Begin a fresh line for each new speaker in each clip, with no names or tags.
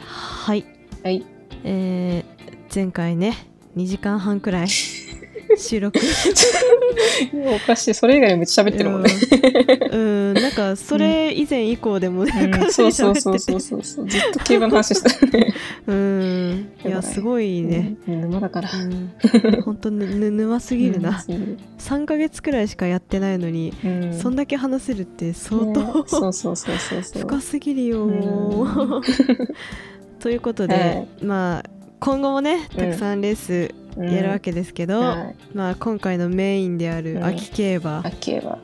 はい、
はい。
えー、前回ね2時間半く らい収録
おかしい。それ以外めっちゃ喋ってるもんね。
うんうんなんかそれ以前以降でもね、
う
かなんり
そうそうそ
喋
う
ってて
そうそうそう。ずっと競馬の話してたよね。
うんい
やば
や
い
すごいね、
うん。沼だから。
うん、ほんとぬぬ沼すぎるな、
うん。
3ヶ月くらいしかやってないのに、
うん
そんだけ話せるって相
ね
当、
そうそうそうそうそう。
深すぎるよ
う。
ということで、
はい
まあ今後もねたくさんレース
うん
やるわけですけど、
はい。
まあ、今回のメインであ
うん
る秋競馬、
あ競馬。
は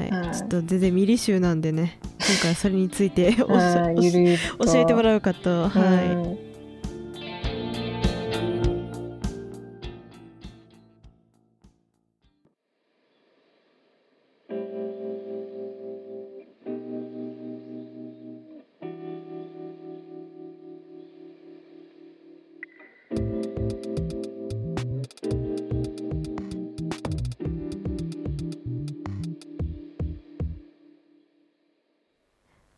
い、
はい
ちょっと全然ミリ集なんでね今回それについておし
はいゆるい
おし教えても
ら
らおうかと、はい
い。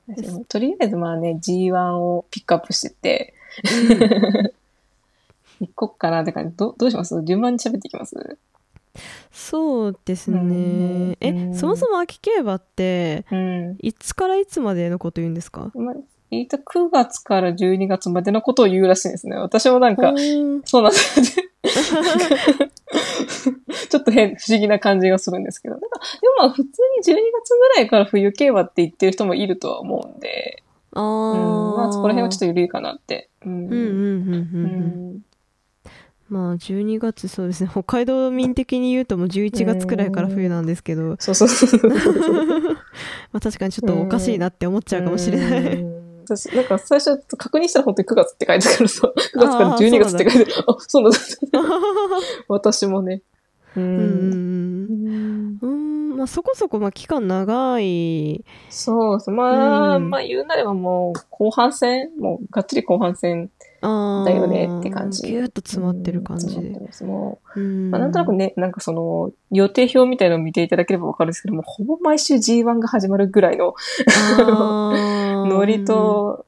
です
とりあえずまあね G1 をピックアップしてて行こっかなだからどどうします順番に喋っていきます
そうです
う
ね
ん
え、
うん
そもそも秋競馬って
うん
いつからいつまでのこと言うんですか
まあ、えっと、9月から12月までのことを言うらしいですね。私もなんか、
うん
そうなんですよねちょっと変、不思議な感じがするんですけど。なんかでもまあ、普通に12月ぐらいから冬競馬って言ってる人もいるとは思うんで、
あ
うん、
ー、
まあ、そこら辺はちょっと
ょっ
緩いかなって。うん
うんうんうんう
うん
うん、まあ12月そうですね北海道民的に言うともう11月くらいから冬なんですけど、
そうそうそ う。
まあ確かにちょっとおかしいなって思っちゃうかもしれない、
うん。私、なんか最初確認したら本当に9月って書いてあるからさ、9月から12月って書いてある。あ、そうなんだ。私もね。う
うんんうんまあそこそこまあ期間長い
そうそう。まあ、
うん
まあ言うなればもう後半戦、もうがっつり後半戦
あー
だよねって感じ
ギュッと詰まってる感じ
うん詰ま
で
って、ますも
う
う、
ん
まあ、なんとなくね、なんかその予定表みたいのを見ていただければわかるんですけども、ほぼ毎週 G1 が始まるぐらいの
あー
ノリと、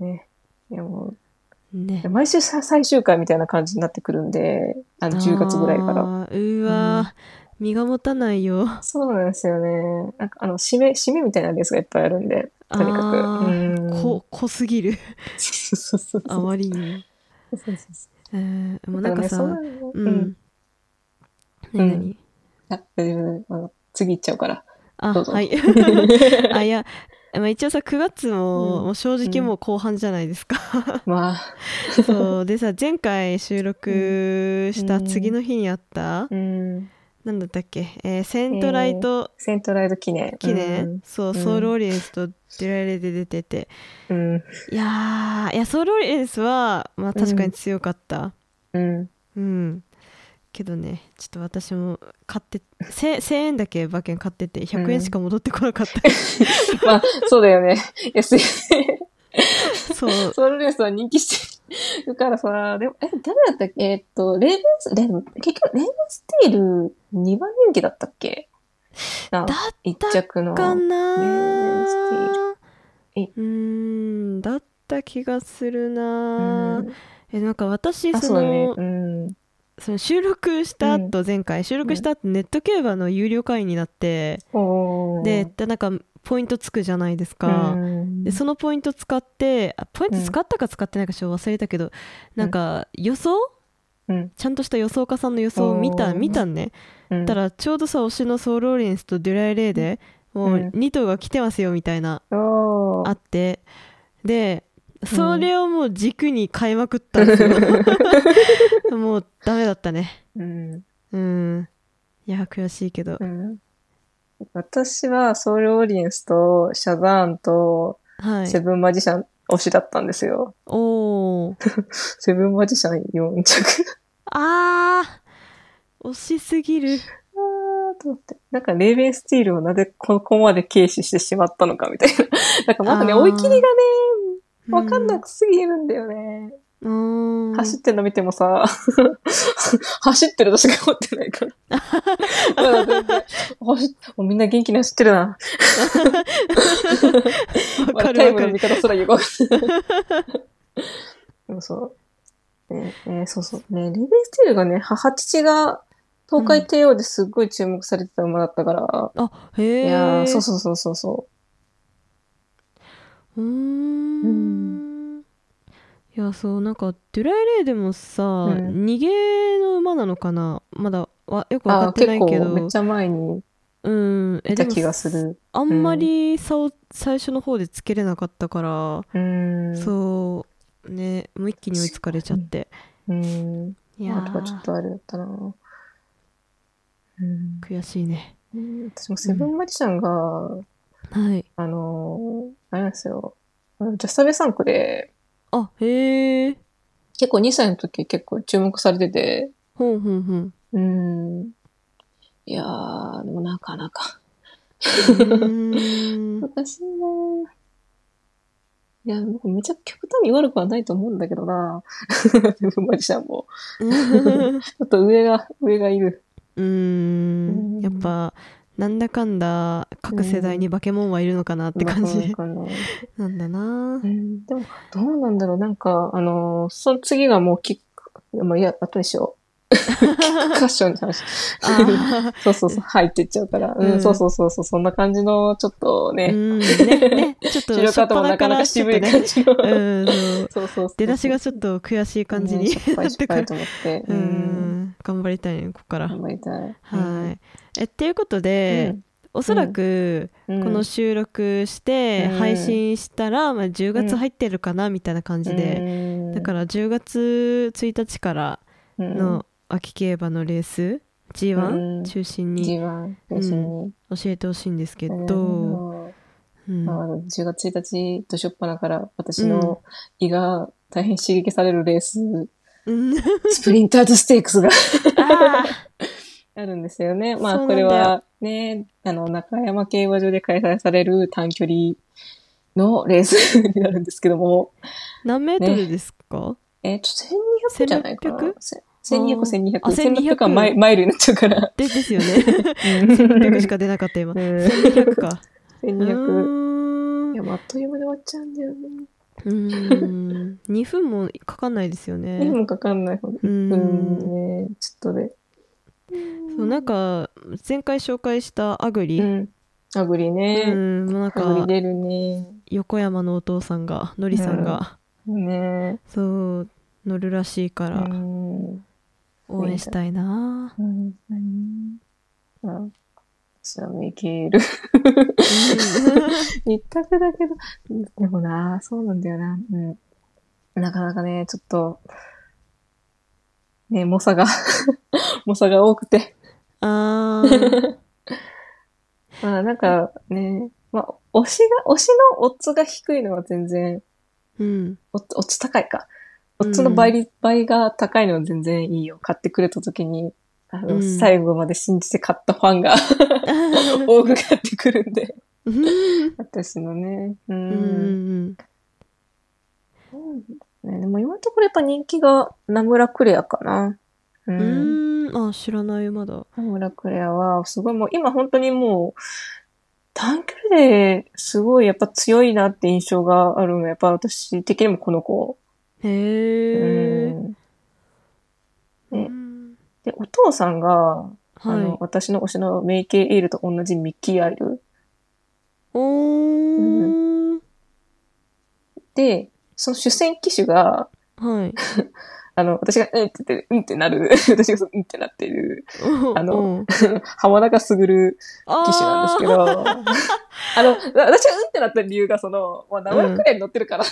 ね。いやも
ね
う毎週さ最終回みたいな感じになってくるんで、あの10月ぐらいから。
あーうわー、身が持たないよ
そうなんですよね。なんかあの、締め、締めみたいなレースがいっぱいあるんで、とにかく。
あー
うん
こ濃すぎる
そうそうそう
あ
そう。
まりに、
そうそうそう
えー、もうなんかさ、
だらねそううなのうん
ん、何々
あ、大丈夫あの次行っちゃうから。
あ
どうぞ
はいあいやまあ、一応さ9月も,、
うん
もう正直もう後半じゃないですか、
まあ、
そうでさ前回収録した次の日にあった、
うん。
なんだったっけ、えーセントライト
セントライド記念。
記念、そううんソウルオリエンスとデュラレで出てて、
うん。うん。
いやーいやソウルオリエンスは、まあ、確かに強かった
うん。
うん、けどねちょっと私も買ってせ1000円だけ馬券買ってて100円しか戻ってこなかった、
まあ、 そうだよね。安いよね。
そう
ソウルレースは人気してるからさ、でも、え、誰だったっけえっと、レーベンス、レーベン結局、レーベンステール2番人気だったっけな
だっ
一
た
着の。
かな
ね
ー
え
うーんだった気がする
う
なー、
ん。
えなんか私
あ、
そ
そうだね
の。
うん。
その収録した後前回収録した後ネット競馬の有料会員になって
おー
で、でなんかポイントつくじゃないです
う
か、
ん
でそのポイント使ってあポイント使ったか使ってないかちょっと忘れたけど、なんか予想
うん。
ちゃんとした予想家さんの予想を見た
おー
見たんね
うん。
たらちょうどさ推しのソウルオリエンスとデュライレーでもう
うん
2頭が来てますよみたいな
おー
あってでそれをもう軸に買いまくったん ですよ、もうダメだったね
うん。
うん。いや、悔しいけど
う。ん私はソウルオリエンスとシャザーンと
は
セ
い。
ブンマジシャン推しだったんですよ。
おー。
セブンマジシャン4着。
あー惜しすぎる。
あーと思って。なんかレーベ ンスティールをなぜここまで軽視してしまったのかみたいな。なんかまだね、
あー
追い切りがね、わかんなくすぎるんだよね。
うん
走ってんの見てもさ、 走ってるとしか思ってな いから。まだ全然走っもうみんな元気に走ってるな。
わ
ま
か
だ
る
タイ
わ
ム
か
の
る
見方すらよくわかんない でもそう。ねえーそうそう。ねレイベンスティールがね、母父が東海帝王ですっごい注目されてた馬だったから。
あへえ
いやー、そうそうそうそうそ
う
う。
ーんいやそうなんかデュライレーでもさ、
ん
逃げの馬なのかなまだわよく分か
あ
っ
あ
て
結
ないけ
構めっ
ど
ちゃ前に
うんえ
い
で
た
も
気がする。
あんまり差を最初の方でつけれなかったから、
うーん。う。
そうねもう一気に追いつかれちゃって、
ん。
いや
まあとかちょっ
ー
とあれだったな。うん
悔しいね
私もセブンマジシャンが、
はい
あのーあれなんですよ。あのジャスタベサンクで、
あへえ
結構2歳の時結構注目されてて、
ほんほんほん
うん。いやー、でもなかなか。
うー ん
難しいなーいや、僕めちゃ極端に悪くはないと思うんだけどなセブンマジシャンも。ちょっと上が、上がいる。
うーんやっぱなんだかんだ各世代にバケモンはいるのかなって感
な
じ
かなかね
なんだな
うんでも、どうなんだろう。なんか、あのーその次がもうキック、まあ、いや、後にしよう。キックカッションの話。
あ
そうそうそう、入ってっちゃうから。うん、
うん
そうそうそうそう、そんな感じの、ちょっと
ーう
ね、
ん ねねちょっと
白
初っ
方もな
端
か
か
なから
ちょっ
渋
と
い
ね
感じの。
うん そう
そうそうそう。
出だしがちょっと悔しい感じ
うん
に
しょっぱ
ないっ
しょって
く
ぱい
る
と思って。
う
うん。
ん頑張りたいねここから
頑張りたい。
はいえっていうことでおそらく
うん。うん
この収録して
うん
配信したらまあ10月入ってるかなみたいな感じでだから10月1日からの秋競馬のレース G1、
うん
中心に
一番、別に。
教えてほしいんですけ
え
ど、うん
まあ、10月1日、年っぱなから私の胃が大変刺激されるレース、
うん
スプリンターズステークスが
あ
あるんですよね。まあ、
そうなん
こ
だ
れ
よ
はね、あの、中山競馬場で開催される短距離のレースになるんですけども、
何メートルですか、
えっ、と、1200じゃないかな
1600。
せ1200、1200。
あ1600
1600はマイマイルになっちゃうから。
でですよ ね100しか出なかった今
うん
1200か う
1200。
ー
い
ん
や、もうあっという間で終わっちゃうんだよね。
うん2分もかかんないですよ
何
ね
もかかんない。
う
うんん、ね、ちょっとね。
そうなんか前回紹介したアグリ、
う
うん
ん。アグリね。
もうなん
アグリ
か
出るね。
横山のお父さんがのりさんが、
ね
そう乗るらしいか
う
ら
ん。
応援したいな、
うん。何あ、私はミケール。 一択だけど、でもな、そうなんだよな。うん。なかなかね、ちょっと、ね、猛者が、 猛者が多くて。
あー
まあなんかね、まあ、推しが、推しのオッズが低いのは全然、
うん
オッズオッズ高いか。オッズの倍率、倍が高いのは全然いいよ。買ってくれた時に、あの、
うん
最後まで信じて買ったファンが 多く買ってくるんで。
うん
私のね。
う
うん
ん
ね、でも今のところやっぱ人気がナムラクレアかな。
う
う。
んんうんあ知らないまだ
ナムラクレアは、すごいもう今本当にもう、短距離ですごいやっぱ強いなって印象があるのやっぱ私的にもこの子。う
へえ
ん。ねで、お父さんが、あの
は、い
私の推しのメイケイエールと同じミッキーアイル。
おー
で、その主戦機種が、
はい
あの、私が、うんって言って、うんってなる、 私がうんってなってる、 あの
うん
浜中すぐる
あー
騎士なんですけど、あの、わ私がうんってなった理由が、その、まあ、名前くらいに乗ってるから、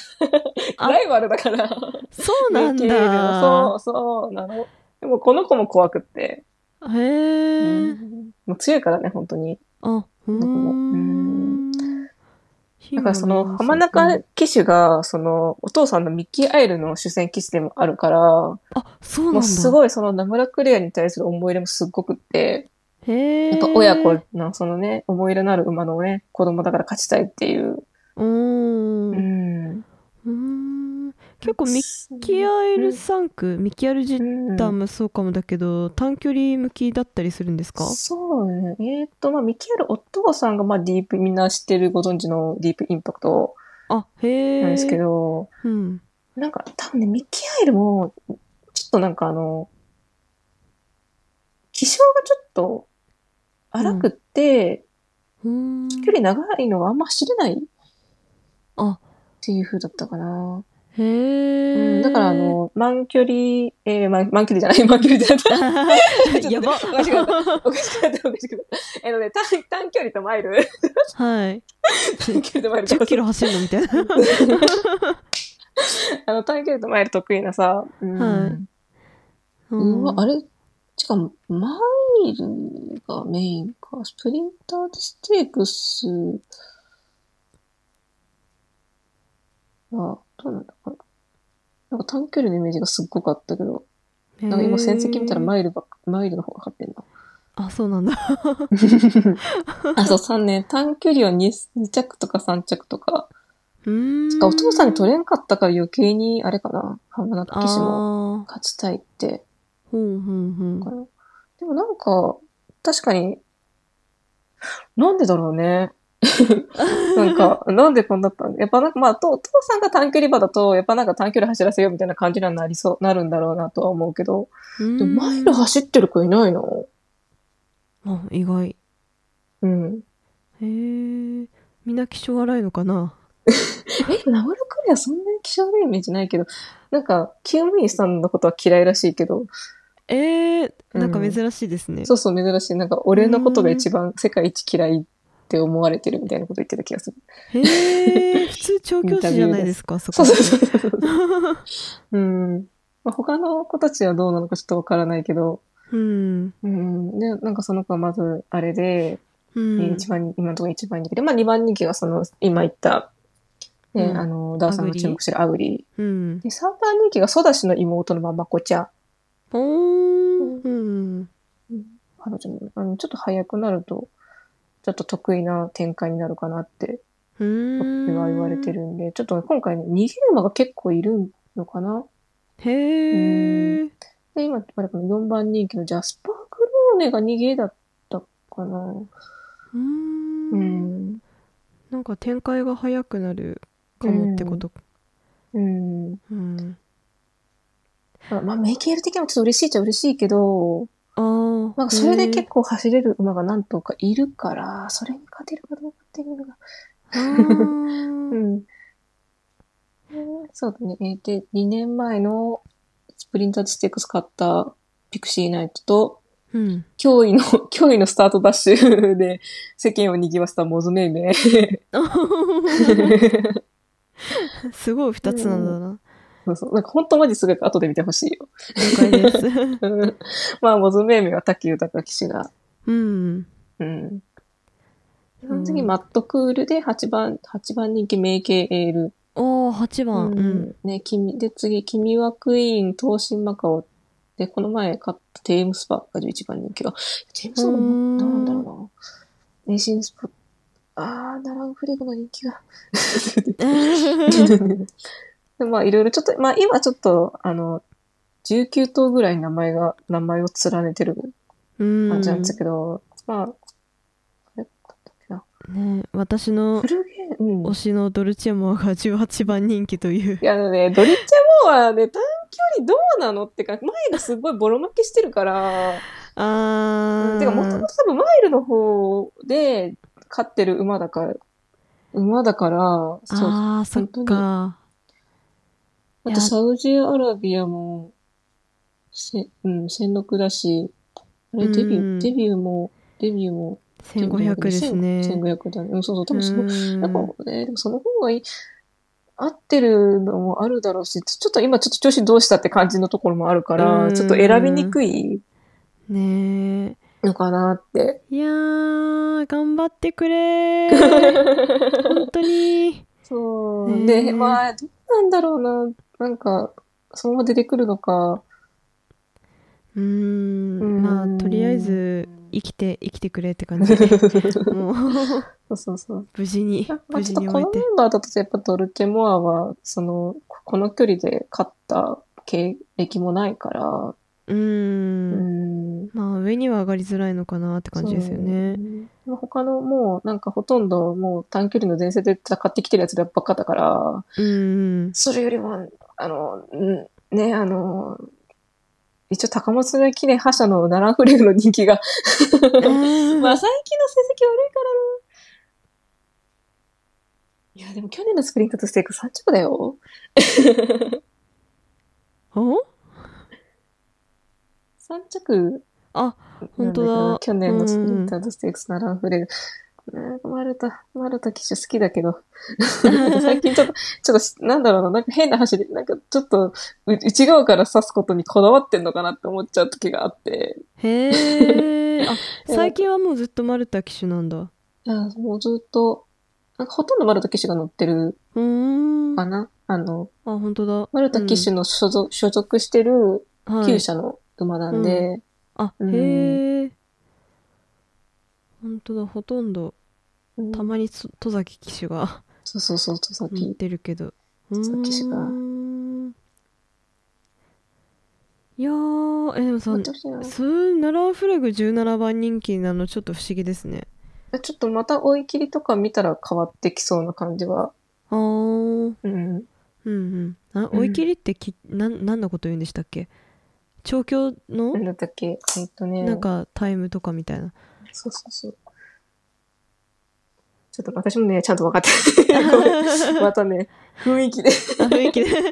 あ
ライバルだから、
そうなん
メイケイエールの
だ
そう、そうなの。でも、この子も怖くって、
へえ
もう強いからね、本当に。
あうーん
だからその浜中騎手が、そのお父さんのミッキー・アイルの主戦騎手でもあるから、
あそうなんだ
もうす
い
ごいその名村クレアに対する思い入れもすっごくって、
へえ
やっぱ親子のそのね、思い入れのある馬のね、子供だから勝ちたいっていう。
うん
うん。
ううーん結構ミキアエル3区、ミキアルジ
うん
タンもそうかもだけど短距離向きだったりするんですか
そうね。えっ、と、まあ、ミキエルお父さんが、まあ、ディープ、みんな知ってるご存知のディープインパクト
あへえ
なんですけど、
うん、
なんか、多分ね、ミキアエルも、ちょっとなんかあの、気象がちょっと荒くって、
うーん
距離長いのがあんま走れないっ
あ
ていう風だったかな。
へえ、
うん、だから あの、満距離、えー、満満距離じゃない、満距離じゃない。
やば
おかしくなった。おかしくなった、おかしくなった。えっとね、短短距離とマイル。
はい
短距離とマイル
10キロ走るのみたいな
あの、短距離とマイル得意なさ。うん
はい
うんわ、あれしかも、マイルがメインか。スプリンターでステークスは、どうなんだかな。なんか短距離のイメージがすっごくあったけど、なんか今戦績見たら
へー
マイルばっか、マイルの方が勝ってんな。
あそうなんだ
あ、そう、3年。短距離は 2, 2着とか3着とか。
うーん
つかお父さんに取れんかったから余計に、あれかな。浜中
あ
騎士も
あ
勝ちたいって。
ほうほうほう
かなでもなんか、確かに、なんでだ ろうね。なんか、なんでこんなったのやっぱなんか、まあ、とお父さんが短距離馬だと、やっぱなんか短距離走らせようみたいな感じにはなりそう、なるんだろうなとは思うけど、
うーん
でもマイル走ってる子いないな。
あ意外
うん。
へえみんな気性荒いのかな
え、名古屋クリアそんなに気性悪いイメージないけど、なんか、キウムイさんのことは嫌いらしいけど、
えー、
うん
なんか珍しいですね、
そうそう珍しい。なんか、俺のことが一番世界一嫌いって思われてるみたいなこと言ってた気がする。
へえ普通調教師じゃないですかそ
そ
こ
うそうそうそう。うん。まあ、他の子たちはどうなのかちょっとわからないけど、
うん
うん。で、なんかその子はまず、あれで、
うん、
一番、今のところ一番人気で、まあ二番人気がその、今言った、ね、
うん
あの、ダーさんの注目してるアグリ
うん
で、三番人気がソダシの妹のママコちゃん。
おーうん
彼女も、あの、ちょっと早くなると、ちょっと得意な展開になるかなって、
うーん
言われてるんで、ちょっと今回ね、逃げ馬が結構いるのかな
へえ
で、今、あれかな、4番人気のジャスパークローネが逃げだったかな。
うーん
うん。
なんか展開が早くなるかもってこと
うん。
うん、
まあ、メイケール的にもちょっと嬉しいっちゃ嬉しいけど、
あー
なんかそれで
へ
結
ー
構走れる馬が何頭かいるから、それに勝てるかどうかっていうのが。
あー
うん。うんそうだね。えーで、2年前のスプリンターズステークス買ったピクシーナイトと、
うん
驚異の、 驚異のスタートダッシュで世間を賑わせたモズメイ メイ。
すごい二つなんだな。
そうそう。なんか本当マジすごいから後で見てほしいよ。
了解です。
うんまあ、モズメイメイは滝豊騎士が
うん。
うん。そ
うん
の次、マットクールで8番、八番人気、メイケイエール。
おお、八番。うん。
ね、君、で、次、君はクイーン、東進マカオ。で、この前買ったテームスパが11番人気が。テームスパも
うん
なんだろうな。ネシンスパ、あー、ナランフレグの人 気が。でまあ、いろいろちょっと、まあ、今ちょっと、あの、19頭ぐらい名前が、名前を連ねてる
うん。
感じなんですけど、まあ、あれだったっけな。
ね私の
フルゲーム、うん
推しのドルチェモアが18番人気という
い。や、あのね、ドリッチェモアはね、短距離どうなのってか、前がすごいボロ負けしてるから、
あー。
てか、もともと多分マイルの方で勝ってる馬だから、馬だから、そう。あ
あー、そっか。いや
と、サウジアラビアも、せ、うん、戦六だし、あれ、
うん
デビュー、デビューも、デビューも、
1500ですね。
1500だね。うん、そうそう、多分その
うん
やっぱね、でもその方がいい、合ってるのもあるだろうし、ちょっと今ちょっと調子どうしたって感じのところもあるか
う
ら、
ん
ちょっと選びにくい
ね
のかなって。
え。いやー、頑張ってくれー。本当に。
そう。
ね
で、まあ、どうなんだろうな。なんか、そのまま出てくるのか。
うーん。まあ、とりあえず、生きて生きてくれって感じでもう
そうそうそう。
無事に
やっぱ
無
ち
事に
ょっとこ
終
の
え
メ
て
ンバーだと、やっぱドルチェモアは、その、ここの距離で勝った経歴もないから、
う
うんん。
まあ上には上がりづらいのかなって感じですよね
そう。まあ他のもう、なんかほとんどもう短距離の前線で戦ってきてるやつらばっかだから、
うん
それよりも、あの、んね、あの、一応高松の記念覇者のナランフレグの 人気が、
うん
まあ最近の成績悪いからな。いや、でも去年のスプリントとステーク3着だよ。
お
3着
あ
な
本
んだけど
当だ
去年のスプリンターとステークスナランフレグ。なんかマルタ、マルタ騎手好きだけ ど、なんか最近ちょっと、ちょっと、なんだろうな、なんか変な走り、なんかちょっと、う内側から刺すことにこだわってんのかなって思っちゃう時があって、
へえあ最近はもうずっとマルタ騎手なんだ
あもうずっと、なんかほとんどマルタ騎手が乗ってる
うーん
か
あ
な。あの、
本当だ
マルタ騎手の所属,、所属してる
はい
厩舎の馬なんで、
あ
うん
へえ本当だほとんど
うん
たまにそ戸崎騎手が
そうそうそう、戸崎。
乗ってるけど
戸崎騎手が
うーんいやーえでもさ
私は
そういうナランフレグ17番人気なのちょっと不思議ですね
ちょっとまた追い切りとか見たら変わってきそうな感じは。
あー
うん。
うんうんあ
ん
追い切りってき、なん何のこと言うんでしたっけ調教の
なんだったっけえっとね。
なんかタイムとかみたいな
そうそうそう。ちょっと私もね、ちゃんと分かって ない。ごめんまたね、雰囲気で。
あ雰囲気 でなん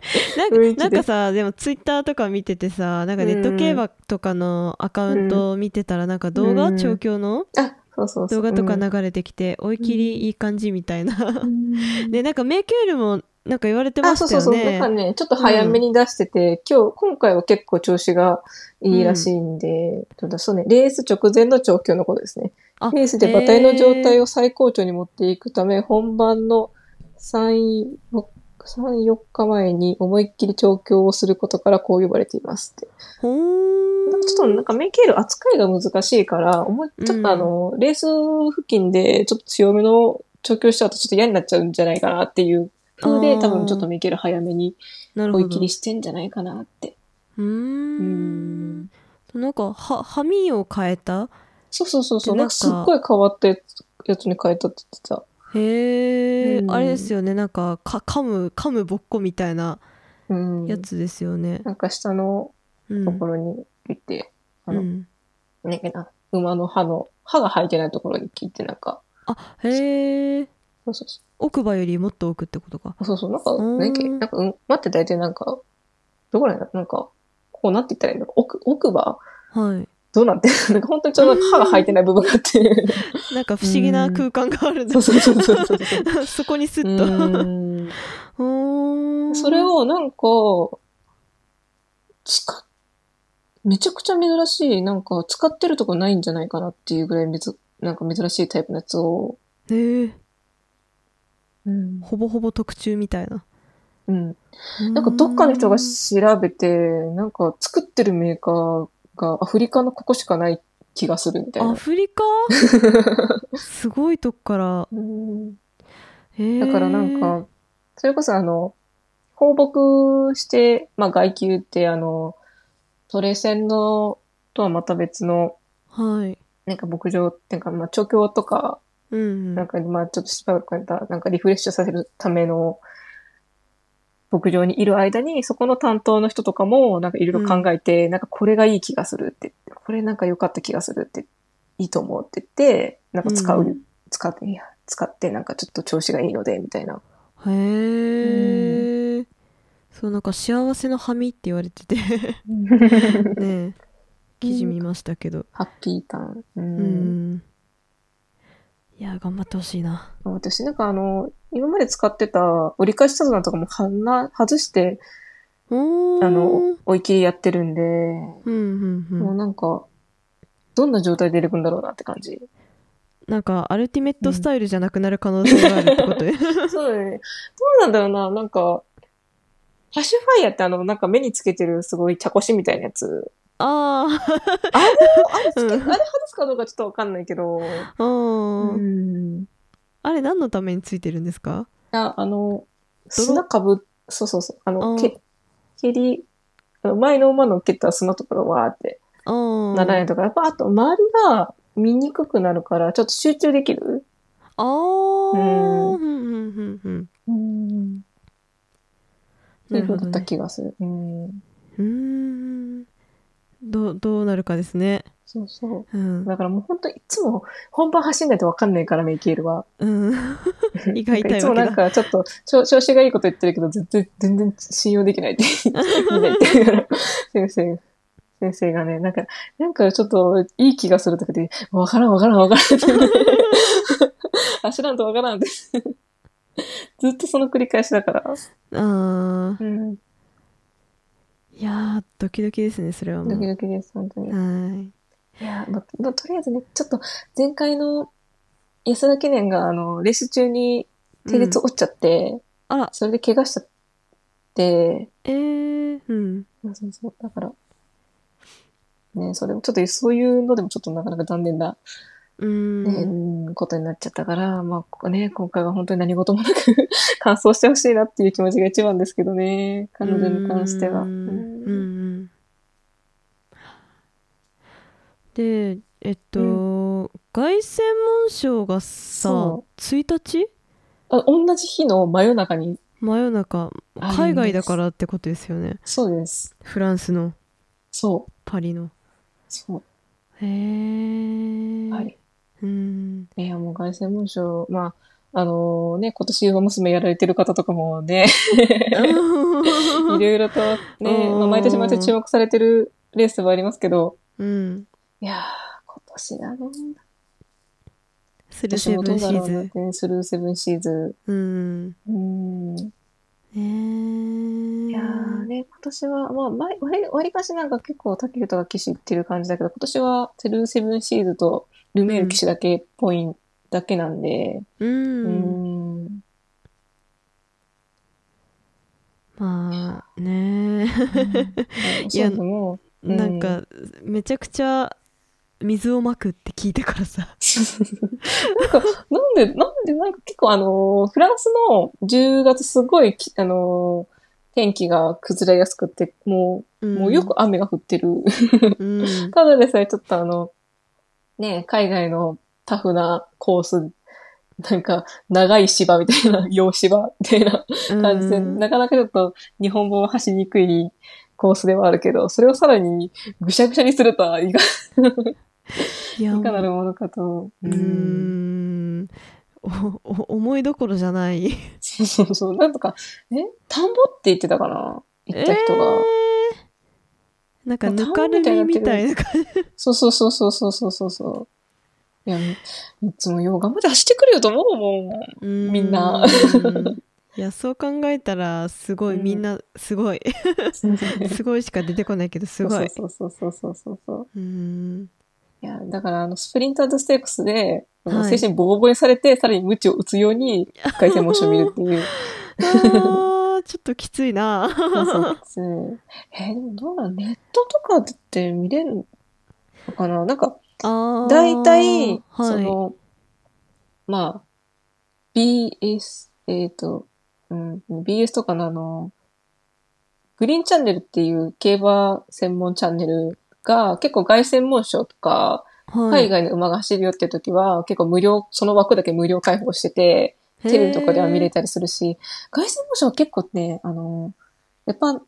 か
雰囲気で
なんかさでもツイッターとか見ててさなんかネット競馬とかのアカウントを見てたらなんか動画、
うん
調教の
あ、そうそうそ
動
う。
画とか流れてきて、追い切りいい感じみたいな
うん。
でなんかメイケールもなんか言われてま
あ、
し
そう
た
そう
よ
そう。なん
ね
かね、ちょっと早めに出してて、今日、今回は結構調子がいいらしいんで、そうだそうね、レース直前の調教のことですね。
あ
レースで馬体の状態
を
を最高潮に持っていくため、本番の3、3、4日前に思いっきり調教をすることからこう呼ばれていますって。
ほーん
ちょっとなんかメイケール扱いが難しいから、思いちょっとあの、レース付近でちょっと強めの調教しちゃうとちょっと嫌になっちゃうんじゃないかなっていう風
あ
で、
ー
多分ちょっとメイケール早めに
なるほ
追い
ど
切りしてんじゃないかなって。
うー
うんん
なんかははみを変えた
そうそうそうそう。
でな
な
んんか
かすっごい変わったやつやつに変えたって言ってた。
へえ、
うん
あれですよねなんかか噛む噛むぼっこみたいな
うん。
やつですよね、
なんか下の
うん
ところに行って、あの、
うん
なんかな、馬の歯の、歯が生えてないところに切って、なんか、
あへえ
そうそうそ
奥歯よりもっと奥ってことか
う、そうそうなん
うーん
か、なんか、なんかうん、待って大体なんか、どこらへんだなんか、こうなっていったらいいの奥、奥歯
はい
どうなってる なんか本当にちょうどなんか歯が生えてない部分があって。
なんか不思議な空間があるんだ
そうそうそうそ うそう。
そこにス
う
ッと
ーん
ほーん
それをなんか、使っ、めちゃくちゃ珍しい、なんか使ってるとこないんじゃないかなっていうぐらいめず、なんか珍しいタイプのやつを、
へえ
うん。
ほぼほぼ特注みたいな
うん。
な
なんかどっかの人が調べて、なんか作ってるメーカーがアフリカのここしかない気がするみたい
ア
な。
フ リカすごいとこから
うん
へー
だからなんか、それこそあの、放牧して、まあ外給ってあの、トレセンのとはまた別の、
はい
なんか牧場っていうか、まあ調教とか、
うん
なんかまあちょっとしばらくやったらなんかリフレッシュさせるための、牧場にいる間に、そこの担当の人とかも、なんかいろいろ考えて、なんかこれがいい気がするって言って、これなんか良かった気がするって、いいと思うって言って、なんか使う、
うん
使って、いや使ってなんかちょっと調子がいいので、みたいな。
へえ、そうなんか幸せのハミって言われ ててねえ記事見ましたけど
ハッピーターン。う
うんん、いや頑張ってほしいな
私なんかあの、今まで使ってた折り返しサザナとかもはな外して、
おー
あ
う
の
ん、
追い切りやってるんで、
うんう
もうんなんか、どんな状態で出てくんだろうなって感 じ。
なんかアルティメットスタイルじゃなくなる可能性があるってこと で
そうだね。どうなんだろうな、なんか、ハッシュファイヤーってあの、なんか目につけてるすごい茶こしみたいなやつ。
あ
あれも、あれつけ、
うん
あれ外すかどうかちょっとわかんないけど。
あ、うん
うん。
あれ何のためについてるんですか
あ、あの、
泥
砂かぶ、そうそうそう。あ
う
の、
ん
け、蹴り、あの前の馬の蹴った砂とかがわーって
うん
ならないとか、やっぱあと周りが見にくくなるから、ちょっと集中できる。
あー
う
ふん
ん
ふんふんふん
うん。って
ないる
う
ほ
風
ど
だった
ね
気がする。うん。
うーんどうどうなるかですね
そうそう。
うん、
だからもう本当いつも本番走んないとわかんないから、メイケールは。
うん、 胃が痛いわけだ
いつもなんかちょっと調調子がいいこと言ってるけど、全然、全然信用できないってみんな言ってるから、先生、先生がね、なんか、なんかちょっといい気がするとかで、わからんわからんわからんって、走らんとわからんって。ずっとその繰り返しだから。
あー
うん。
いやードキドキですねそれはも
ドキ
う
ドキです、本当に。
はい
いや、ま、まとりあえずね、ちょっと前回の安田記念が、あの、レース中に手
うん
列折っちゃって、
あら
それで怪我しちゃって、
えー、うん
そうそうそう。だから、ね、それも、ちょっとそういうのでもちょっとなかなか残念な、
う
ね
ん
うんことになっちゃったから、まあ、ここね、今回は本当に何事もなく 完走してほしいなっていう気持ちが一番ですけどね、彼女に関しては。
うーん
う
う
ん
んうんでえっと、凱旋門賞がさ
そ
1日
あ同じ日の真夜中に、
真夜中
あ
海外だからってことですよね
そうです。
フランスの
そう。
パリの
そ
へえ
う。はい。
うん
いや、もう凱旋門賞、まあ、あのね、今年馬娘やられてる方とかもね、い ろいろとね、
うん
まあ、毎年毎年注目されてるレースはありますけど、
うん
いやー、今年だね。
スル
私
セ
も
ブ
ど
ン
う
シ
だろ
ー
う
ズ
な
ン
って、スルーセブンシーズ
うん
ン。うん。
えー、
いやーね、今年は、まあ、前、わり、わりかしなんか結構タケルとか騎士行ってる感じだけど、今年はセルーセブンシーズンとルメール騎士だけっぽい、だけなんで、
うん、
うん。
まあね
おそらくもう、うん
なんかめちゃくちゃ水をまくって聞いたからさ
なんか、なんで、なんで、なんか結構あのーフランスの10月すごいき、あのー天気が崩れやすくて、もう、もうよ、く雨が降ってる。
うん うん
ただでさえちょっとあの、ね、海外のタフなコース、なんか、長い芝みた いな、洋芝みたいな感じで、
うん
なかなかちょっと日本語を走りにくいコースではあるけど、それをさらにぐしゃぐしゃにするとはいか
いや
いかなるものかと。
うーんおお思いどころじゃない
そうそうそう。なんとか、え田んぼって言ってたかな行った人が。
えーなんかぬかるみみたいな感じ
そうそうそうそうそうそうそうそう。いや、いつもよう頑張って走ってくるよと思うもん。
み
みんな
いやそう考えたらすごい
うん
みんなすごいすごいしか出てこないけどすごい
そうそうそうそうそうそう
ーん
う。いや、だから、あの、スプリンターズステークスで、あの
はい
精神ボコボコにされて、さらに無知を打つように、回転モーションを見るっていう。
あーちょっときついな
そうそうきついえーでもどうなのネットとかって見れるのかななんか、
あー
大体、そ
はい
の、まあ、BS、えっ、と、うん、BS とかのあの、グリーンチャンネルっていう競馬専門チャンネルが結構凱旋門賞とか、
は
海
い
外の馬が走るよっていう時は結構無料、その枠だけ無料開放してて、テレビとかでは見れたりするし、凱旋門賞は結構ね、あの、やっぱ、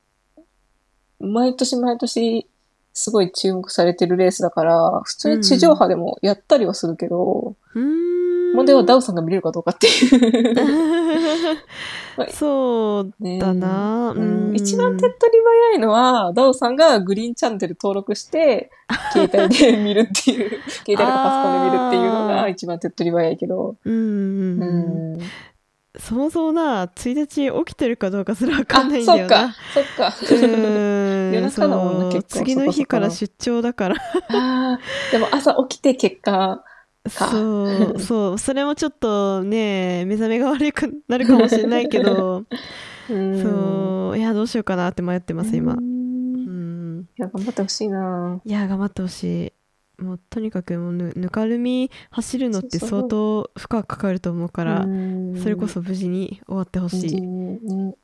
毎年毎年、すごい注目されてるレースだから、普通に地上波でもやったりはするけど、
うーん
問 題はダウさんが見れるかどうかっていう。
そう
ね
だな
うん
うん
一番手っ取り早いのは、ダウさんがグリーンチャンネル登録して、携帯で見るって いう、携帯とかパソコンで見るっていうの
あ
が
ー
一番手っ取り早いけど。
うんうん
う
うん
ん。
そもそもな1日起きてるかどうかすらわか
あ
んない、んだ
そっ
よな
か、そっか。
うーん
夜中だもんな
そう
結構
次の日から
そこ
出張だから
あ あ、でも朝起きて結果、か
そうそうそれもちょっとね目覚めが悪くなるかもしれないけど
うん
そういやどうしようかなって迷ってます今
う
うんん
いや、頑張ってほしいない
や頑張ってほしいもうとにかくもうぬぬかるみ走るのって
そう
相当負荷かかると思うか
ぁ。
ら
うん
それこ、そ無事に終わってほしい、
本当にね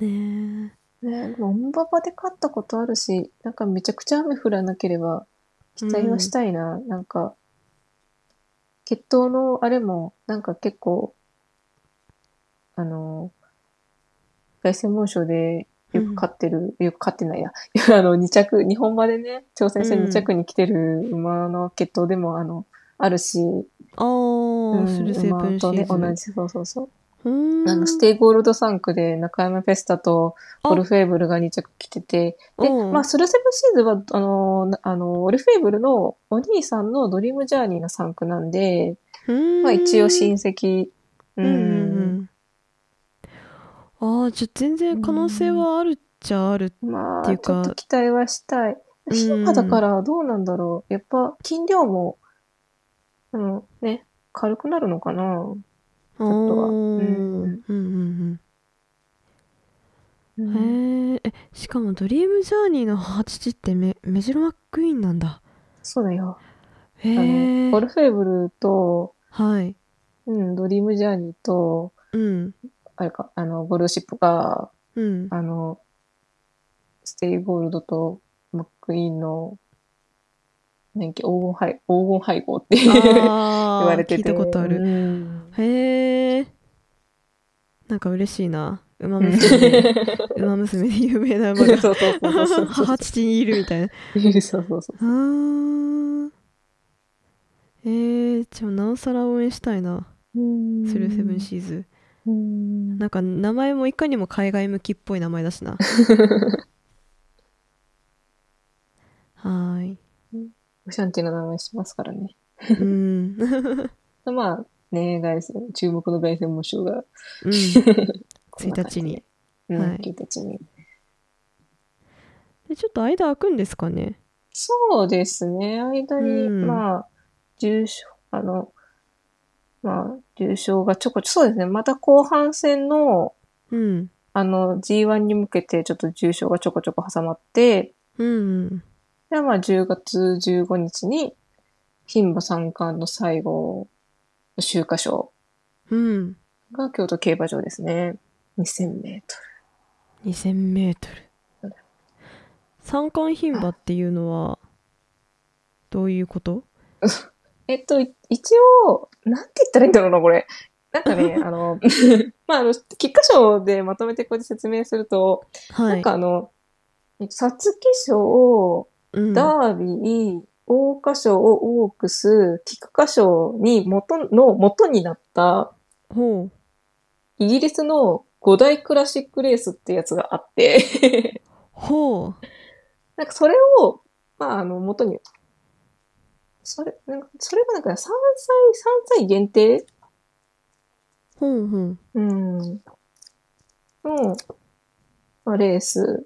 ね
ね、でもオンババで勝ったことあるし、なんかめちゃくちゃ雨降らなければ、期待はしたいな。なんか、決闘のあれも、なんか結構、あの、凱旋門賞でよく勝ってる、よく勝ってないや、 あの、2着、日本馬でね、挑戦して
うん
2着に来てる馬の決闘でも、あの、あるし、
あー、
うん
スルセープ
馬
ンシ
とね、
ーズン、
同じ、そうそうそう。
うーん
あの、ステイゴールド3区で中山フェスタと
あ
オルフェーブルが2着来てて、で、
うん
まあ、スルセブシーズは、あの、なあの、オルフェーブルのお兄さんのドリームジャーニーの3区なんで、
うーん
まあ、一応親戚、
う
う
ん
ん、
うんうんあーじゃあ全然可能性はあるっちゃある
ま
っ
あ、
ていう
ちょ
か
っと期待はしたい。
うん
牝馬だからどうなんだろう。やっぱ、筋量も、うん、ね、軽くなるのかな。
あ
とは
ー
うん
うんうんう
う
んんへーえしかも「ドリームジャーニー」の母父ってメメジロマックイーンなんだ
そうだよ。
へ
あ
え
の、オルフェーブルと、
はい
うん、ドリームジャーニーと、
うん
あれか、あの、ゴルシップが、
うん
あの、ステイゴールドとマックイーンの、なんか黄金配、黄金配合って 言
言
われてて。
聞いたことある、
うん
へえなんか嬉しいな馬娘 で馬娘で有名な馬
そう
が
そうそうそ うそう。
母父にいるみたいな
そうそうそ
う
う。
ーんえー、ちょなおさら応援したいなスルーセブンシーズ
うん
なんか名前もいかにも海外向きっぽい名前だ しなはーい
オシャンティの名前しますからね。
うんうん
まあ、ね、凱旋、注目の凱旋門賞が、
1
こんな感じ
日に。
うん、
はい
1日に。
でちょっと間空くんですかね
そうですね。間に、
うん
まあ、重症、あの、まあ、重症がちょこちょ、そうですね。また後半戦の、
うん
あの、G1 に向けて、ちょっと重症がちょこちょこ挟まって、
うん
で、まあ、10月15日に、牝馬三冠の最後の秋華賞
うん
が京都競馬場ですね。2000メート
2000m 三冠牝馬っていうのはどういうこと
ル。えっと、い一応、なんて言ったらいいんだろうな、これ。なんか ね、あの、 まあ、あの、菊花賞でまとめてこうやって説明すると、
はい
なんかあの、皐月
う
賞、
ん
ダービー、桜花賞、オークス、菊花賞に元の元になった、
ほう
イギリスの五大クラシックレースってやつがあって、
ほう
なんかそれを、まあ、あの、元に、それ、なんか、それがなんか3歳、3歳限定
ほうほう
うん。の、まあ、レース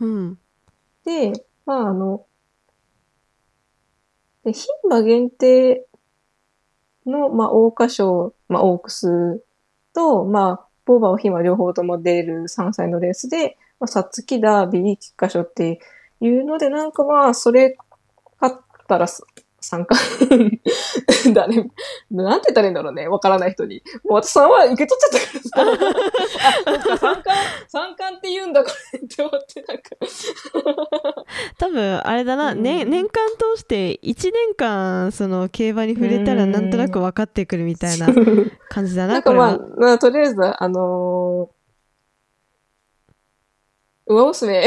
うん
で、まああの、で、牝馬限定の、まあ、桜花賞、まあ、オークスと、まあ、ボーバーを牝馬両方とも出る3歳のレースで、まあ、サツキダービー、菊花賞っていうので、なんかまあ、それ、勝ったらす参加。 だね。なんて言ったらいいんだろうね。わからない人に。もう私3は受け取っちゃった からさ。あ、そっか、三冠、三冠って言うんだ、これって思って、なんか。
多分あれだな、
うん
ね、年間通して1年間その競馬に触れたら
うん
なんとなく分かってくるみたい な感じだな
なん
こ
か
れ
ま
は
あ、まあ、とりあえず、あのー、馬娘、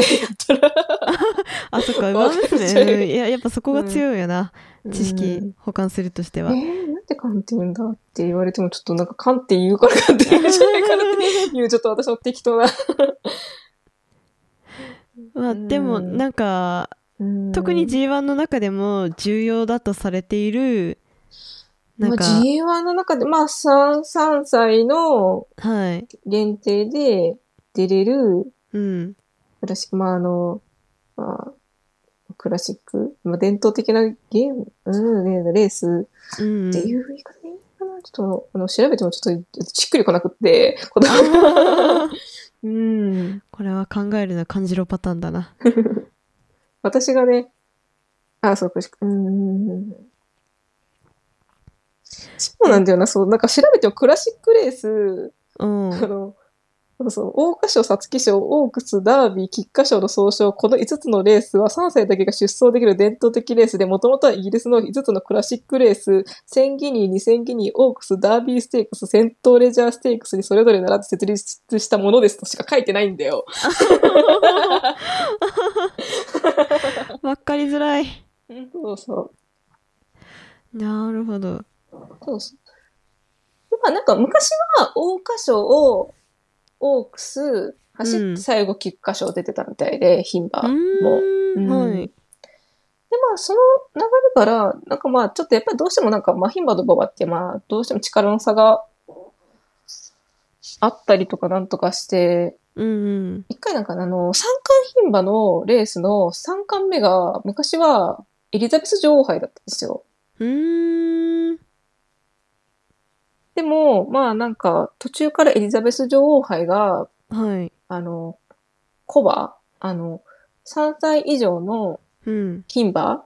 あそっか
わ
馬
かっちゃう
娘、うんいややっぱそこが強いよな、 知
うん
識保管するとしては、
えー、なんで勘って言うんだって言われても、ちょっとなんか勘って言うから勘って言うんじゃないかなっていう、ちょっと私の適当な。
まあ、でも
うん
なんか特に G1 の中でも重要だとされているなんか、
まあ、G1 の中で、まあ3、3歳の
はい
限定で出れる、
うん
クラシック、まああの、まあ、クラシック、まあ伝統的なゲーム、うん、ねレース
うん
っていう言い方でいいかな、ちょっと、あの、調べてもちょっと、しっくりこなくって、子供うん。
これは考えるな感じろパターンだな。
私がね、あ、そうか、うーん。そうなんだよな、そう、なんか調べてもクラシックレース、
うん。
あの、そうそう、桜花賞、皐月賞、オークス、ダービー、菊花賞の総称、この5つのレースは3歳だけが出走できる伝統的レースで、もともとはイギリスの5つのクラシックレース、1000ギニー、2000ギニー、オークス、ダービーステークス、セントレジャーステークスにそれぞれ並んで設立したものですとしか書いてないんだよ。
わかりづらい。
そうそう。
なるほど。
そうそう。まあなんか昔は、桜花賞を、オークス、走っ
うん
て最後菊花賞出てたみたいで、牝馬
う
も。で、
ーん。
うん
はい。
まあその流れから、なんかまあちょっとやっぱりどうしてもなんか、まあ牝馬と馬場ってまあどうしても力の差があったりとかなんとかして、
うんうん。
一回なんかあの、三冠牝馬のレースの三冠目が、昔はエリザベス女王杯だったんですよ。
うーん。
でも、まあなんか途中からエリザベス女王杯が、
はい。
あの、コバ、あの、3歳以上の
うん。
牝馬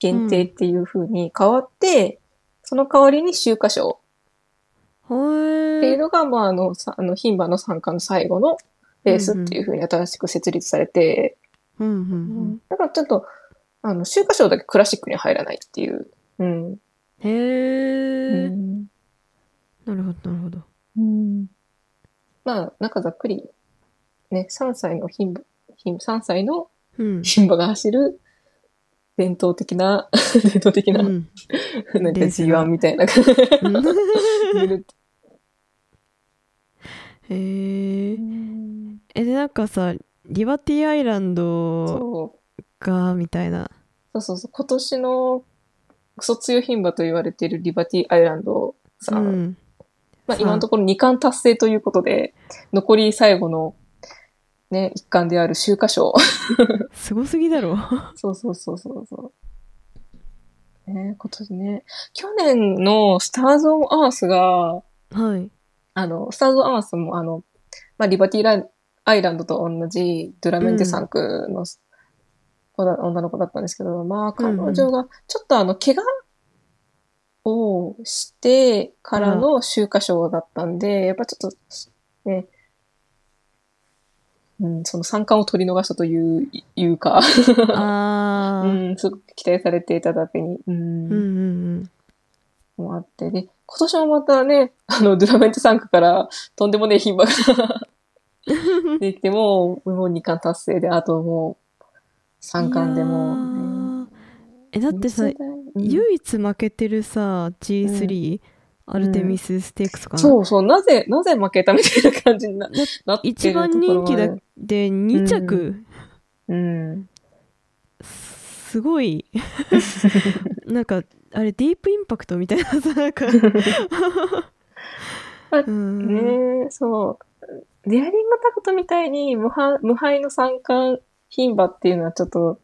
限定っていう風に変わって、その代わりに秋華賞
は
っていう
い。
のが、まあ、あの、さあの牝馬の参加の最後のレースっていう風に新しく設立されて、
うんうん
だからちょっと、あの、秋華賞だけクラシックに入らないっていう。うん。
うん。へ
う
え。
ん
なるほどなるほど。
まあ、なんかざっくり、ね、3歳の牝馬、牝3歳の
うん。
牝馬が走る伝統的な、伝統的な、
うん
なんか
レースが
G1 みたいな感 じ。
へえ。えでなんかさリバティアイランド
そう
がみたいな
そうそうそう。今年のクソ強牝馬と言われているリバティアイランドさ、
うんん
まあ、
さん
今のところ2冠達成ということで、残り最後のね、1冠である秋 華賞。
すごすぎだろ
そうそうそうそうそう。ね、今年ね。去年のスターズ・オン・アースが、
はい
あの、スターズ・アースも、あの、まあ、リバティライアイランドと同じドゥラメンテ産区の子だ、女の子だったんですけど、まあ、彼女が、ちょっとあの、怪我をしてからの秋華賞だったんで、やっぱちょっと、ね、うん、その三冠を取り逃したという、いうか、
あ
う
ー
ん、すごく期待されていただけに、うん
うんうん
もあって、で、今年もまたね、あの、ドゥラメント3区から、とんでもねえ牝馬 ができて、もう、もう2冠達成で、あともう、
うん
3冠でもう、
いや
ね
ーえだってさ
世代うん
唯一負けてるさ G3 アルテミスステークスかな
そうそう、なぜ、なぜ負けたみたいな感じにな
だ
なってる
一番人気だ
ところはね
で2
う
着
うん。
すご いなんかあれディープインパクトみたいなさなんかうん
ねえ、そう。デアリングタクトみたいに無敗無敗の三冠牝馬っていうのはちょっと、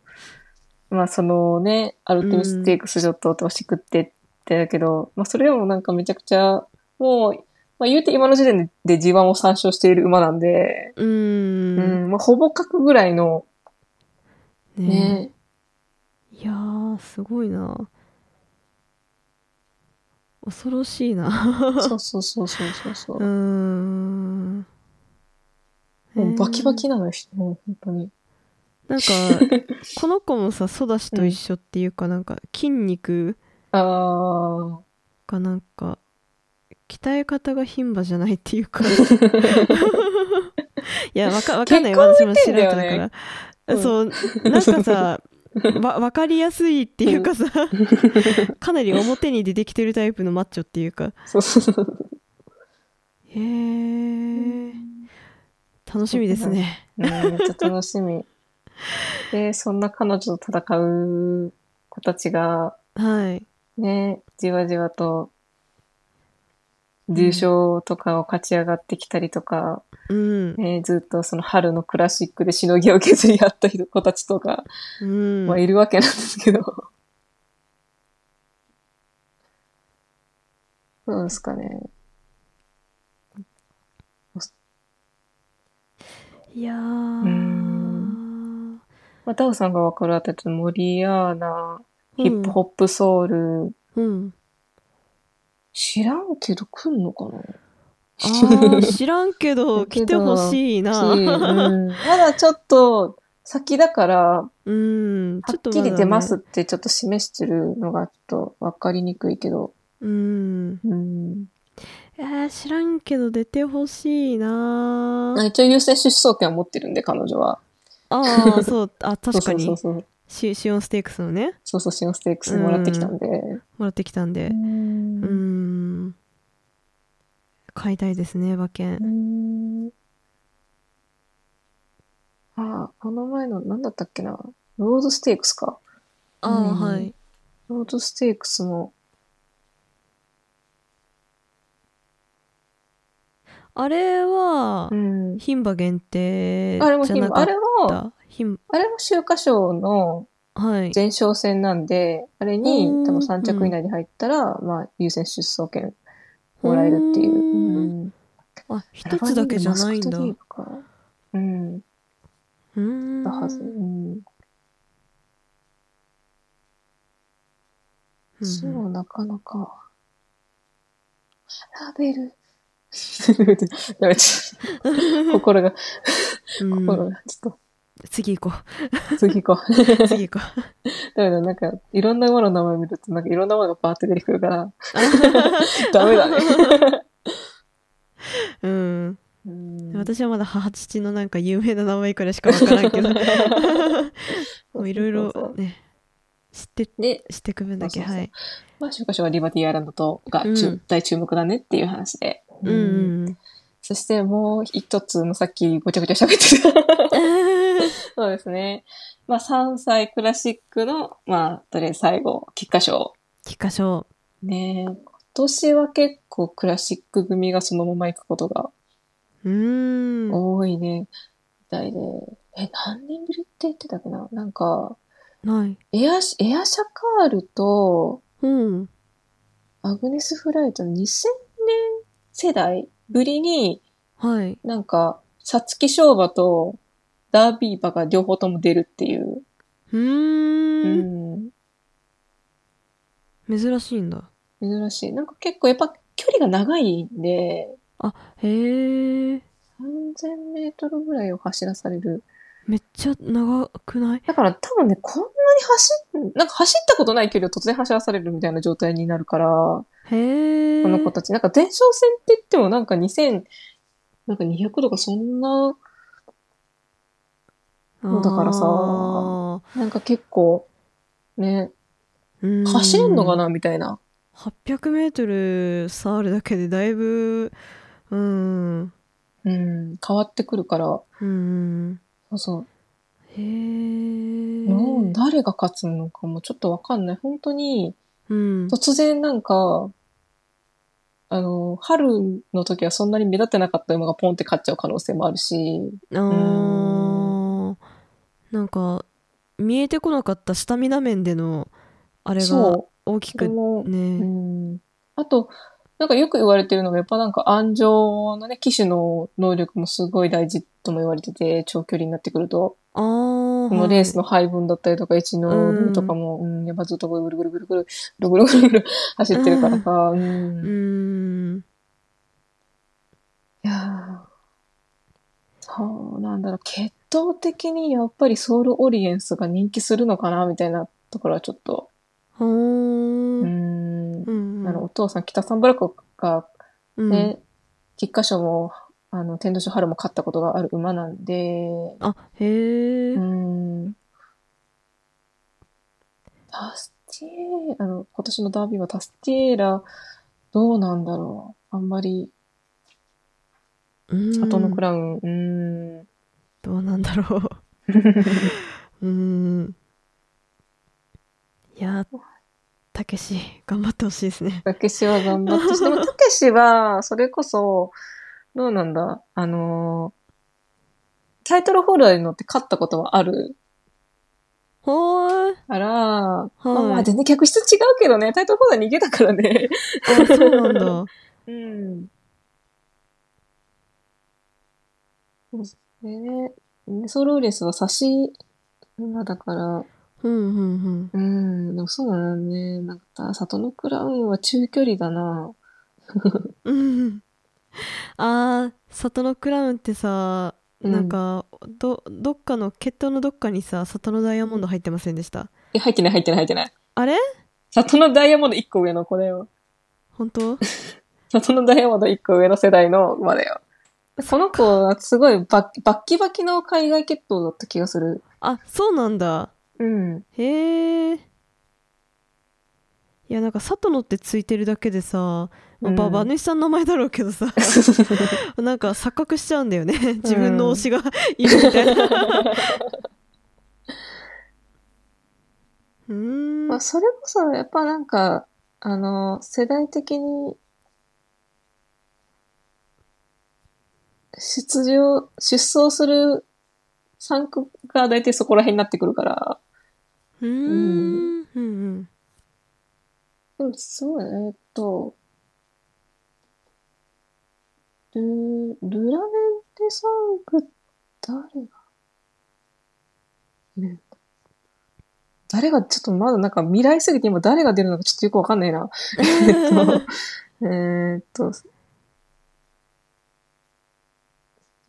まあそのね、アルテミステークスちょっと惜しくってってだけど、まあそれでもなんかめちゃくちゃ、もう、まあ言うて今の時点で G1 を参照している馬なんで、
う、
うんん、まあほぼ格ぐらいの、
ね
ね、
いやーすごいな恐ろしいな
そうそうそうそうそうそう
うー
も
ん
うバキバ
へ
キなのよ、もう本当に。
ーなんか この子もさソダシと一緒っていうか、なんか筋肉
あ
がなんか鍛え方が牝馬じゃないっていう かいやわかわかんない
結果を
私も素
て
人
んだ
だか
よ
ら、
ねうん
そうなんか さわ分かりやすいっていうかさかなり表に出てきてるタイプのマッチョっていうか
あ、そうそうそう。
へえ楽しみですね
ねめっちゃ楽しみ。 で、そんな彼女と戦う子たちが、
はい
ね、じわじわと、重賞とかを勝ち上がってきたりとか、
うん
ね、ずっとその春のクラシックでしのぎを削り合った子たちとか、
うん
まあいるわけなんですけど。どうですかね。
いやー
んまあ、ダウさんが分かるあたり、モリアーナ、ヒップホップソウル、
うん
知らんけど来んのか な
あー知らんけど来てほしいな
しうん、まだちょっと先だから、
うん
は
ちょっ
っ
とまだね
きり出ますってちょっと示してるのがちょっと分かりにくいけど。
うん
うん、
えー知らんけど出てほしいな
まあ一応優先出走権を持ってるんで、彼女は。
ああそうあ確か
そ
に
うそうそうそう。
シシオンステークスのね
そうそう、シオンステークスもらってきたんで。
もらってきたんで
うん
うーん買いたいですね馬券
うんああ、この前の、なんだったっけな。ロードステークスか。
あ
う
あ
ん
はい
ロードステークスも。
あれは
うん。
牝馬限定
あれも
じゃ
ひ、
なんか
あ
っ
れも、
た牝馬
あれも秋華賞の
はい
前哨戦なんで、あれに
うん
多分3着以内に入ったら、まあ優先出走権もらえるっていう。
うーん
うん
あ一つだけじゃないんだ
マスクトリー
う
プかうん。
ーん
だはず。うん。
うん
そう、なかなか。ラベル。 ダメ、ちょっと、心が、
うん
心が、ちょっ
次行こ
と、次行こ う。
う次行こう
ダメだ、なんか、いろんなものの名前見ると、なんかいろんなものがバーって出てく るから、ダメだね。
うん
うん
私はまだ母父のなんか有名な名前くらいしかわからん けどもういろい
そうそう
ろ
そ
ね知って
うで、
知ってく分だけ
そうそうそう
はい
まあ、週刊誌はリバティアイランドとが、注
うん
大注目だねっていう話で。
うんうん
そして、もう一つのさっきごちゃごちゃ喋ってた。
うん
そうですね。まあ、3歳クラシックの、まあ、とりあえず最後、菊花賞。
菊花賞
ねえ今年は結構クラシック組がそのまま行くことが
うーん
多いね、みたいで。え、何年ぶりって言ってたっけななんか、
ない
エア、エアシャカールと
うん
アグネス・フライトの2000年世代ぶりに、
はい
なんか、サツキ賞馬とダービー馬が両方とも出るっていう。
うーん
うん
珍しいんだ
珍しい。なんか結構やっぱ距離が長いんで、
へえ
3000メートルぐらいを走らされる。
めっちゃ長くない
だから多分ね、こんなに走っ、なんか走ったことない距離を突然走らされるみたいな状態になるから、こ
へえ
の子たち。なんか前哨戦って言ってもなんか2000、なんか200とかそんな、のだからさ
あ
なんか結構、ね、
ー
走れんのか
うん
なみたいな。
800m 差あるだけでだいぶうん
うん、変わってくるから、
うん
そうそう。
へえ
もう誰が勝つのかもちょっとわかんない。本当に、
うん
突然なんか、あの、春の時はそんなに目立ってなかった馬がポンって勝っちゃう可能性もあるし、
あーなんか見えてこなかったスタミナ面でのあれが
そ
大き
う。それ
く
も、う
ね
ん。あと、なんかよく言われてるのが、やっぱなんか安城のね、騎手の能力もすごい大事とも言われてて、長距離になってくると、
あー
このレースの配分だったりとか、位置
う
の
ん
とかも、うん、やっぱずっとぐるぐるぐるぐるぐる、ぐるぐるぐるぐる走ってるからさ、うん。
う
い
ーん
やーそうなんだろう、血統的にやっぱりソウルオリエンスが人気するのかな、みたいなところはちょっと、
ほー
うー
ん
ん。
うん
あの、お父さん、北サンブラックが
うん
ね、菊花賞も、あの、天童賞春も勝ったことがある馬なんで、
あへえ
うーん。タスティエあの、今年のダービーはタスティエーラ、どうなんだろう。あんまり、
うん
里のクラウン、うーん。
どうなんだろうう ーんいやーたけし頑張ってほしいですね
たけしは頑 張ってし、でもたけしは、それこそ、どうなんだ、あのータイトルホルダーに乗って勝ったことはある
ほーい
から、まあま
は
あ
い
全然客室違うけどね、タイトルホルダー逃げたからね。
あそうなんだ
うん。ねメソローレスは差し馬だから、
うんうんうん
うん、でもそうだね。なんか、里のクラウンは中距離だな。
うんうんあー里のクラウンってさ
うん
なんかどどっかの血統のどっかにさ里のダイヤモンド入ってませんでした
え、入ってない入ってない入ってない。
あれ
里のダイヤモンド1個上の子だよ。
本当
里のダイヤモンド1個上の世代の馬だよ。この子はすごいバッバッキバキの海外血統だった気がする。
あそうなんだ
うん。
へえいやなんか里野ってついてるだけでさ、まあ、
うん
ば馬主さんの名前だろうけど さなんか錯覚しちゃうんだよね自分の推しがいるみた いなうー
ま
ん
あ、それこそ、やっぱなんか、あの、世代的に、出場、出走する産区が大体そこら辺になってくるから、
うーんうんうん
でもそうだね、えっと、ル、ルラメンテ産区、誰が、ね、誰が、ちょっとまだなんか未来すぎて今誰が出るのかちょっとよくわかんないな。えっと、えーっと、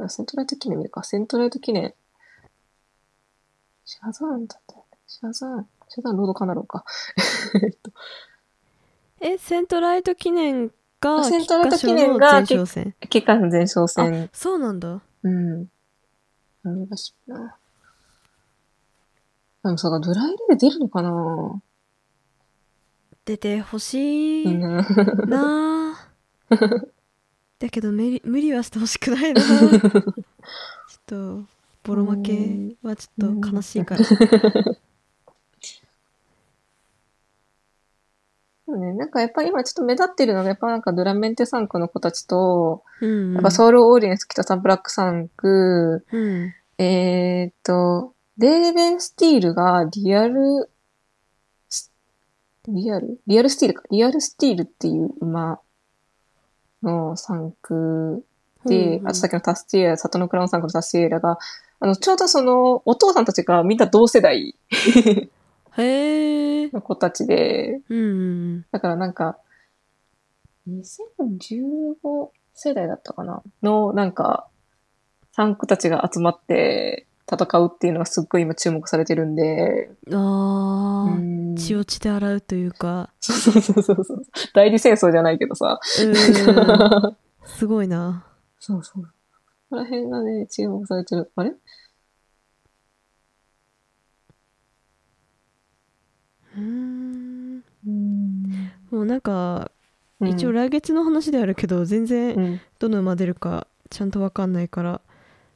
あセントライト記念見るか。セントライト記念。シャザーンだったよね。シャザーン。シャザーンロードカナローか。えっと
えセントライト記念が
あセン
菊
トライ
花
ト
賞
記
の
念が
前哨戦
結果前哨戦。
そうなんだ
うん。あれらしいな。でもさ、ドライレーで出るのかな
出てほしい
みんな。
なあ だけど無理無理はしてほしくないなちょっとボロ負けはちょっと悲しいから
そう ね、なんかやっぱり今ちょっと目立ってるのが、やっぱなんかドラメンテ産区の子たちと、
うん
やっぱソウルオーディエンス北さんブラック産区、
うん
えーっと、レーベンスティールがリアル、スリアルリアルスティールか。リアルスティールっていう馬の産区で、
うん
あとさっきのタスティエラ、里のクラウン産区のタスティエラが、あの、ちょうどその、お父さんたちがみんな同世代
へえ
の子たちで、
うんうん
だからなんか、2015世代だったかなの、なんか、産区たちが集まって戦うっていうのがすっごい今注目されてるんで、
あ
う
ー
ん
血を血で洗うというか
そうそうそうそう。代理戦争じゃないけどさ。
うんすごいな
そうそう。ここら辺がね、注目されてる。あれ
うーん
うん。
もうなんか一応来月の話であるけど全
う
然
ん。
どの馬出るかちゃんとわかんないから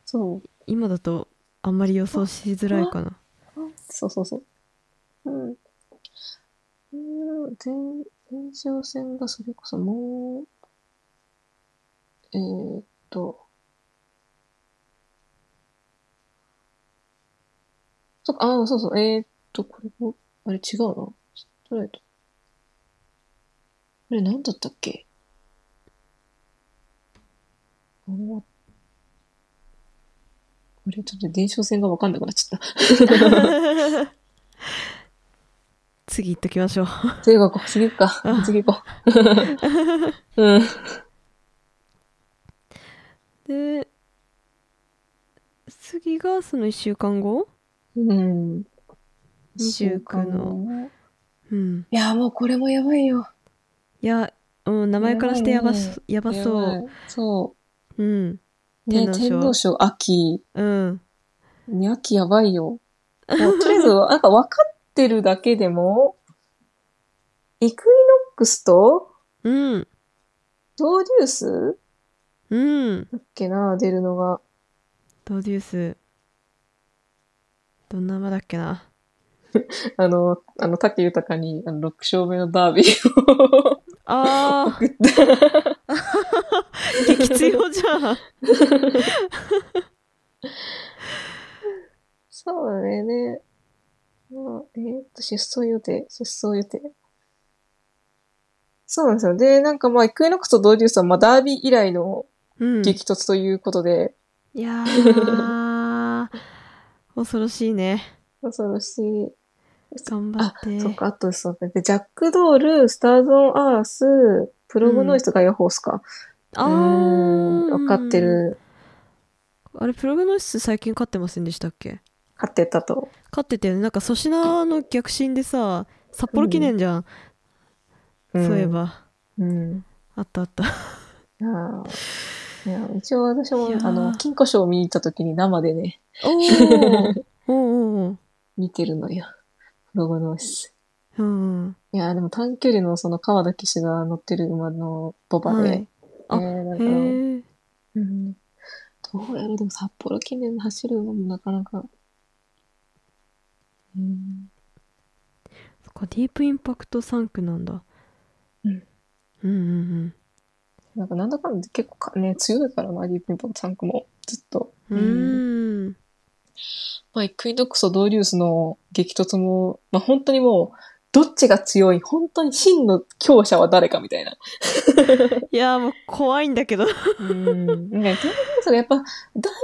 そう。
今だとあんまり予想しづらいかな
そうそうそう。うん。うん前、前哨戦がそれこそもう、えー、っと、そっか、あーそうそう、えー、っと、これも、あれ違うな。どれだあれ何だったっけあれは、あれちょっと伝承戦がわかんなくなっちゃった。
次行っときましょう
次行こう、次行くか。次行こ う。うん。
で次がその1週間後
うん。
29の。うん
いや、もうこれもやばいよ。
いや、うん、名前からしてやばそやば
や
そ
ば
う
い。そ
うん
う。ね、
天
天
皇
皇賞、秋。
うん
ね、秋やばいよ。もうとりあえず、なんか分かってるだけでも、イクイノックスと、
うん
ドーデュース
うん
だっけな、出るのが。
ドデュースどんな馬だっけな
あの、あの、竹豊に、あの、6勝目のダービーを
あ
送った。
ー激強じゃん
そうだね。で、まあ、えーっと、出走予定、出走予定。そうなんですよ。で、なんかまあ、イクイノックスとドーデュースは、まあ、ダービー以来の
うん
激突ということで、
いや ー恐ろしいね
恐ろしい。
頑張って
そっか、あとそうか。で、ジャックドール、スターズ・オン・アース、プログノイス、ガイア・ホースか。
あ
う
ー
ーんわかってる。
あれプログノシス最近勝ってませんでしたっけ
勝ってたと。
勝ってたよねなんか粗品の逆進でさ札幌記念じゃん、
ん
そういえ。ば
うん。
あったあった
いやーいや一応私も
いや、ー
あの、金庫賞を見に行った時に生でね、
おーおうおう
見てるのよ。プログノイス。
おううん
いやーでも短距離のその川田騎士が乗ってる馬のボバで、
はいあ
えーなん
へ
か、
え
うん、どうやろうでも札幌記念走るのもなかなか、うん、
そっかディープインパクト3区なんだ、
うん、
うんうん
なんかなんだかんだ結構かね、強いからな、ディープインパクト3区も。ずっと。
うんうーん
まあ、クイドックスとドーリウスの激突も、まあ本当にもう、どっちが強い、本当に真の強者は誰かみたいな。
いやーもう怖いんだけど
うん。なんか、ドーリウスがやっぱ、ダー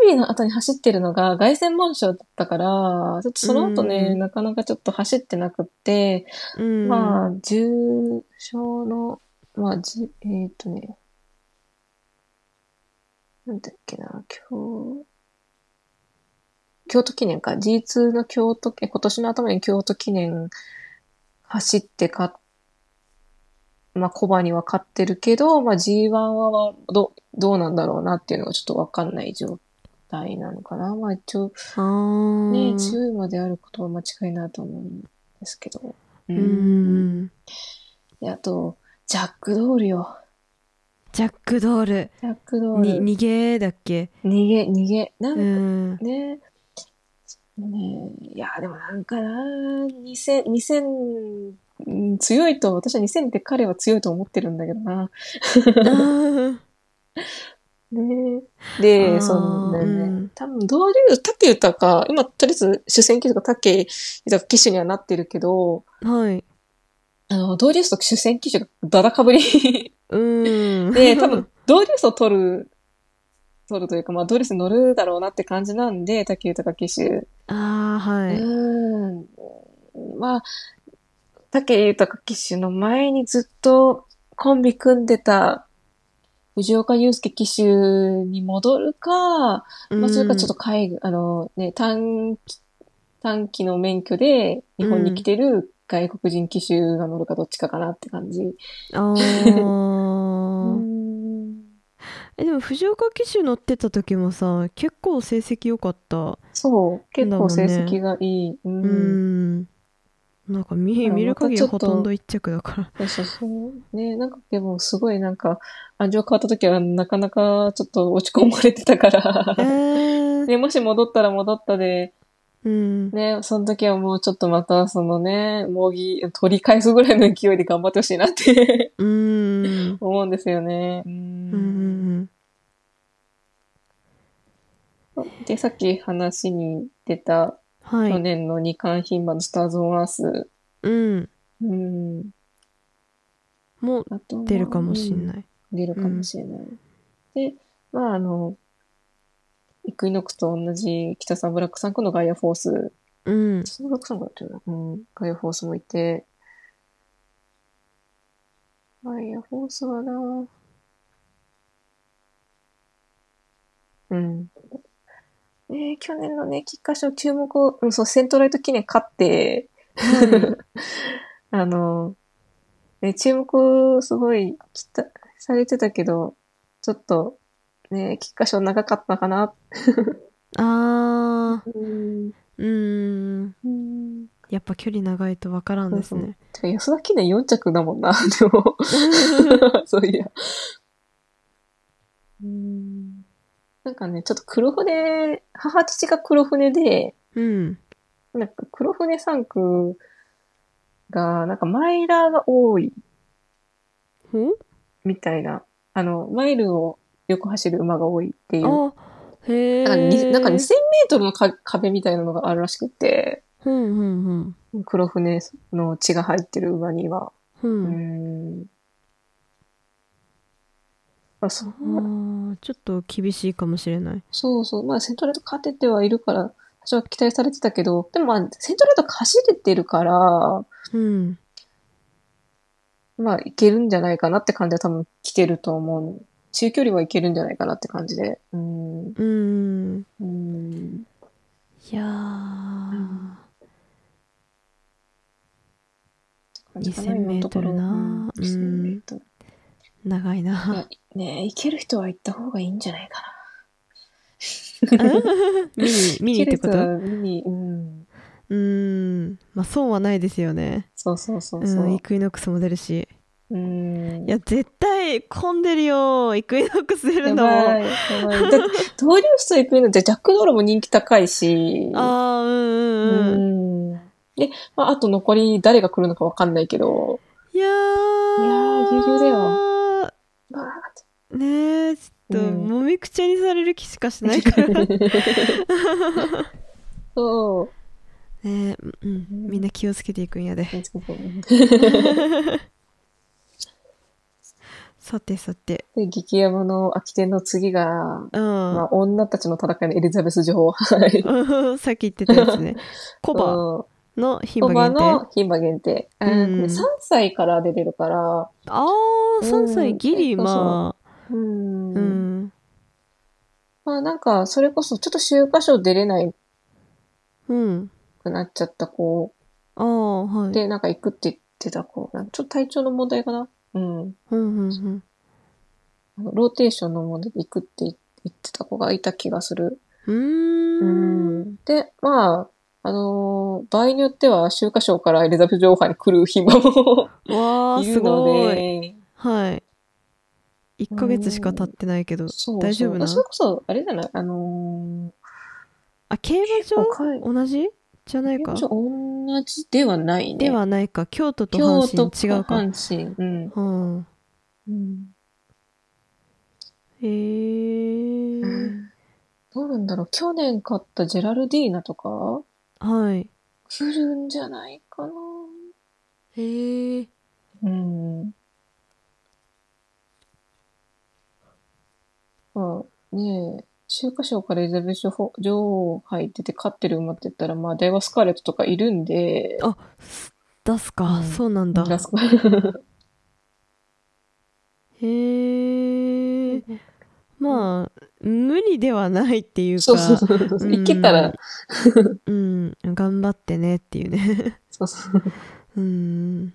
ビーの後に走ってるのが凱旋門賞だったから、ちょっとその後ね、
うん
なかなかちょっと走ってなくって、
うん
まあ、重症の、まあ、じ、えーっ、とね、なんだっけな、京、京都記念か、G2 の京都、え今年の頭に京都記念走ってか、まあ、コバには勝ってるけど、まあ、G1 はど、どうなんだろうなっていうのがちょっとわかんない状態なのかな。まあ、一応、
あー
ね、強いまであることは間違いないと思うんですけど。う
うん
で、あと、ジャックドールよ。
ジャックドール
ジャックドール。
に逃げだっけ
逃げ、逃げ。な
うん
か
ん
ね、ねいや、でもなんかな、2000、2000、うん強いと、私は2000って彼は強いと思ってるんだけどな。ね
あ
で、
ー
そうだよね。
うん
多分、同流、竹豊か、今、とりあえず、主戦機とか竹豊騎手にはなってるけど、
はい。
あの、同流と主戦機種がだだかぶり
うん。
で、多分、ドリュースを取る、取るというか、まあ、ドリュースに乗るだろうなって感じなんで、竹豊騎手。
ああ、は
う
い。
ーん。まあ、竹豊騎手の前にずっとコンビ組んでた藤岡祐介騎手に戻るか、まあ、それかちょっと海軍、あのね、短期、短期の免許で日本に来てる外国人騎手が乗るかどっちかかなって感じ。
うん。あ
う
ー
ん。
えでも藤岡騎手乗ってた時もさ結構成績良かった
そう、結
だ
構
もん
成
ね
績がいい。う。
うんんなんか見
だから
見る限り
またちょ
ほ
っと
とんど一着だから
そうそうそう。ね、なんかでもすごいなんか、暗情変わった時はなかなかちょっと落ち込まれてた か
え
ら。
ー
ね、もし戻ったら戻ったで、
うん
ね、その時はもうちょっとまたそのね、模擬、取り返すぐらいの勢いで頑張ってほしいなって
うんうん
思うんですよね。う。
うんん
で、さっき話に出た、
は
去
い
年の二冠牝馬のスターズ・オン・アース。
うん
うん。
もう
あとは
出るかもしんない
出るかもしれない。で、まあ、あの、イクイノックスと同じ北さん、ブラックさん区のガイアフォース、
うん
北さんブラックさん区だったよな、うん、ガイアフォースもいて、ガイアフォースはな、うん。ねえ去年のね、菊花賞注目を、うん、そう、セントライト記念勝って、 あの、ね、注目すごいきたされてたけど、ちょっと、ね、菊花賞長かったかな。
あー
うん。
うん
うん。
やっぱ距離長いと分からんですね
てか安田記念4着だ もんな、でも。そういや。うん。なんかね、ちょっと黒船、母父が黒船で、
うん
なんか黒船3区が、なんかマイラーが多い
ほ
みたいな、あの、マイルをよく走る馬が多いっていう。
あへえ
なんかになんか2000メートルのか壁みたいなのがあるらしくて、
うんうんうん
黒船の血が入ってる馬には。
う
うんん。あそう
あーちょっと厳しいかもしれない。
そうそう。まあ、セントレート勝ててはいるから、多少は期待されてたけど、でもまあ、セントレート走れてるから、
うん。
まあ、いけるんじゃないかなって感じで多分来てると思う。中距離はいけるんじゃないかなって感じで。うん。う
うん。
ん。
いやー、2000メートルな
うん2000メートル。
長いな。
ねえ、行ける人は行った方がいいんじゃないかな。
見に、見に
行
って
け
こ
る人
と
は見に、うん。
うん。まあ、損はないですよね。、
そうそうそうそううん
イ。クイノックスも出るし。
うん。
いや、絶対混んでるよ。イクイノックス出る
や
の。
ばい、
あ
やばい。だって、登竜室行くのってジャックドールも人気高いし。
あー、
う
うんうんうん。
ん。で、まあ、あと残り誰が来るのかわかんないけど。
いやー。
いやーぎゅうぎゅうだ
よ。
まあ、
ねえ、ちょっと、
うん
もみくちゃにされる気しかしない から。ね
そう。
え、うん。みんな気をつけていくんやで。さてさて。
で、激ヤマの空き店の次が、
うん。
まあ、女たちの戦いのエリザベス女王。はい。
うん さっき言ってたや つね。コバ
うん
の牝
コ
馬
バ
限定。
の牝馬限定。うん
うん
で3歳から出れるから、
ああ、
うん
3歳ギリ、
そうそう
まあ。
うん
うん。
まあなんか、それこそちょっと週刊賞出れない
うん。
くなっちゃった子
ああ、はい。
で、なんか行くって言ってた子。なんかちょっと体調の問題かなうん。
うんうんうん。
あのローテーションの問題で行くって言ってた子がいた気がする。
うーん。
で、まあ、あのー場合によっては、週刊賞からエリザベス女王杯に来る暇も
わあ、
い
す
るの
ごい。
で、
はい。1ヶ月しか経ってないけど、
そう
大丈夫な
そうまあそれこそ、あれじゃないあの
あ、競
ー、
馬
若い
場同じじゃない
競
か
馬。場同じではないね。
ではないか。京都と
京都
阪
と
神違うか。
阪神。うん。
うん。
うん
へえ。
どうなんだろう去年買ったジェラルディーナとか
はい。
来るんじゃないかな
へえ。
うん。まあねえ、週刊賞からエリザベス女王入ってて勝ってる馬って言ったら、まあ、ダイワスカーレットとかいるんで、
あ、す出すか。
うん
そうなんだ。
ダイワスカーレ
へ
ッ
え。まあ、無理ではないっていう
ト
か、
そうそうそうう。
ん
いけたら、
うん、頑張ってねっていうね。
そうそう。
うん。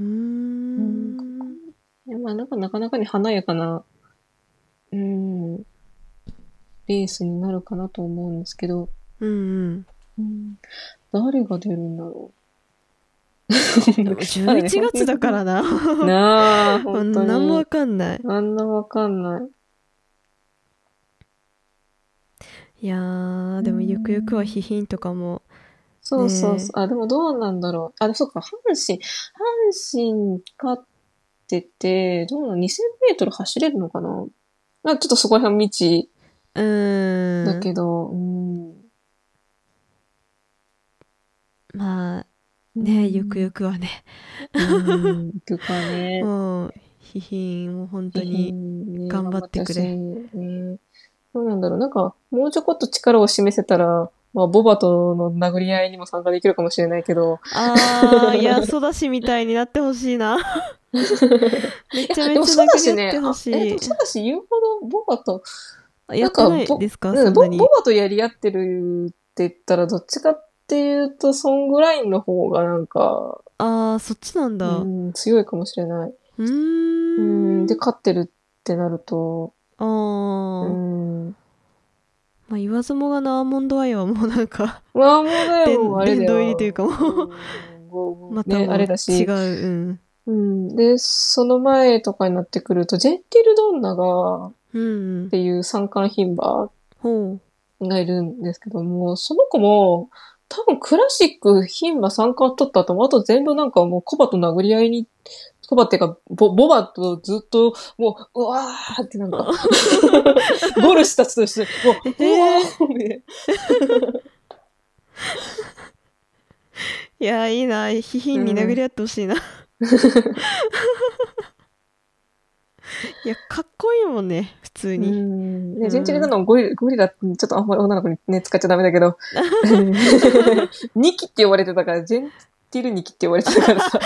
うーん。
でまあ、なんかなかなかに華やかな、うん、レースになるかなと思うんですけど、
うんうん。
うん、誰が出るんだろう。
でも11月だからな。
なあ、本当 に。
何もわかんない。
あんなわかんない。
いやー、でもゆくゆくは備品とかも。
そうそう
ね
そう。あ、でもどうなんだろう。あ、でもそうか、阪神、阪神勝ってて、どうなの ?2000 メートル走れるのかななんかちょっとそこら辺未知
うー
だ
ん。
けど、うん。
まあ、ね、ゆくゆくはね。
く。うん、行くかね。
もう、備品も本当に。
に
頑張ってくれ
ね、どうなんだろう。なんか、もうちょこっと力を示せたら、まあ、ボバとの殴り合いにも参加できるかもしれないけど、
あー、いや、ソダシみたいになってほしい な。めちゃめ
でも
ちゃ
そうだし
殴り合っ
ね、
て
あ
ほし
えで
い
も。そうだし、言うほどボバと、
やってないですか
う
そ
ん、
ん
ボ
な
ボ
に。
バとやり合ってるって言ったら、どっちかっていうと、ソングラインの方がなんか、
ああ、そっちなんだ。
う、
うん
強いかもしれない。
ー。
うんん、で、勝ってるってなると、
ああ、
うん。
まあ、言わずもがなアーモンドアイはもうなんか、
まあ、もうだ
殿
よ、あれだよ。
殿堂入りというか もう、
んごご
また
ね、
もう
あれだし。
違う。うん。
うん。で、その前とかになってくると、ジェンティルドンナが、っ
うんうん。
ていう三冠牝馬
ほ
がいるんですけども、その子も、多分クラシック牝馬三冠取った後も、あと全部なんかもうコバと殴り合いに、コバっていうか、ボボバとずっと、もう、うわーってなんか、ゴルシュたちと一緒に、もう、うわーみたいな
う。いや、いい な。ひひんに殴り合ってほしいな。いやかっこいいもんね普通
う
に、
ん。
う
ね、
ん
順調になのもゴリゴリラ、ちょっとあんまり女の子にね、使っちゃダメだけど、ニキって呼ばれてたから、ジェンティルニキって呼ばれてたからさ。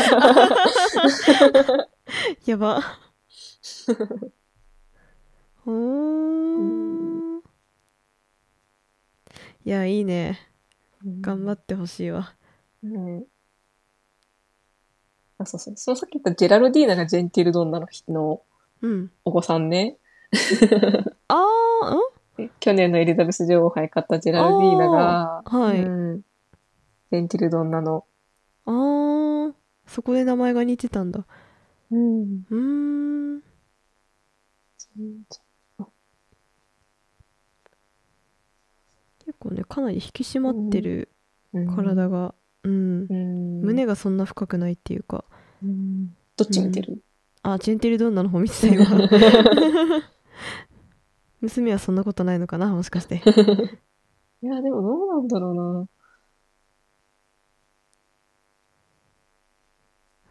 やばほーんいやいいね頑張
っ
ってほしいわ
うん。あ、そうそう。そのさっき言ったジェラルディーナがジェンティルドンナの人の
うん
お子さんね。
あーん
去年のエリザベス女王杯買ったジェラルディーナが、
あーはい
うんジェンティルドンナの、
あーそこで名前が似てたんだ
うん、
うーん結構ねかなり引き締まってる体がうん、
うん、
胸がそんな深くないっていうか
うん、どっち見てる、
あジェンティルドンナの方見てた今 娘はそんなことないのかなもしかして
いや、でもどうなんだろう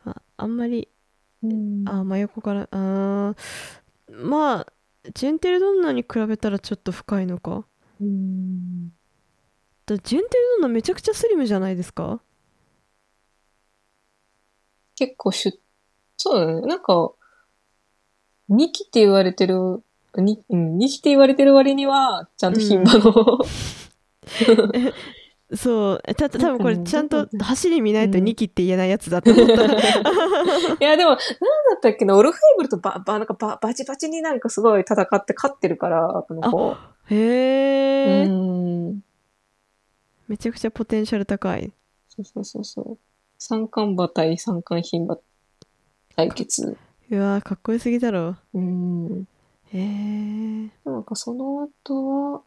な。
ああんまり
うん
あ真横からあーまあジェンティルドンナに比べたらちょっと深いのか
うん
だジェンティルドンナめちゃくちゃスリムじゃないですか
結構しゅ、そうだね。なんか、ニキって言われてる、にうん、ニキって言われてる割には、ちゃんと牝馬の、
そうえたた多分これ
なんか
ちゃんと
なんか
走り見ないと
うん
2期って言えないやつだと思った、
いや、でも、なんだったっけな、オルフェーブルとバ、ばなんかバ、バチバチになんかすごい戦って勝ってるから、この子。う
へえ、
ん。
めちゃくちゃポテンシャル高い
そうそうそうそう。三冠馬対三冠牝馬対決。
うわーかっこよすぎだろ
うん。
へえ
なんかその後は、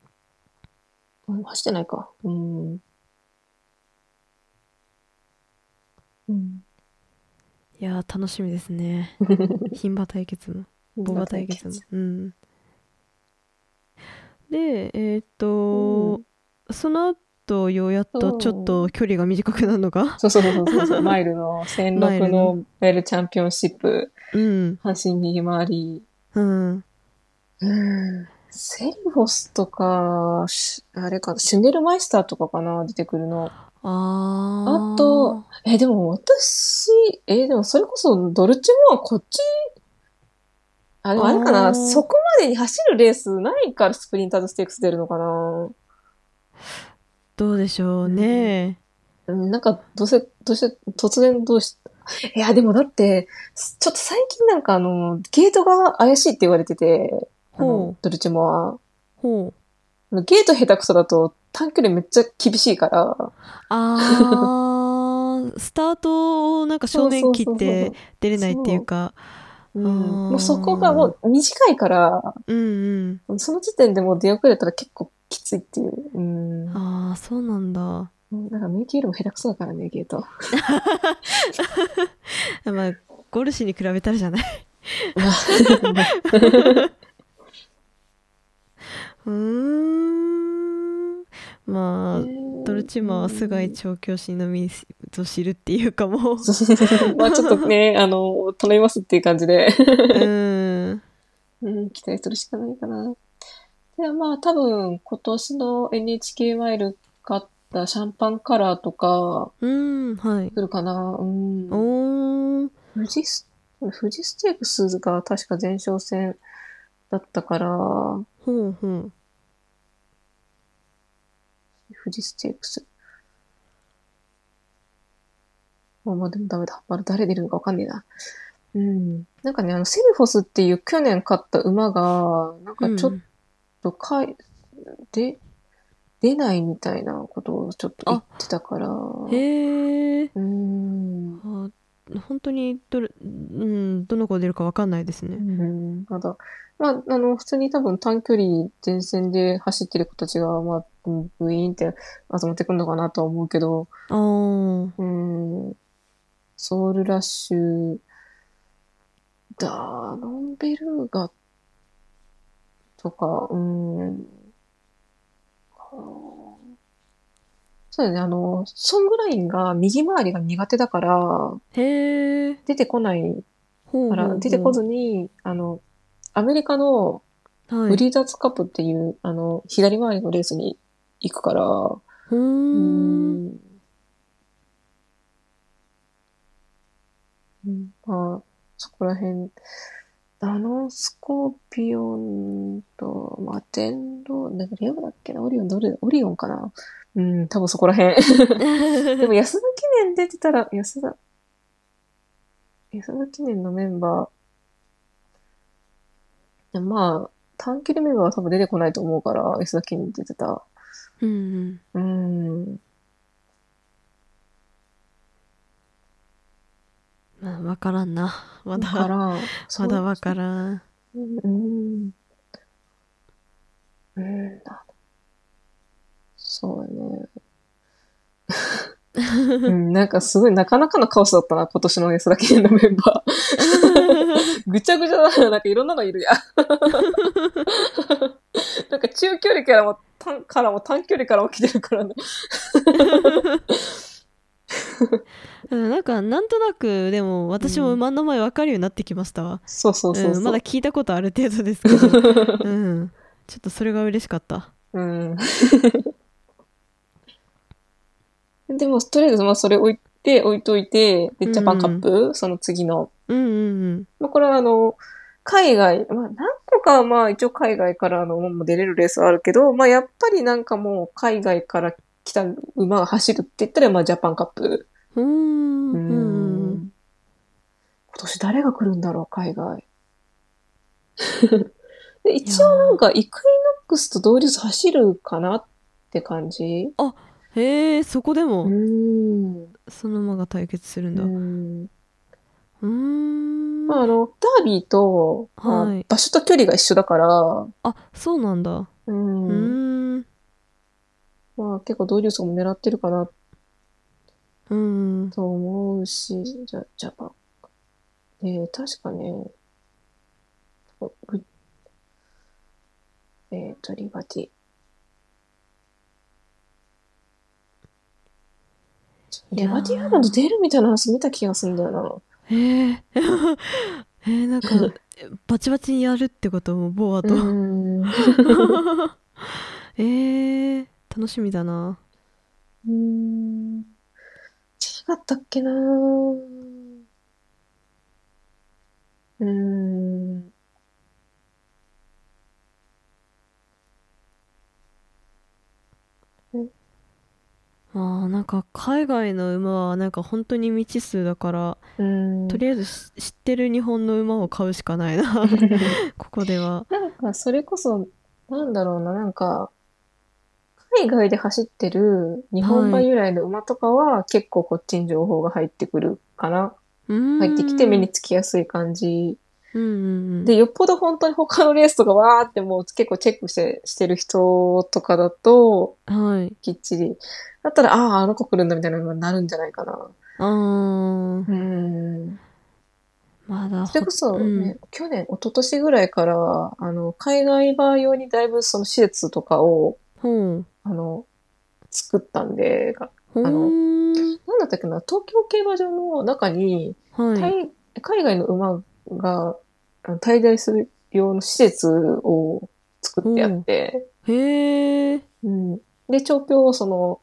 うん走ってないか。うん。うん。
いやー楽しみです ね牝馬対決もボバ対決もうんでえーっと、その後ようやっとちょっと距離が短くなるのか
そうそうそうそ うそう。マイルの
マイル
1006
の
のマイルチャンピオンシップ、
うん
阪神逃げ回り。
うん
うん。セリフォスとか、しあれか、シュネルマイスターとかかな、出てくるの。
あー
あとえ、でも私、え、でもそれこそドルチモアこっち、あ、でもあれか
あ
な、
ー
そこまでに走るレースないからスプリンターズステークス出るのかな。
どうでしょうね、
うんなんか、どうせ、どうせ、突然どうし、いや、でもだって、すちょっと最近なんかあの、ゲートが怪しいって言われてて、あ
ほう
の、ドルチモア。
ほう
あのゲート下手くそだと短距離めっちゃ厳しいから。
あー スタートをなんか正面切って出れないっていうか
うん。
あー
もうそこがもう短いから、
うん
その時点でもう出遅れたら結構きついっていう。うん。
うんああそうなんだ
なんかメイキーよりも下手くそだからね、ゲート。
まあゴルシに比べたらじゃないうーんまあドルチマは
す
菅井調教師のみぞ知るっていうかもう
まあちょっとね、あの、頼みますっていう感じで。
う ん
うん、期待するしかないかな。で、まあ多分今年の NHK マイル買ったシャンパンカラーとか
うんはい
来るかな。うん。
おー
富士ス、富士ステークスが確か前哨戦だったから、
ほうほう
富士ステークス。まあまあでもダメだ。まだ誰出るのかわかんねえな。うん。なんかね、あの、セリフォスっていう去年買った馬が、なんかちょっ
うん
とかい、で、出ないみたいなことをちょっと言ってたから。う
へえ
ーん。う
本当にどれ、うん、どの子出るかわかんないですね
ん。まだ、まあ、あの、普通に多分短距離前線で走ってる子たちが、まあ、うんブイーンって集まってくるのかなとは思うけど、
あー
うーん。ソウルラッシュ、ダーノンベルーガとか、うーん。そうだね、あの、ソングラインが右回りが苦手だから、
へえ
出てこない
ほうほう
から、
ほう
出てこずに、あの、アメリカの
はい
ブリーダーズカップっていう、あの、左回りのレースに行くから、
うー
うー
ん
ん。うんまあ、そこら辺、ダノンスコーピオンと、まあ、電動、なんかレオだっけな、オリオン、どれ、オリオンかな。うん、多分そこら辺。でも安田記念出てたら、安田、安田記念のメンバー、いやまあ、短距離メンバーは多分出てこないと思うから、安田記念出てた。
うんうん
うーん。
まあ分からんなま
だ
だ
から、そ
ま
う
だ分から ん
うんうん。うんだ。そ うね。うん、なんかすごい、なかなかのカオスだったな、今年の安田記念のメンバー。ぐちゃぐちゃだな、なんかいろんなのい るやん。なんか中距離からも短からも短距離からも来てるからね。
うんなんかなんとなくでも私も馬の名前分かるようになってきましたわ、
そうそうそうそう。
うん、まだ聞いたことある程度ですけ ど、うん、ちょっとそれが嬉しかった
うん。でも、とりあえず、まあ、それ置いて、置いといて、で、
うん
ジャパンカップ、その次の。
うんうん
まあ、これは、あの、海外、まあ、何個か、まあ、一応海外からの、もう出れるレースはあるけど、まあ、やっぱりなんかもう、海外から来た馬が走るって言ったら、まあ、ジャパンカップ。
うんうんうー
う
んうんうん
ん今年誰が来るんだろう、海 外。で一応なんか、イクイノックスと同日走るかなって感じ。
へえそこでも
うん。
その馬が対決するんだ
う
うんーん
まあ、あの、ダービーと、まあ
はい
場所と距離が一緒だから、
あそうなんだう
う。
んーん
まあ、結構同流層も狙ってるかな
うんうん
と思うし、じゃ、ジャパン。えー、確かね、おぐえーと、リバティ。リバティアーモンド出るみたいな話見た気がするんだよな。
へえ へえ なんかバチバチにやるってこともボアと、
うん。
えー、楽しみだな
うーん。違かったっけなうーん。
あーなんか海外の馬はなんか本当に未知数だから、
うん。
とりあえずし知ってる日本の馬を買うしかないな ここでは
なんか、それこそ、なんだろうな、なんか、海外で走ってる日本馬
はい
由来の馬とかは結構こっちに情報が入ってくるかな。
うーん
入ってきて目につきやすい感じ。
うんうんうん
で、よっぽど本当に他のレースとかわーってもう結構チェックして、してる人とかだと、
はい
きっちり。だったら、ああ、あの子来るんだみたいなのになるんじゃないかな。
あー
うん。
まだ
それこそ、ね
うん
去年、一昨年ぐらいから、あの、海外バー用にだいぶその施設とかを、
ほう
あの、作ったんで、が
ほ
あの
ーん
なんだったっけな、東京競馬場の中に、
はい
海海外の馬があの滞在する用の施設を作ってあって、
へえ
うん。で、調教をその、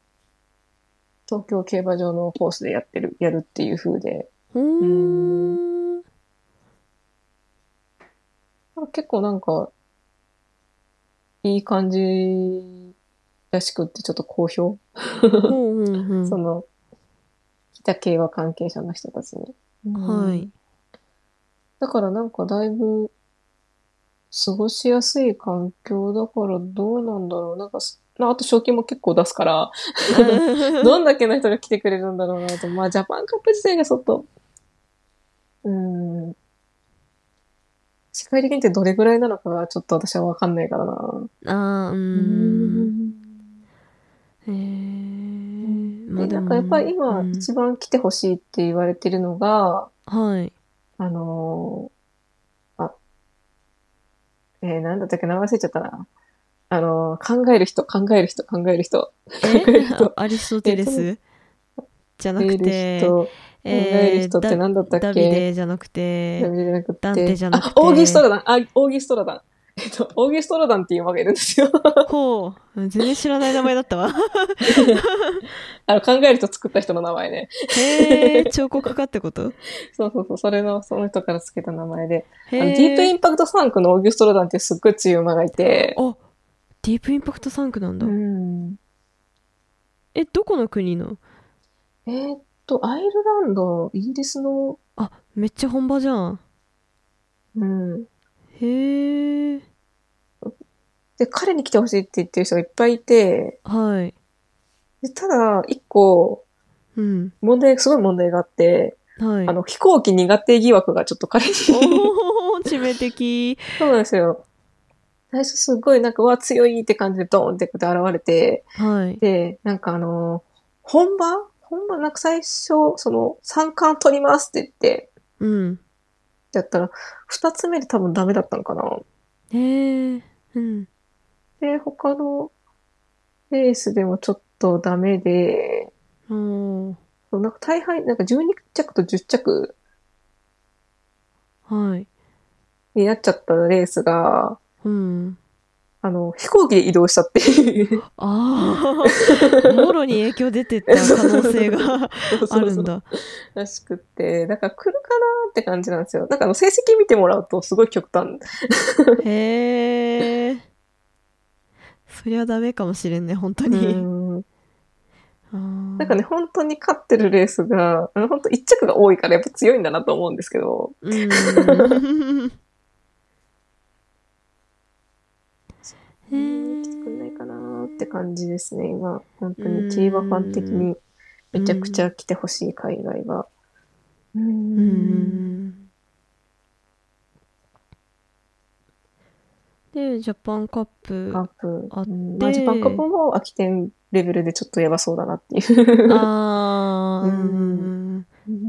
東京競馬場のコースでやってる、やるっていう風で、
ほーん
あ結構なんか、いい感じらしくって、ちょっと好評。
ほうほう ほう
その、北系は関係者の人たちに。
はい。
だからなんかだいぶ、過ごしやすい環境だからどうなんだろう。なんかす、まああと賞金も結構出す から、どんだけの人が来てくれるんだろうなと。まあ、ジャパンカップ自体がちょっと、うーん、世界的にってどれぐらいなのかがちょっと私はわかんないからな。
あーうー
うん
へえ
でなんかやっぱり今一番来てほしいって言われてるのが、
はい
あのーあ、えー、なんだったっけ名前忘れちゃったな。あのー考える人、考える 人、考える人、考える
え
人、
あアリストテレスじゃな
考え
く
る
て
人、える人って何だったっけ
ダビデじゃなくて
ダビデじゃなくて。
ダンテじゃなくて
あ、オーギストラダン。あ、オーギストラダン。えっと、オーギストラダンっていう馬がいるんですよ。
ほう全然知らない名前だったわ
あの、考える人作った人の名前ね。
へえ彫刻家ってこと
そうそうそう。それの、その人から付けた名前で。
へ
あの
え
ディープインパクトサンクのオーギュストロダンってすっごい強い馬がいて、
あディープインパクトサンクなんだ、
うん、
えどこの国の
えーっとアイルランドイギリスの、
あめっちゃ本場じゃん
うん、
へえ
で彼に来てほしいって言ってる人がいっぱいいて
はい
でただ一個
うん
問題すごい問題があって、
はい
あの飛行機苦手疑惑がちょっと彼にそう
おー致命的
なんですよ最初すごいなんかうわ強いって感じでドーンってこうやって現れて
はい
でなんかあの本場本場なんか最初その三冠取りますって言って
うん
やったら、二つ目で多分ダメだったのかな。
へえうん
で、他のレースでもちょっとダメで、
おー
そうなんか大敗、なんか12着と10着
はい
になっちゃったレースが、
うん
あの、飛行機で移動したっ ていう。
あ あもろに影響出てった可能性があるんだ
らしくって、だから来るかなって感じなんですよ。なんかあの成績見てもらうとすごい極端。
へえそりゃダメかもしれんね本当
う
に
ん
な
なんかね、本当に勝ってるレースが、あの本当1着が多いからやっぱ強いんだなと思うんですけど、
うんへ
うんきつくないかなって感じですね、今。本当に競馬ファン的にめちゃくちゃ来てほしい海外が。
う
う。
んんでジャパンカップ
カップ。
あって
うんまあ、ジャパンカップも空き店レベルでちょっとやばそうだなっていう。
あーう
う
ん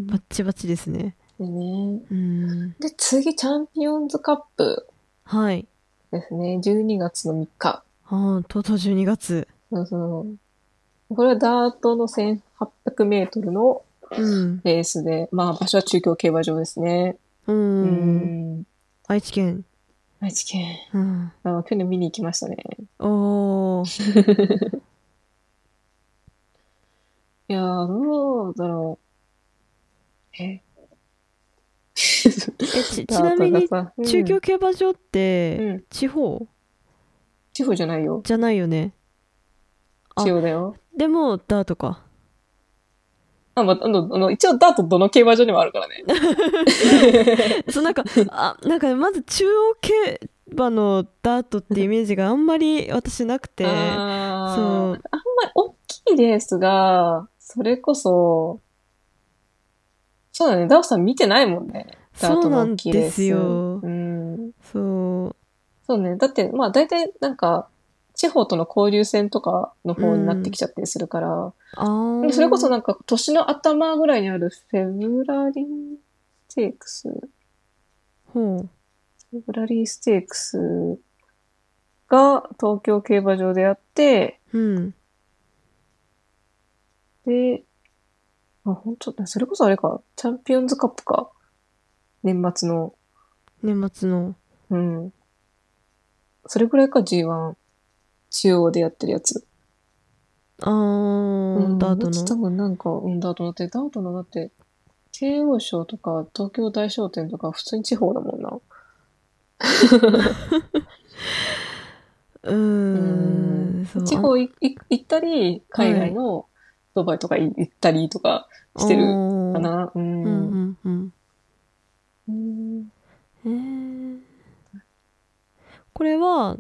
バッチバチですね
でね。
うん
で、次、チャンピオンズカップ
はい
ですね。12月の3日。
あーとうとう12月
そうそうこれはダートの1800メートルの
うん
レースで、まあ場所は中京競馬場ですね。
う
うんん。
愛知県
愛知県。
うん
あ去年見に行きましたね。
おー
いやー、どうだろう。え
えちちなみに
中
中京競馬場っ
う
て
ん。
地方
地方じゃないよ。
じゃないよねあ
地方だよ。
でもダート か
あ、まあ、あの、あの一応ダートどの競馬場にもあるからね。
そうなんかあなんかまず中央競馬のダートってイメージがあんまり私なくて
あー
そ
あんま
う
り大きいレースが、それこそ、そうだね。ダオさん見てないもんね。ダー
そ
ト
うな
の大
ん
きいレース。
ですよ
うん。
そう
そうね。だって、まあ大体なんか、地方との交流戦とかの方になってきちゃったりするから、
あー
でそれこそなんか年の頭ぐらいにあるフェブラリーステークス、フ
ほう
ェブラリーステークスが東京競馬場であって、
うん
で、あ、本当だ、それこそあれか、チャンピオンズカップか。年末の。
年末の
うん。それぐらいか G1 中央でやってるやつ。
あー、ダート
うち多
の
分なんか、うん、ダートのだって、ダートのだって、慶応賞とか東京大賞典とか普通に地方だもんな。
うーんそう
地方いい行ったり、海外のドバイとかい行ったりとかしてる
おー
かな。う。
うんうんんうん
うん
へーこれは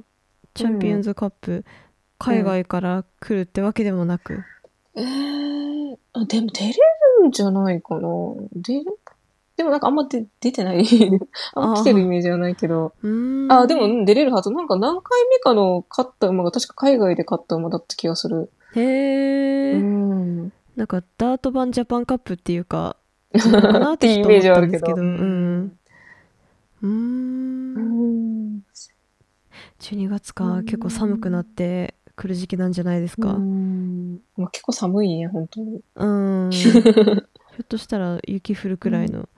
チャンピオンズカップ、海外から来るってわけでもなく、
えー、あでも出れるんじゃないかな。出るでもなんかあんま出出てない。あんま来てるイメージはないけど。
うーん
あ、でもうん出れるはず。なんか何回目かの勝った馬が確か海外で勝った馬だった気がする。
へえ、
うん。
なんかダート版ジャパンカップっていう かなのかな
っ
ってて
いう
ち
イ
ょっと思っ
メージはあ
た
る
ん
け
です
ど。
けどうんうー
うんん。
12月
う
か
ん
結構寒くなってくる時期なんじゃないですか
うんまあ、結構寒いね、本当に。
うん冬ょっとしたら雪降るくらいの、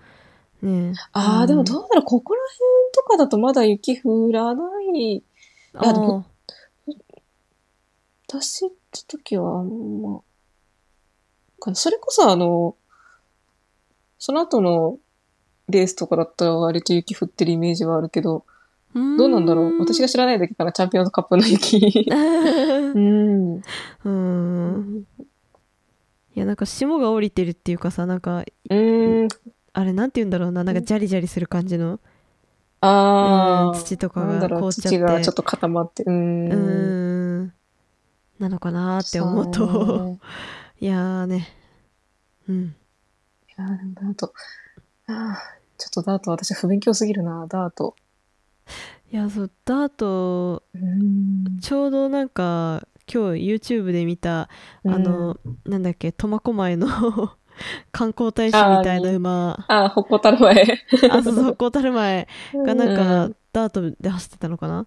ね
あ
う
あ、
ん
でもどうだろう、ここら辺とかだとまだ雪降らない。
あ
で
あ
も私行った時はあんま、かなそれこそあの、その後のレースとかだったら割と雪降ってるイメージはあるけど、どうなんだろう私が知らないだけかな、チャンピオンズカップの雪。
う
うん。
ーんいやなんか霜が降りてるっていうかさなんか
うん。
あれなんて言うんだろうななんかジャリジャリする感じの、
あ
うん
あ。
土とか
なん
が
だろ
凍っ
う、
ちゃって
土がちょっと固まって。うん。
うーんなのかなーって思う
そう
と
ね
いやーねうん
いやーでもダート。ああ、ちょっとダート、私不勉強すぎるな、ダート。
いやそうダート
うん。
ちょうどなんか今日 YouTube で見たあの、なんだっけ苫小牧の 観光大使みたいな馬
ああ、ほっこたる前。
あそうそう小樽前がな
うん
かダートで走ってたのかな、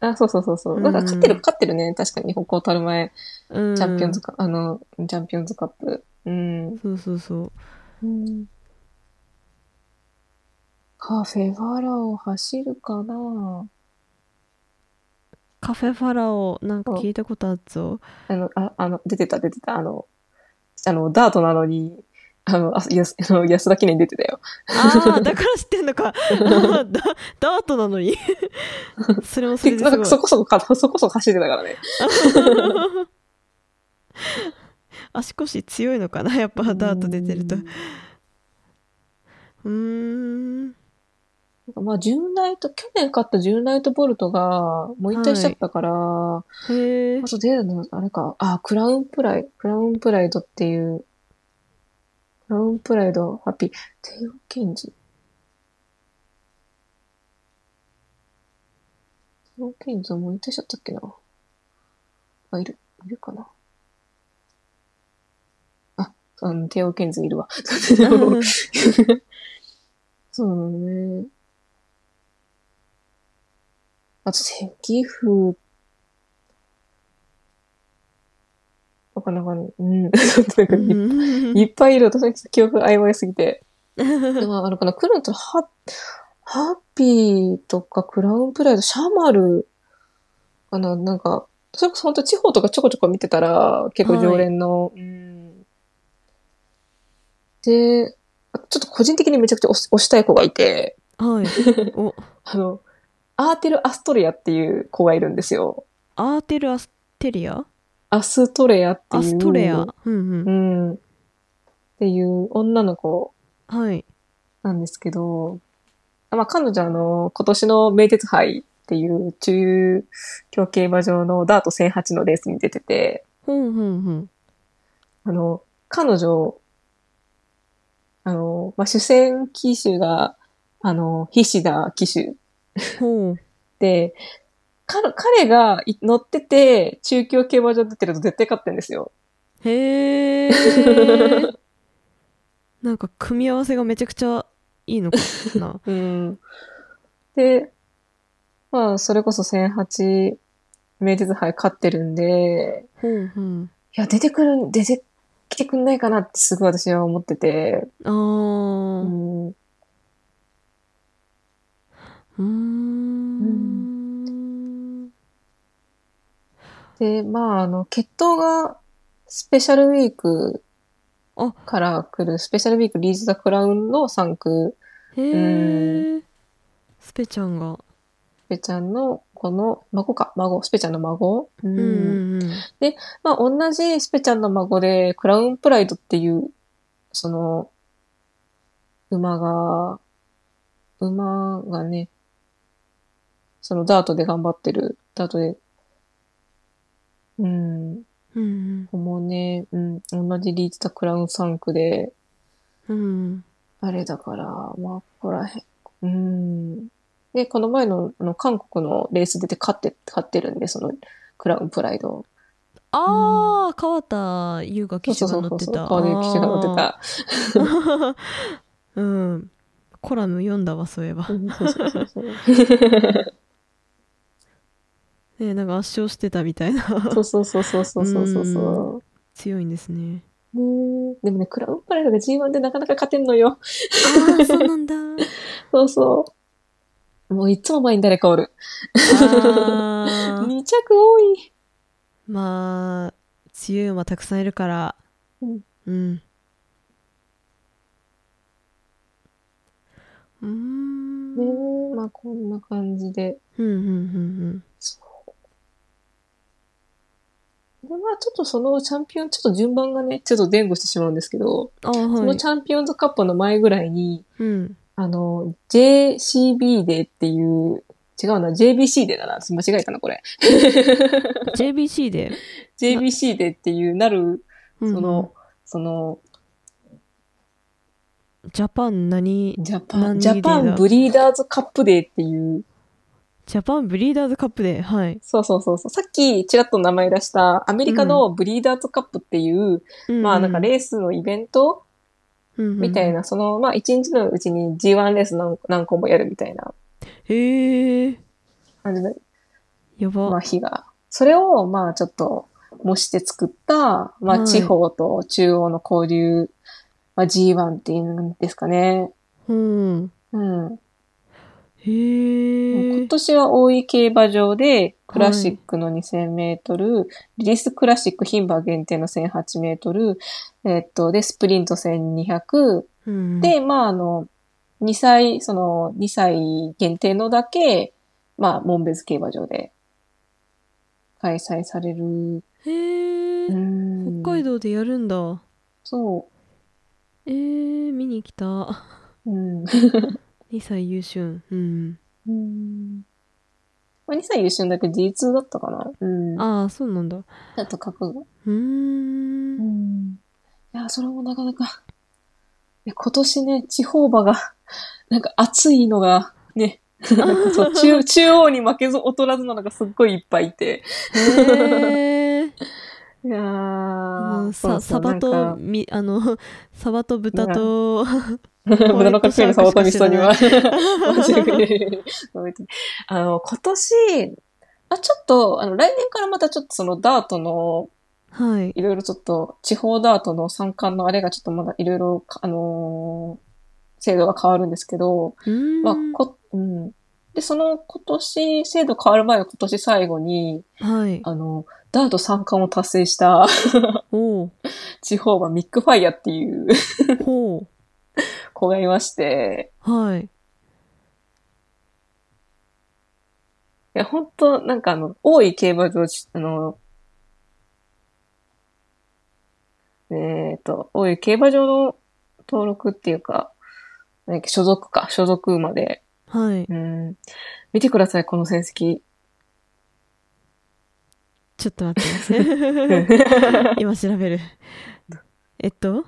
あ、そうそうそうそう。
うん
なんか勝ってる、勝ってるね。確かに、歩行たる前、
うん、
チャンピオンズカ、あの、チャンピオンズカップ。うん。
そうそうそう
カフェファラを走るかな
カフェファラオなんか聞いたことあっ ぞ
あの、あ、あの、出てた、出てた、あの、あの、ダートなのに、あの、あやす あの安田記念出てたよ。
ああだから知ってんのか だダートな のにそれもそれです
なん
ごい
か そこそこか、そこそこ走ってたからね。
足腰強いのかなやっぱダート出てるとう
うん
ーん
まあ、ジューンライト、去年買ったジューンライトボルトが、もう引退しちゃったから、
へえ
あと出るの、あれか、あ、クラウンプライ、クラウンプライドっていう、クラウンプライド、ハッピー、テイオケンジ。テイオケンジはもう引退しちゃったっけな。あ、いる、いるかな。あ、うん、テイオケンズいるわ。 そうだね。あと、天気風、なかなかね、うん、 ちょっとなんかいいっぱいいる。私の記憶が曖昧す ぎて。でも、あのかな、来るのと、ハッ、ハッピーとか、クラウンプライド、シャマル、かな、なんか、それこそ本当地方とかちょこちょこ見てたら、結構常連の、うん。で、ちょっと個人的にめちゃくちゃ推し推したい子がいて、
はいお
あの、アーテル・アストレアっていう子がいるんですよ。
アーテルアステリア
アストレアっていう。
アストレア。うんう
う
ん
ん。っていう女の子
はい
なんですけど、あまあ、彼女はあの、今年の名鉄杯っていう中京競馬場のダート1008のレースに出てて、
ほんほんほん
あの、彼女、あの、まあ、主戦騎手が、あの、菱田騎手
ほう
で、彼彼がい乗ってて、中京競馬場出てると絶対勝ってるんですよ。
へえ なんか組み合わせがめちゃくちゃいいのか な
うん。で、まあ、それこそ1008名鉄杯勝ってるんで、
ほうほう
いや、出てくる、出てきてくんないかなってすごい私は思ってて、
あー
う、ん、
うーん。
で、まあ、あの、決闘がスペシャルウィーク
あ
から来る、スペシャルウィークリーズ・ザ・クラウンの3区、
へえ。スペちゃんが。
スペちゃんのこの、孫か、孫、スペちゃんの孫、
う
う
んうんうん。
まあ、同じスペちゃんの孫で、クラウンプライドっていう、その、馬が、馬がね、そのダートで頑張ってる、ダートで、うん、
うん
こもね、うん、同じリーチとクラウン3区で、
うん。うん。
あれだから、まあ、ここらへん、うん。で、この前の、あの、韓国のレース出て勝って、勝ってるんで、その、クラウンプライドを。
ああ、川田優が騎士
そう
が
そ
乗っ
うそう
て
そう、
た。
川で騎手が乗ってた。
た。 うん。コラム読んだわ、そういえば。
そうそうそうそう。
ねなんか圧勝してたみたいな。
そうそうそうそうそうそうそう。
強いんですね。
ねでもね、クラウンパレードが G1 でなかなか勝てんのよ。
ああ、そうなんだ。
そうそう。もういつも前に誰かおる。
あー
2着多い。
まあ、強い馬たくさんいるから、
うん
うん。うーん。
ねえ、まあこんな感じで。
うんうんうん
そう。で、まあちょっとそのチャンピオン、ちょっと順番がね、ちょっと前後してしまうんですけど、
うん。あー
そ
は
の
い
チ。ャンピオンズカップの前ぐらいに、
うん。
あの、JCB デーっていう、違うな、JBC デーだな。間違えたな、これ。
JBC で。
JBC デーっていう、なる、
うん
その、その、
ジャパン何
ジャパン、
何
ジ
デーだ
ャパンブリーダーズカップデーっていう、
ジャパンブリーダーズカップで、はい。
そうそうそうそう、さっきちらっと名前出した、アメリカのブリーダーズカップっていう、まあなんかレースのイベントみ
み
たいな、その、まあ一日のうちに G1 レース何何個もやるみたいな
へえー、
感じの、
やば。
まあ日が。それを、まあちょっと模して作った、ま
は
あ
い
地方と中央の交流、まあ G1 っていうんですかね。
うん。
うん。
へえ
今。年は大井競馬場で、クラシックの2000メートル、リリースクラシック牝馬限定の1008メートル、えっと、で、スプリント1200、
うん、
で、まあ、あの、2歳、その、2歳限定のだけ、まあ、門別競馬場で開催される。
へえ、
うん
北海道でやるんだ。
そ
えー、見に来た。
う。うん。
2歳優秀。うん。
うんまあ、2歳優秀だけど G2 だったかなうん。
ああ、そうなんだ。う
だと覚悟
ーん。
うんいや、それもなかなか。ね今年ね、地方馬が、 なんか暑いのが、ね、 なんかそう 中中央に負けず劣らずなのがすっごいいっぱいいて。
へ え。
いやー
もう
そう
さ、
そ
サ
うな
バ
ん
と、
か
み、あの、 サバと豚 と、 ホワイト
豚の隠れるサボトミストには。
シ
あの、今年、あ、ちょっと、あの、来年からまたちょっとそのダートの、
はい。
いろいろちょっと、地方ダートの参観のあれがちょっとまだいろいろか、あのー制度が変わるんですけど、
うーん。
まあ、こ、うん。で、その今年、制度変わる前の今年最後に、
はい。
あの、ダート三冠を達成した
おう。
地方はミックファイヤーっていう
ほう。
子がいまして、
はい。
いや、本当なんかあの、大井競馬場、あの、えっ、と、大井競馬場の登録っていうか、なんだっけ所属か、所属馬で、
はい。
うん。見てください、この成績。
ちょっと待って ね。今調べる。えっと、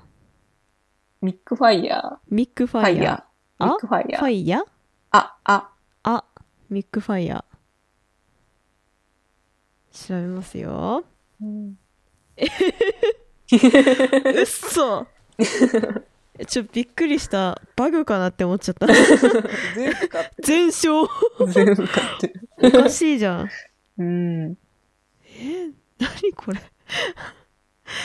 ミックファイヤ
ミックフ
ー。ファ
ァイ
イ
ヤ
ヤー。
あ
ミックファイ
ー。
ヤ
フ
ー。
ァイヤー
あ、あ、
あ、ミックファイヤー。調べます よ。うっ そちょ、びっくりした。バグかなって思っち ゃった。
全部買って
全勝
る。全部買ってる。
おかしいじ ゃん。
うん。
何これ。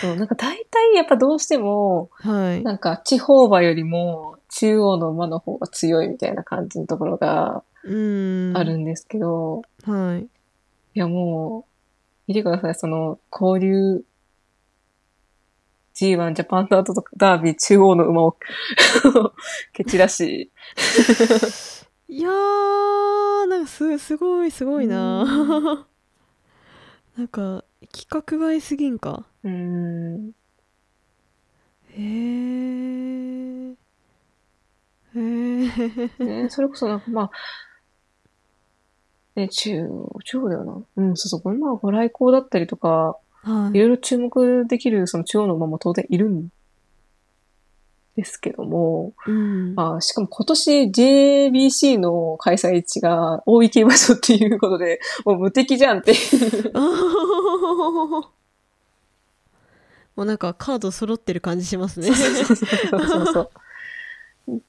そう、なんか大体やっぱどうしても、
はい。
なんか地方馬よりも中央の馬の方が強いみたいな感じのところが
うーん。
あるんですけど、
はい。
いやもう、見てください、その交流 G1 ジャパンダートとかダービー中央の馬を 蹴散らし、
いやー、なんかす、すごい、すごいな。なんか、規格外すぎんか。
うん、
へー。へー。
ね、それこそなんかまあ、ね、中央、中央だよな。うん、そうそう、これまあご来光だったりとか、
はい
ろいろ注目できるその中央の馬も当然いるんですけども、
い。 うん。
まあ、しかも今年 JBC の開催地が大井競馬場っていうことで、もう無敵じゃんって。
もうなんかカード揃ってる感じしますね。
そうそうそう。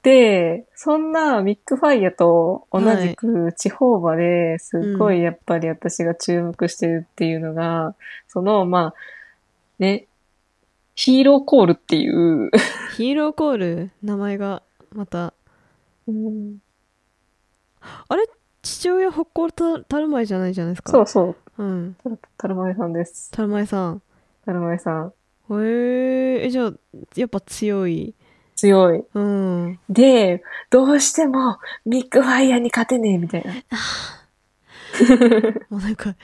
で、そんなミックファイヤと同じく地方馬ですっごいやっぱり私が注目してるっていうのが、その、まあ、ね、ヒーローコールっていう、
ヒーローコール名前がまたあれ父親北光たたるまいじゃないじゃないですか
そうそう、
うん
たたるまえさんです。
たるまいさん
たるまえさん、
へーえじゃあやっぱ強い
強い。
うん
で、どうしてもビッグファイヤーに勝てねえみたいな。
もうなんか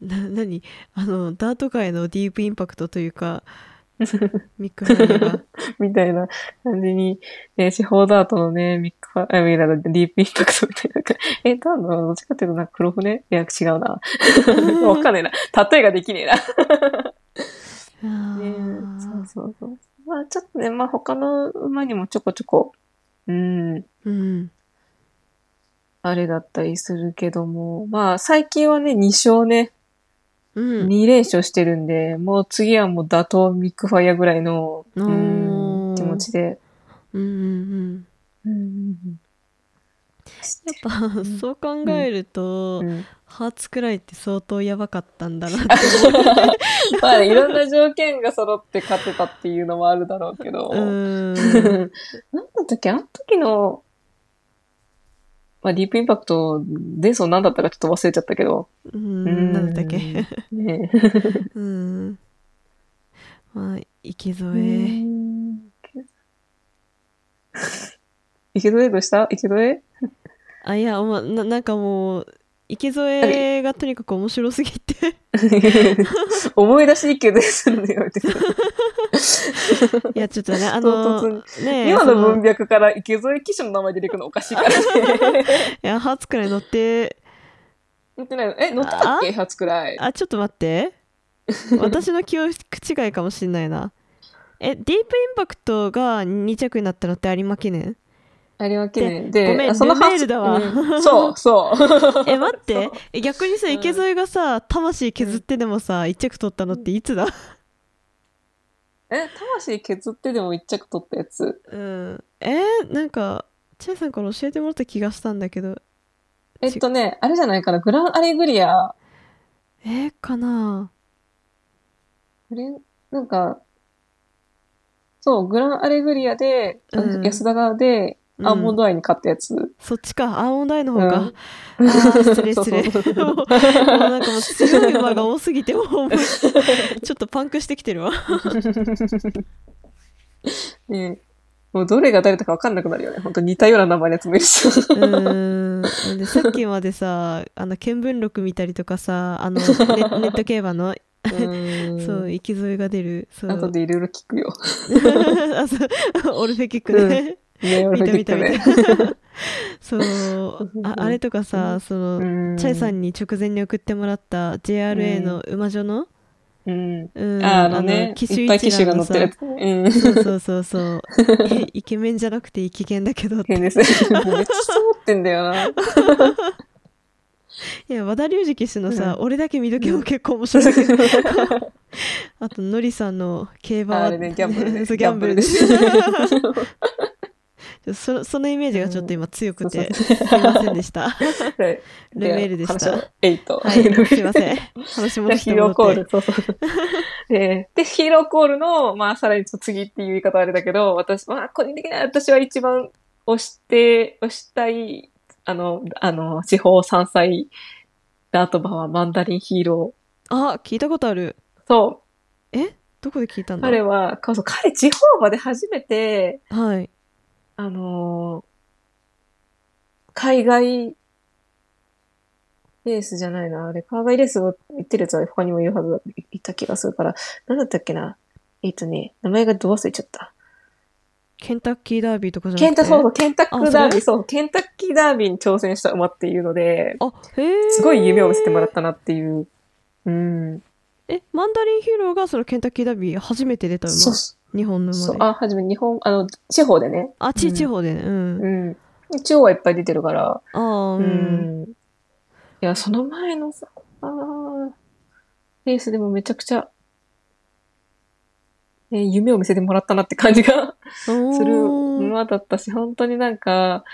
な何あのダート界のディープインパクトという かミックファイヤーが
みたいな感じに、ね、司法ダートのね、ビッグファイヤー、あみたいなディープインパクトみたいな。 え、ダートのどっちかっていうとなんか黒船いや、違うな。 わかんねえな。例えがで きねえな。
あ
ね
ー
そうそうそう。まあちょっとね、まあ他の馬にもちょこちょこ、うん、
うん
あれだったりするけども、まあ最近はね、2勝ね、
うん
2連勝してるんで、もう次はもう打倒ミックファイヤーぐらいの、
おー
うん、気持ちで。
うんうんうん
うん
やっぱ そう考えると、
うん
ハーツくらいって相当やばかったんだ なって
まあ、いろんな条件が揃って勝てたっていうのもあるだろうけど。
うん
なんだったっけあの時の、まあ、ディープインパクト、伝送何だったかちょっと忘れちゃったけど。
うんなんだっけ
ね
うんまあ池
え。
添
池添どうした池添
あいやまななんかもう池添がとにかく面白すぎ て
思い出し池添するのよって。
いやちょっとねあ
唐
のねえ
今の
そ
文
のい
脈から池添騎手の名前出てくるのおかしいからね。
やハーツくらい乗って
乗ってないのえ、乗ってたっけ初くらい。
あちょっと待って私の記憶違いかもしんないなえディープインパクトが2着になったのって有馬記念
有馬記念
で
で、
ごめん
あその
ルメールだわ
うんそう、そう。
え待って
そ
え逆にさ
うん
池添がさ魂削ってでもさ1着取ったのっていつだ
え、魂削ってでも一着取ったやつ。
うん えーなんかチェイさんから教えてもらった気がしたんだけど
えっとね、あれじゃないかな、グランアレグリア、
えー、かな
グレンなんか、そう、グランアレグリアで、あ
うん
安田側で、
うん
アーモンドアイに勝った やつ。
そっちかアーモンドアイの方か、
うん
あー失礼
そう
失
そう
礼もうもうなんかもう強い馬が多すぎ てもうもうちょっとパンクしてきてるわ
ねもうどれが誰だかわかんなくなるよね。ほんと似たような名前のやつもいるし。
うーんでさっきまでさあの見聞録見たりとかさあのネネット競馬の、 そうう池添が出るそう
後でいろいろ聞くよ。
あそうオルフェキックね、
ね、
見た
俺
見
見
た
た
見
ね。
た そうああれとかさその、
うん
チャイさんに直前に送ってもらった JRA の馬女の、
うん。
うん
ああのね、
機種
いっぱい機種が乗ってるや
一
つね。う
覧
ん。
のさそうそう そうそうえイケメンじゃなくてイケケンだけどって
変ですね。もうめっちゃサボってんだよな。
いや和田龍二騎手のさ、俺だけ見とけも結構面白いけど
あ
あとのりさんの競馬は
あれね、ギャンブルね。
そうギャンブルで
ギャンブル です。
そそのイメージがちょっと今強くて、
うん
すいませんでした
ル
ルメールでした
はエイト。
はいすいません話戻して
ヒー
も
ロ
ら
ーコ
っ
ー
て
ル、そうそう。で、でヒーローコールの、まあ、さらにちょっと次っていう言い方はあれだけど、私、まあ、個人的には私は一番推して、推したい、あの、あの、地方山菜ダートバーはマンダリンヒーロ
あ聞いたことある
ー。そ
えどこで聞いたん
う。
だ
彼は、かそう彼、地方馬で初めて、
はい
あのー海外レースじゃないな。あれ、海外レースを行ってるやつは他にもいるはずだ、いいた気がするから。なんだったっけな。えっ、とね、名前がどう忘れちゃった。
ケンタッキーダービーとかじゃなくて
ケンタ、そうそう、ケンタッ
あそ
ク
れ
ダービー、そう、ケンタッキーダービーに挑戦した馬っていうので、
あへえ
すごい夢を見せてもらったなっていう。うん。
えマンダリンヒーローがそのケンタッキーダービー初めて出た馬
そうそ
日本の馬
う。そう
で
あ、はじめ日本、あの、地方でね。
あち地方でねうん、
うん。地方はいっぱい出てるから。
ああう
うんん。いや、その前のさ、あーレースでもめちゃくちゃ、ね、夢を見せてもらったなって感じが
す
する馬だったし、本当になんか、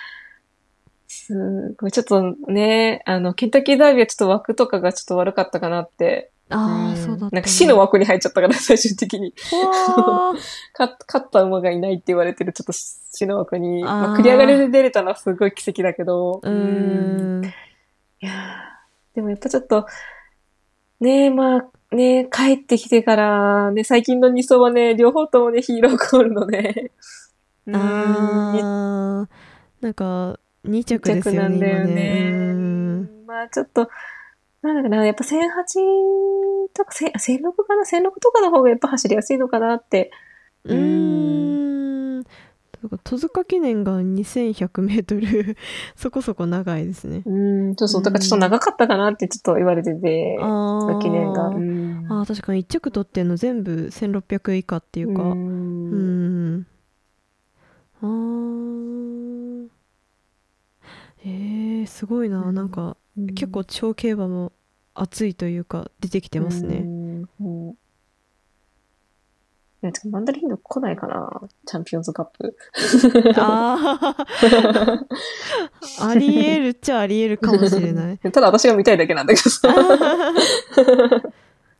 すごい、ちょっとね、あの、ケンタッキーダービーはちょっと枠とかがちょっと悪かったかなって
ああ、そうだった
なんか死の枠に入っちゃったから、最終的に。
わ ー
勝勝った馬がいないって言われてる、ちょっと死の枠に。ま
あ
あ、
ー
繰り上がりで出れたのはすごい奇跡だけど。
うーん
いやーでもやっぱちょっと、ねえ、まあ、ねえ、帰ってきてから、ね、最近の2走はね、両方ともね、ヒーローコールのね、うーん、
あーなんか2着ですよね
密着なんだよね
今ねうん
まあちょっと、なんだかな、やっぱ1008とか、1000 1006かな、1006とかの方がやっぱ走りやすいのかなって。
うーんそうか戸塚記念が 2100m そこそこ長いですね
うん、そうそう、だからちょっと長かったかなってちょっと言われてて、
あー
記念が。うん
あー確かに1着取ってんの全部1600以下っていうか
う
うんんあーえー、すごいななんか結構超競馬も熱いというか出てきてますね
うん。うんいやてかマンダリンド来ないかなチャンピオンズカップ。
あ あありえるっちゃありえるかもしれない
ただ私が見たいだけなんだけどさ。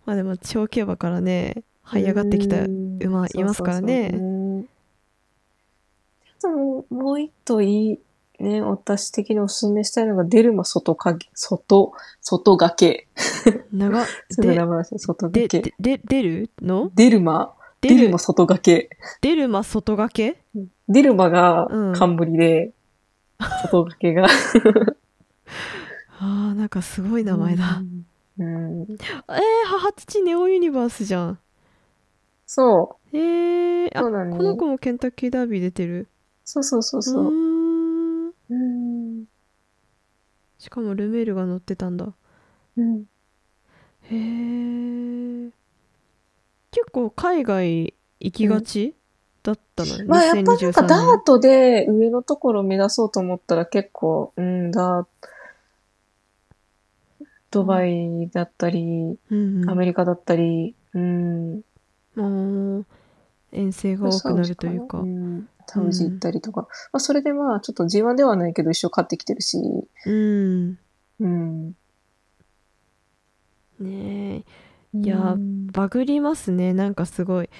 まあでも小競馬からね這い上がってきた
うん
馬いますからね
そうそうそううんあともう、もう一頭いい、ね、私的におすすめしたいのが、デルマ外影、外、外掛け。
長
すぐ
で
名前忘れた外
で
掛け。
でで出るの
デルマ、
出
デル
る
マ外掛け。
出るま外掛け
デルマが
うん
冠で、外掛け が。
あーなんかすごい名前だ、
うん。う
え
ん
ー、母父ネオユニバースじゃん
そ
えー、
う。
あ
そうだね
こ。の子もケンタッキーダービー出てる
そうそうそう
う
そう。
ーん
うん。
しかもルメールが乗ってたんだ
うん。
へー結構海外行きがち、だったの
まあやっぱなんかダ
2023
ートで上のところを目指そうと思ったら結構、うんだ、ドバイだったり、
年うん
アメリカだったり、うん。
もう遠征が多くなるというか
んサウジ行ったりとか。まあそれでまあちょっと G1 ではないけど一生勝ってきてるし、
うん
うん。
ねえいやー
うん
バグりますねなんかすごい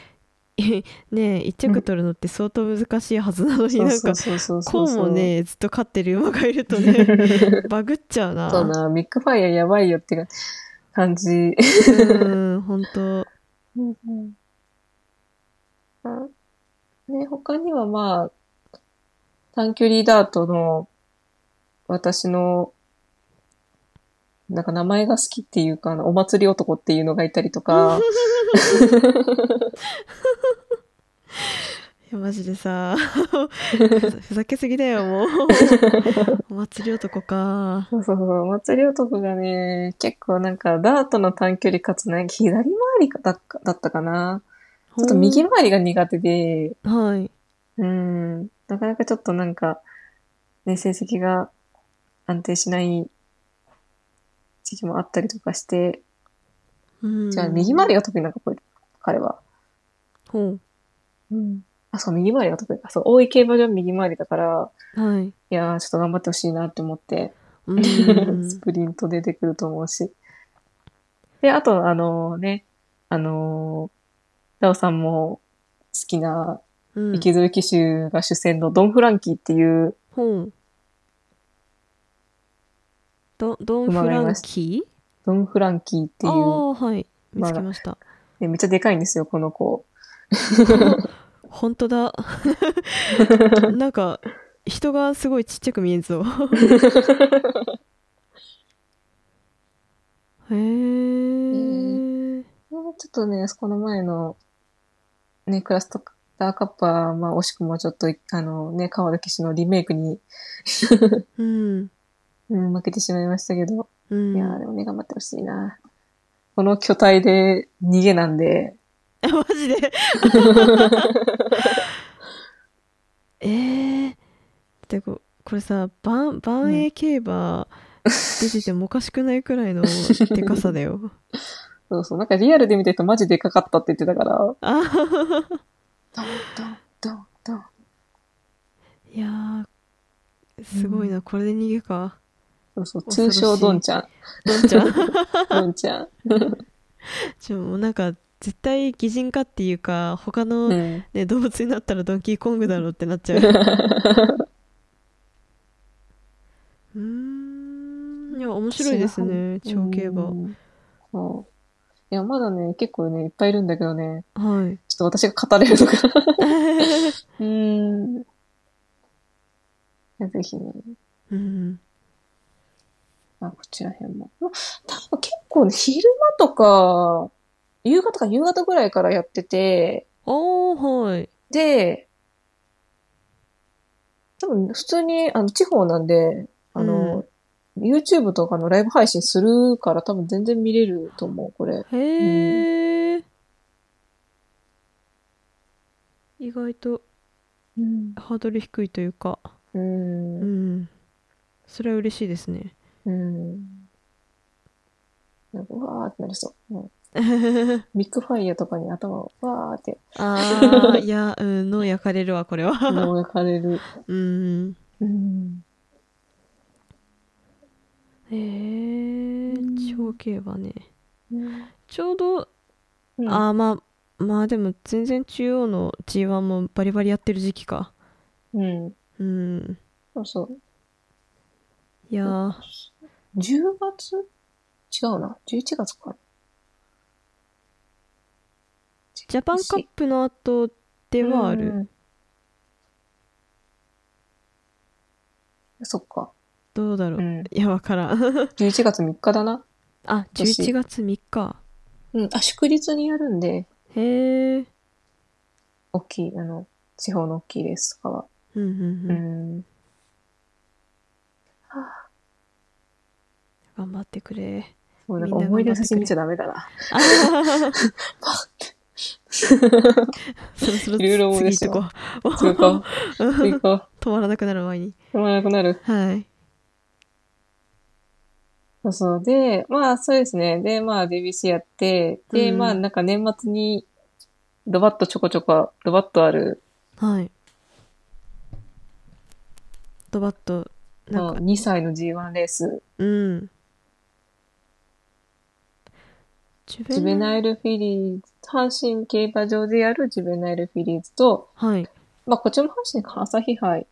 ねえ1着取るのって相当難しいはずなのになんか
そうそうそ
こ
う
う
そう
もねずっと勝ってる馬がいるとねバグっちゃうな
そうな、ビッグファイヤーやばいよってか感じ。
うん本当
あね、他にはまあ、短距離ダートの、私の、なんか名前が好きっていうか、あのお祭り男っていうのがいたりと か、
いやマジで さふざけすぎだよもうお祭り男か
そうそうそう、お祭り男がね、結構なんかダートの短距離かつなんか左回りかだっかだったかな。ちょっと右回りが苦手で、
はい
うん。なかなかちょっとなんか、ね、成績が安定しない時期もあったりとかして、
うん
じゃあ右回りが得意なのか、これ彼は。
ほ
うん。あ、そう、右回りが得意か。そう、大井競馬場右回りだから、
うはい
いやー、ちょっと頑張ってほしいなって思って、
うん
スプリント出てくると思うし。で、あと、あのね、あのー、ダオさんも好きな
うん
池添騎手が主戦のドン・フランキーっていう、
ほう。ドドン・
馬
フ
が
ラ
い
ン
まし
キーっ
ドン・フランキーって
あ
いう、
あ、はい。見つけま した。
でめっちゃでかいんですよ、この子。
本当 だ。なんか、人がすごいちっちゃく見えん ぞ。へえ。
もうちょっとね、この前の、ね、クラスターカップは、まあ、惜しくもちょっと、あのね、川田騎手のリメイクに、
うん。
うん、負けてしまいましたけど、
うん。
いやー、でもね、頑張ってほしいな。この巨体で逃げなんで、
マジでえー、でここれさ万万栄競馬出ててもおかしくないくらいのでかさだよ
そうそう、なんかリアルで見てるとマジでかかったって言ってたから、
あー
ドンドンドンドン。
いやーすごいな、これで逃げか
そうそう、
恐ろ
通
しい
称ドンちゃん。
どんちゃん
ドンちゃん。
ちょもうなんか絶対擬人化っていうか他の、
うん。
ね、動物になったらドンキーコングだろうってなっちゃううーんいや面白いですね
そう
長競馬は
うんそう。いや、まだね、結構ね、いっぱいいるんだけどね、
い
ちょっと私が語れるのか。うーん。ぜひね、
うん
まあ、こちら辺も。まあ多分結構ね、昼間とか、夕方か夕方ぐらいからやってて、
おーはい
で、多分普通に、あの、地方なんで、あの、YouTube とかのライブ配信するから多分全然見れると思う、これ。
へえ、意外と
うん。
ハードル低いというか
う。
うんんそれは嬉しいです ね
うん。なんかうわーってなりそう。うんビッグファイヤーとかに頭をわーって、
ああいや、うん、脳焼かれるわこれは
思い浮かれる。
うん
うん。
へえ
ん
長競馬ね
うん
ちょうど、
うん
ああまあまあでも全然中央の G1 もバリバリやってる時期か
うん。
うん
そうそう。
いやー
10月違うな。11月か。
ジャパンカップの後ではある、
うん。そっか。
どうだろう、
うん。
いやわからん
11月3日だな。
あ
年
11月3日
うん。あ、祝日にやるんで、
へえ
大きい、あの、地方の大きいレースとかは。
うんうん
う
うん
ん。
頑張ってくれ
もうなんか
みんな
思い出の写真見ちゃダメだ な。
あ ーそろそろ
いろいろ思い出
次
し
行
た
っとこう
次行こう。次行こう。
止まらなくなる前に
止まらなくなる。
はい
そうそう。で、まあそうですね。で、まあ DBC やって、で、
うん
まあなんか年末に、ドバッとちょこちょこ、ドバッとある、
はいドバッとなんか
2歳の G1 レース、
うんジュ
ジュベナイルフィリーズ、阪神競馬場でやるジュベナイルフィリーズと、
はい
まあこっちも阪神か、朝日杯、フ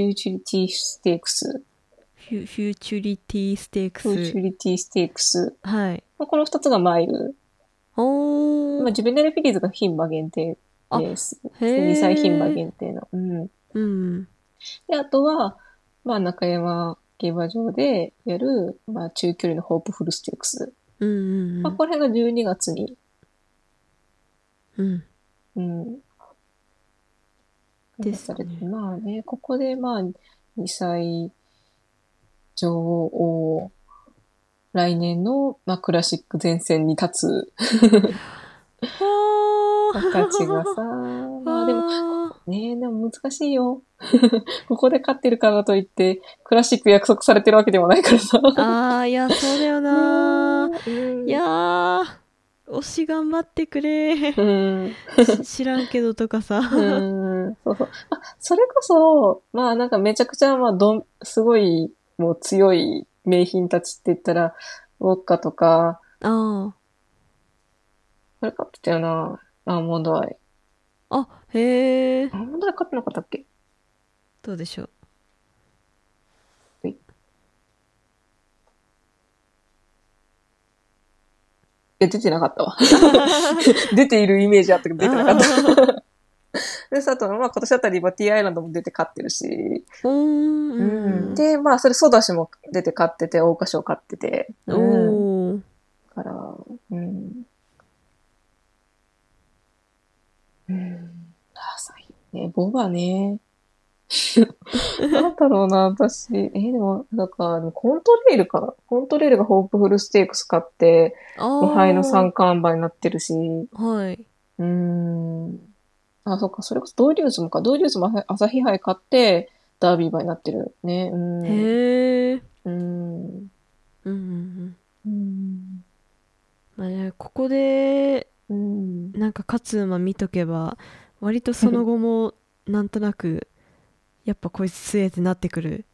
ューチュリティステークス、
フュフューチュリティステーク
フューチ
ス
ュリティステークス、
はい
まあ、この2つがマイル。
お
ま
ー
あジュベナイルフィリーズが牝馬限定です。
へ
2歳牝馬
え
限定の。うん。
うん
で、あとは、まあ、中山競馬場でやる、まあ、中距離のホープフルステークス。
うんうん
まあ、これが12月に、
うん
うん。
ですね
まあね、ここで、まあ、2歳女王、来年の、まあ、クラシック前線に立つ
ほー
赤ち がさ、まあでも、
も
ねえ、でも難しいよ。 ここで勝ってるからといって、クラシック約束されてるわけでもないからさ。
ああいやそうだよなー
うん
いやー推し頑張ってく れ
うん。
し知らんけどとかさ
うんそうそう。あ、それこそ、まあなんかめちゃくちゃ、まあどん、すごい、もう強い名品たちって言ったら、ウォッカとか、
あ
あれ買ってたよな。アーモンドアイ。
ああへえ
アーモンドアイ買ってなかったっけ
どうでしょう
いや、出てなかったわ。出ているイメージあったけど、出てなかった。で、さあと、まあ今年あたりバティアイランドも出て勝ってるし、
うーんうん
で、まあそれソダシも出て勝ってて、桜花賞勝ってて、うん。
おー
から、うん。うん。あ、そうね、ボバね。なんだろうな、私。え、でも、なんか、コントレールかな。コントレールがホープフルステークス買って、
あー
無敗の三冠馬になってるし、う
はい
ーん。あ、そっか、それこそドイリューズもか。ドイリューズも朝朝日杯買って、ダービー馬になってるね。うん。
へえ
うん。
うんうんうん
うん。
まあねここで
うん。
なんか勝つ馬見とけば割とその 後もなんとなくやっぱこいつ強えってなってくる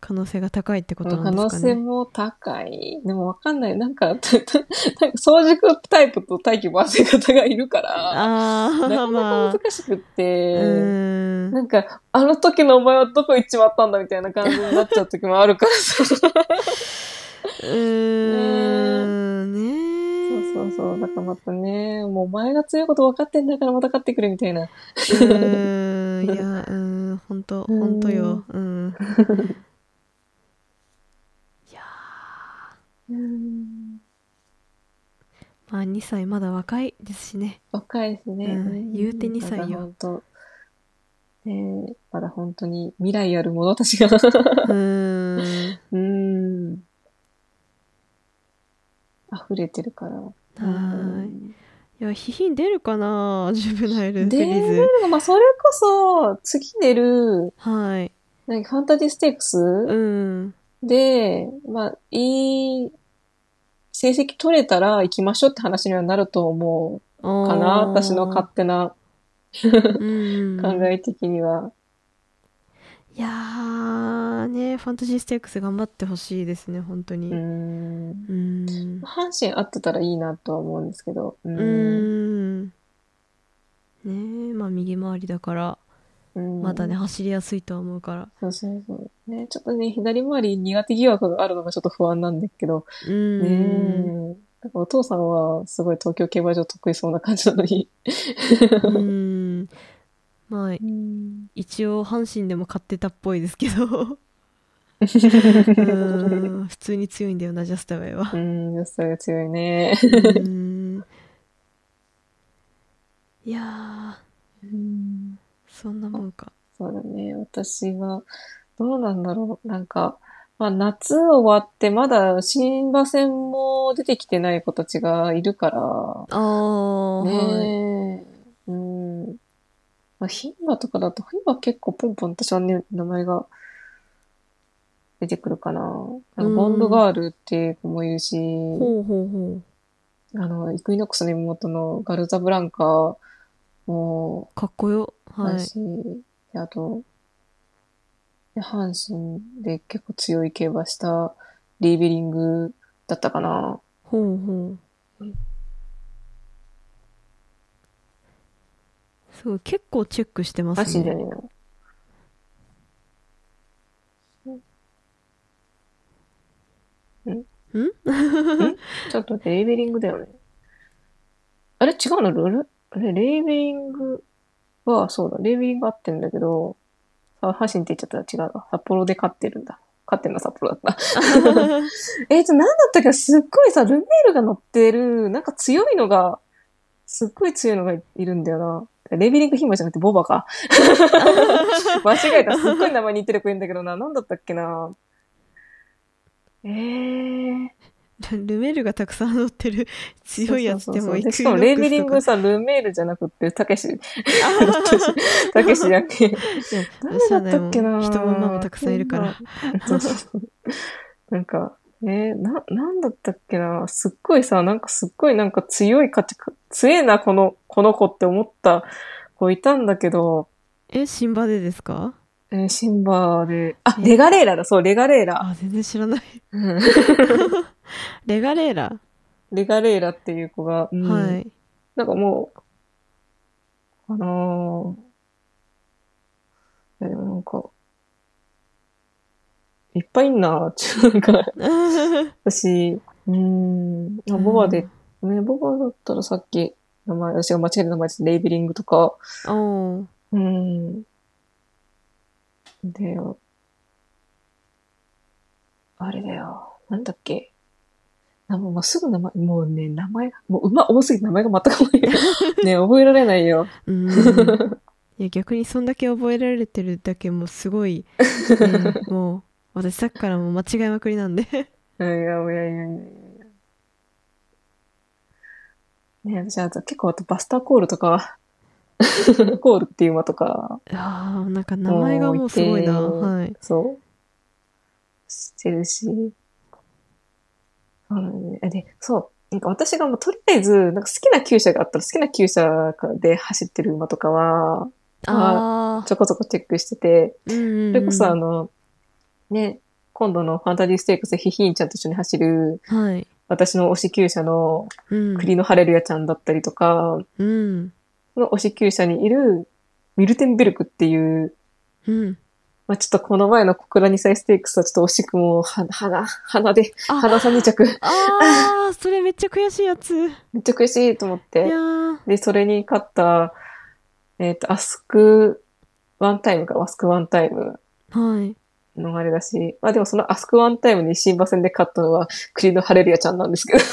可能性が高いってことな
可
んで
能
すか
性
ね。
も高い。でもわかんない。なんか、 たたなんか早熟タイプと大気回せ方がいるから、
あ
なか
あ、ま
な
あ
か。難しくっ
う
て、
ーん。
なんか、あの時のお前はどこ行っちまったんだみたいな感じになっちゃう時もあるからさ。そう
ーん。ね
うそうそう。だからまたね、もうお前が強いこと分かってんだからまた勝ってくれみたいな。
うーん。いや、うーん。本当
うん
本当よ。うん。いや
うん
ーまあ、2歳まだ若いですしね。
若いですね。
うん言うて2歳よ
だから本当。ねえまだ本当に未来ある者たちが。
うーん。
うん。溢れてるから。
はーい。
い。
いや、批評出るかなジュブナイルシリ
で、
ー
なん
ズ。
かまあ、それこそ、次出る、
はい。
なんかファンタジーステークス、
うん。
で、まあ、いい成績取れたら行きましょうって話にはなると思う
か
かな。私の勝手な
うん
考え的には。
いやーねファンタジーステークス頑張ってほしいですね本当にう
う。
んーん
阪神合ってたらいいなとは思うんですけど。う
うーんねえまあ右回りだから
うん
まだね。走りやすいとは思うから
そうそうそう。ね、ちょっとね、左回り苦手疑惑があるのがちょっと不安なんだけど。
うー
ね
ん
え。なんかお父さんはすごい東京競馬場得意そうな感じなのに。
うーんまあ
うん。
一応阪神でも勝ってたっぽいですけどうーん普通に強いんだよなジャスタウェイは
うん、予想が強いね。
うーんいやーそんなもんか
そうだね。私は、どうなんだろう。なんか、まあ、夏終わって、まだ新馬戦も出てきてない子たちがいる
あ
か
あ
ら、
はい
ねえ、うん。まあ、牝馬とかだと、牝馬結構ポンポン私はね、名前が出てくるかな。なんかボンドガールっていう子もいるし、
ほうほうほう
あの、イクイノックスの妹のガルザブランカも、
かっこよ。は
だ
い。
し、であと、で阪神で結構強い競馬したリーベリングだったかな。
ほうほう。そう、結構チェックしてま
阪
す
神じゃ
ね。
ねえの。ん んちょっと待って、レーベリングだよね。あれ違うのルールあれ、レーベリングは、そうだ、レーベリング合ってんだけど、あ、阪神って言っちゃったら違うわ。札幌で勝ってるんだ。勝ってんのは札幌だった。えっと、なんだったっけすっごいさ、ルメールが乗ってる、なんか強いのが、すっごい強いのがいるんだよな。レーベリングヒンバじゃなくてボ バか。間違えた。すっごい名前似てる子いるんだけどな。なんだったっけな。ええー。
ルメールがたくさん乗ってる強いやつでも
そうそうそう
い
で
く
しかもレーベリングさ、ルメールじゃなくて、た けし、たけしじゃんけ。
社
誰だ
内
ったっけな
も人も馬もたくさんいるから。
そうそうそうなんか、えー、な、なんだったっけな。すっごいさ、なんかすっごいなんか強い価値観、強えな、この、この子って思った子いたんだけど、
え、シンバでですか
えーシンバーで、あ、
え
レガレーラだ、そう、レガレーラ。
あ、全然知らない。
うん
レガレーラ。
レガレーラっていう子が、うん
はい。
なんかもう、あのー、いやでもなんか、いっぱいいんな、ちょっとなんか、私、うーん、あボバで、ね、ボバだったらさっき、名前、私が間違えた名前です、レイビリングとか、
お ー
うーん。で、あれだよ、なんだっけ。なもうすぐ名前、もうね、名前が、もう馬多すぎて名前が全く覚えないね、覚えられないよ。
うーんいや逆にそんだけ覚えられてるだけもうすごい、ねもう私さっきからもう間違いまくりなんで
いやいやいやいやいやね私あと結構あとバスターコールとか、コールっていう馬とか、
あーなんか名前がもうすごいな
おー
はい
そう、してるし。そうなんだね。で、そう。なんか私がもうとりあえず、なんか好きな厩舎があったら好きな厩舎で走ってる馬とかは、
ああ
ちょこちょこチェックしてて、
うんうんうん
それこそあの、ね、今度のファンタジーステークスヒヒーンちゃんと一緒に走る、
はい。
私の推し厩舎の
うん。
栗のハレルヤちゃんだったりとか、
うん。
その推し厩舎にいるミルテンベルクっていう、
うん。
まあ、ちょっとこの前の小倉2歳ステークスはちょっと惜しくも、は、鼻、鼻で、
あ
鼻さ2着、
あー、それめっちゃ悔しいやつ。い
めっちゃ悔しいと思っ
や
て。
ー
で、それに勝った、えっ、と、アスクワンタイムか、アスクワンタイム
はい。
のあれだし、まあでもそのアスクワンタイムに新馬戦で勝ったのは、栗のハレルヤちゃんなんですけど、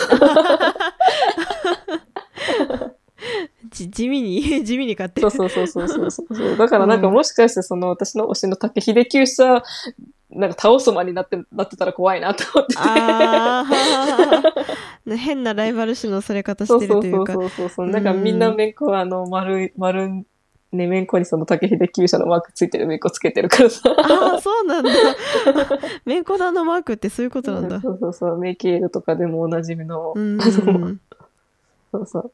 じ地味に、 地味に買って
そう
る。
そうそうそうそうそうそう。だからなんか
うん
もしかしてその私の推しの竹秀久さ、なんか倒す間になって、なってたら怖いなと思ってて。
ああ。ね 変なライバル視のされ方
そ
して
うそ
る
う
とい
そうう
か。
そうそうそう。なんかみんなめんこはあの、丸い、丸い、ね、めんこにその竹秀久社のマークついてるめんこつけてるからさ。
ああ、そうなんだ。 めんこさんのマークってそういうことなんだ。
そうそうそう。メイケールとかでもおなじみの。
うんうん
そうそう。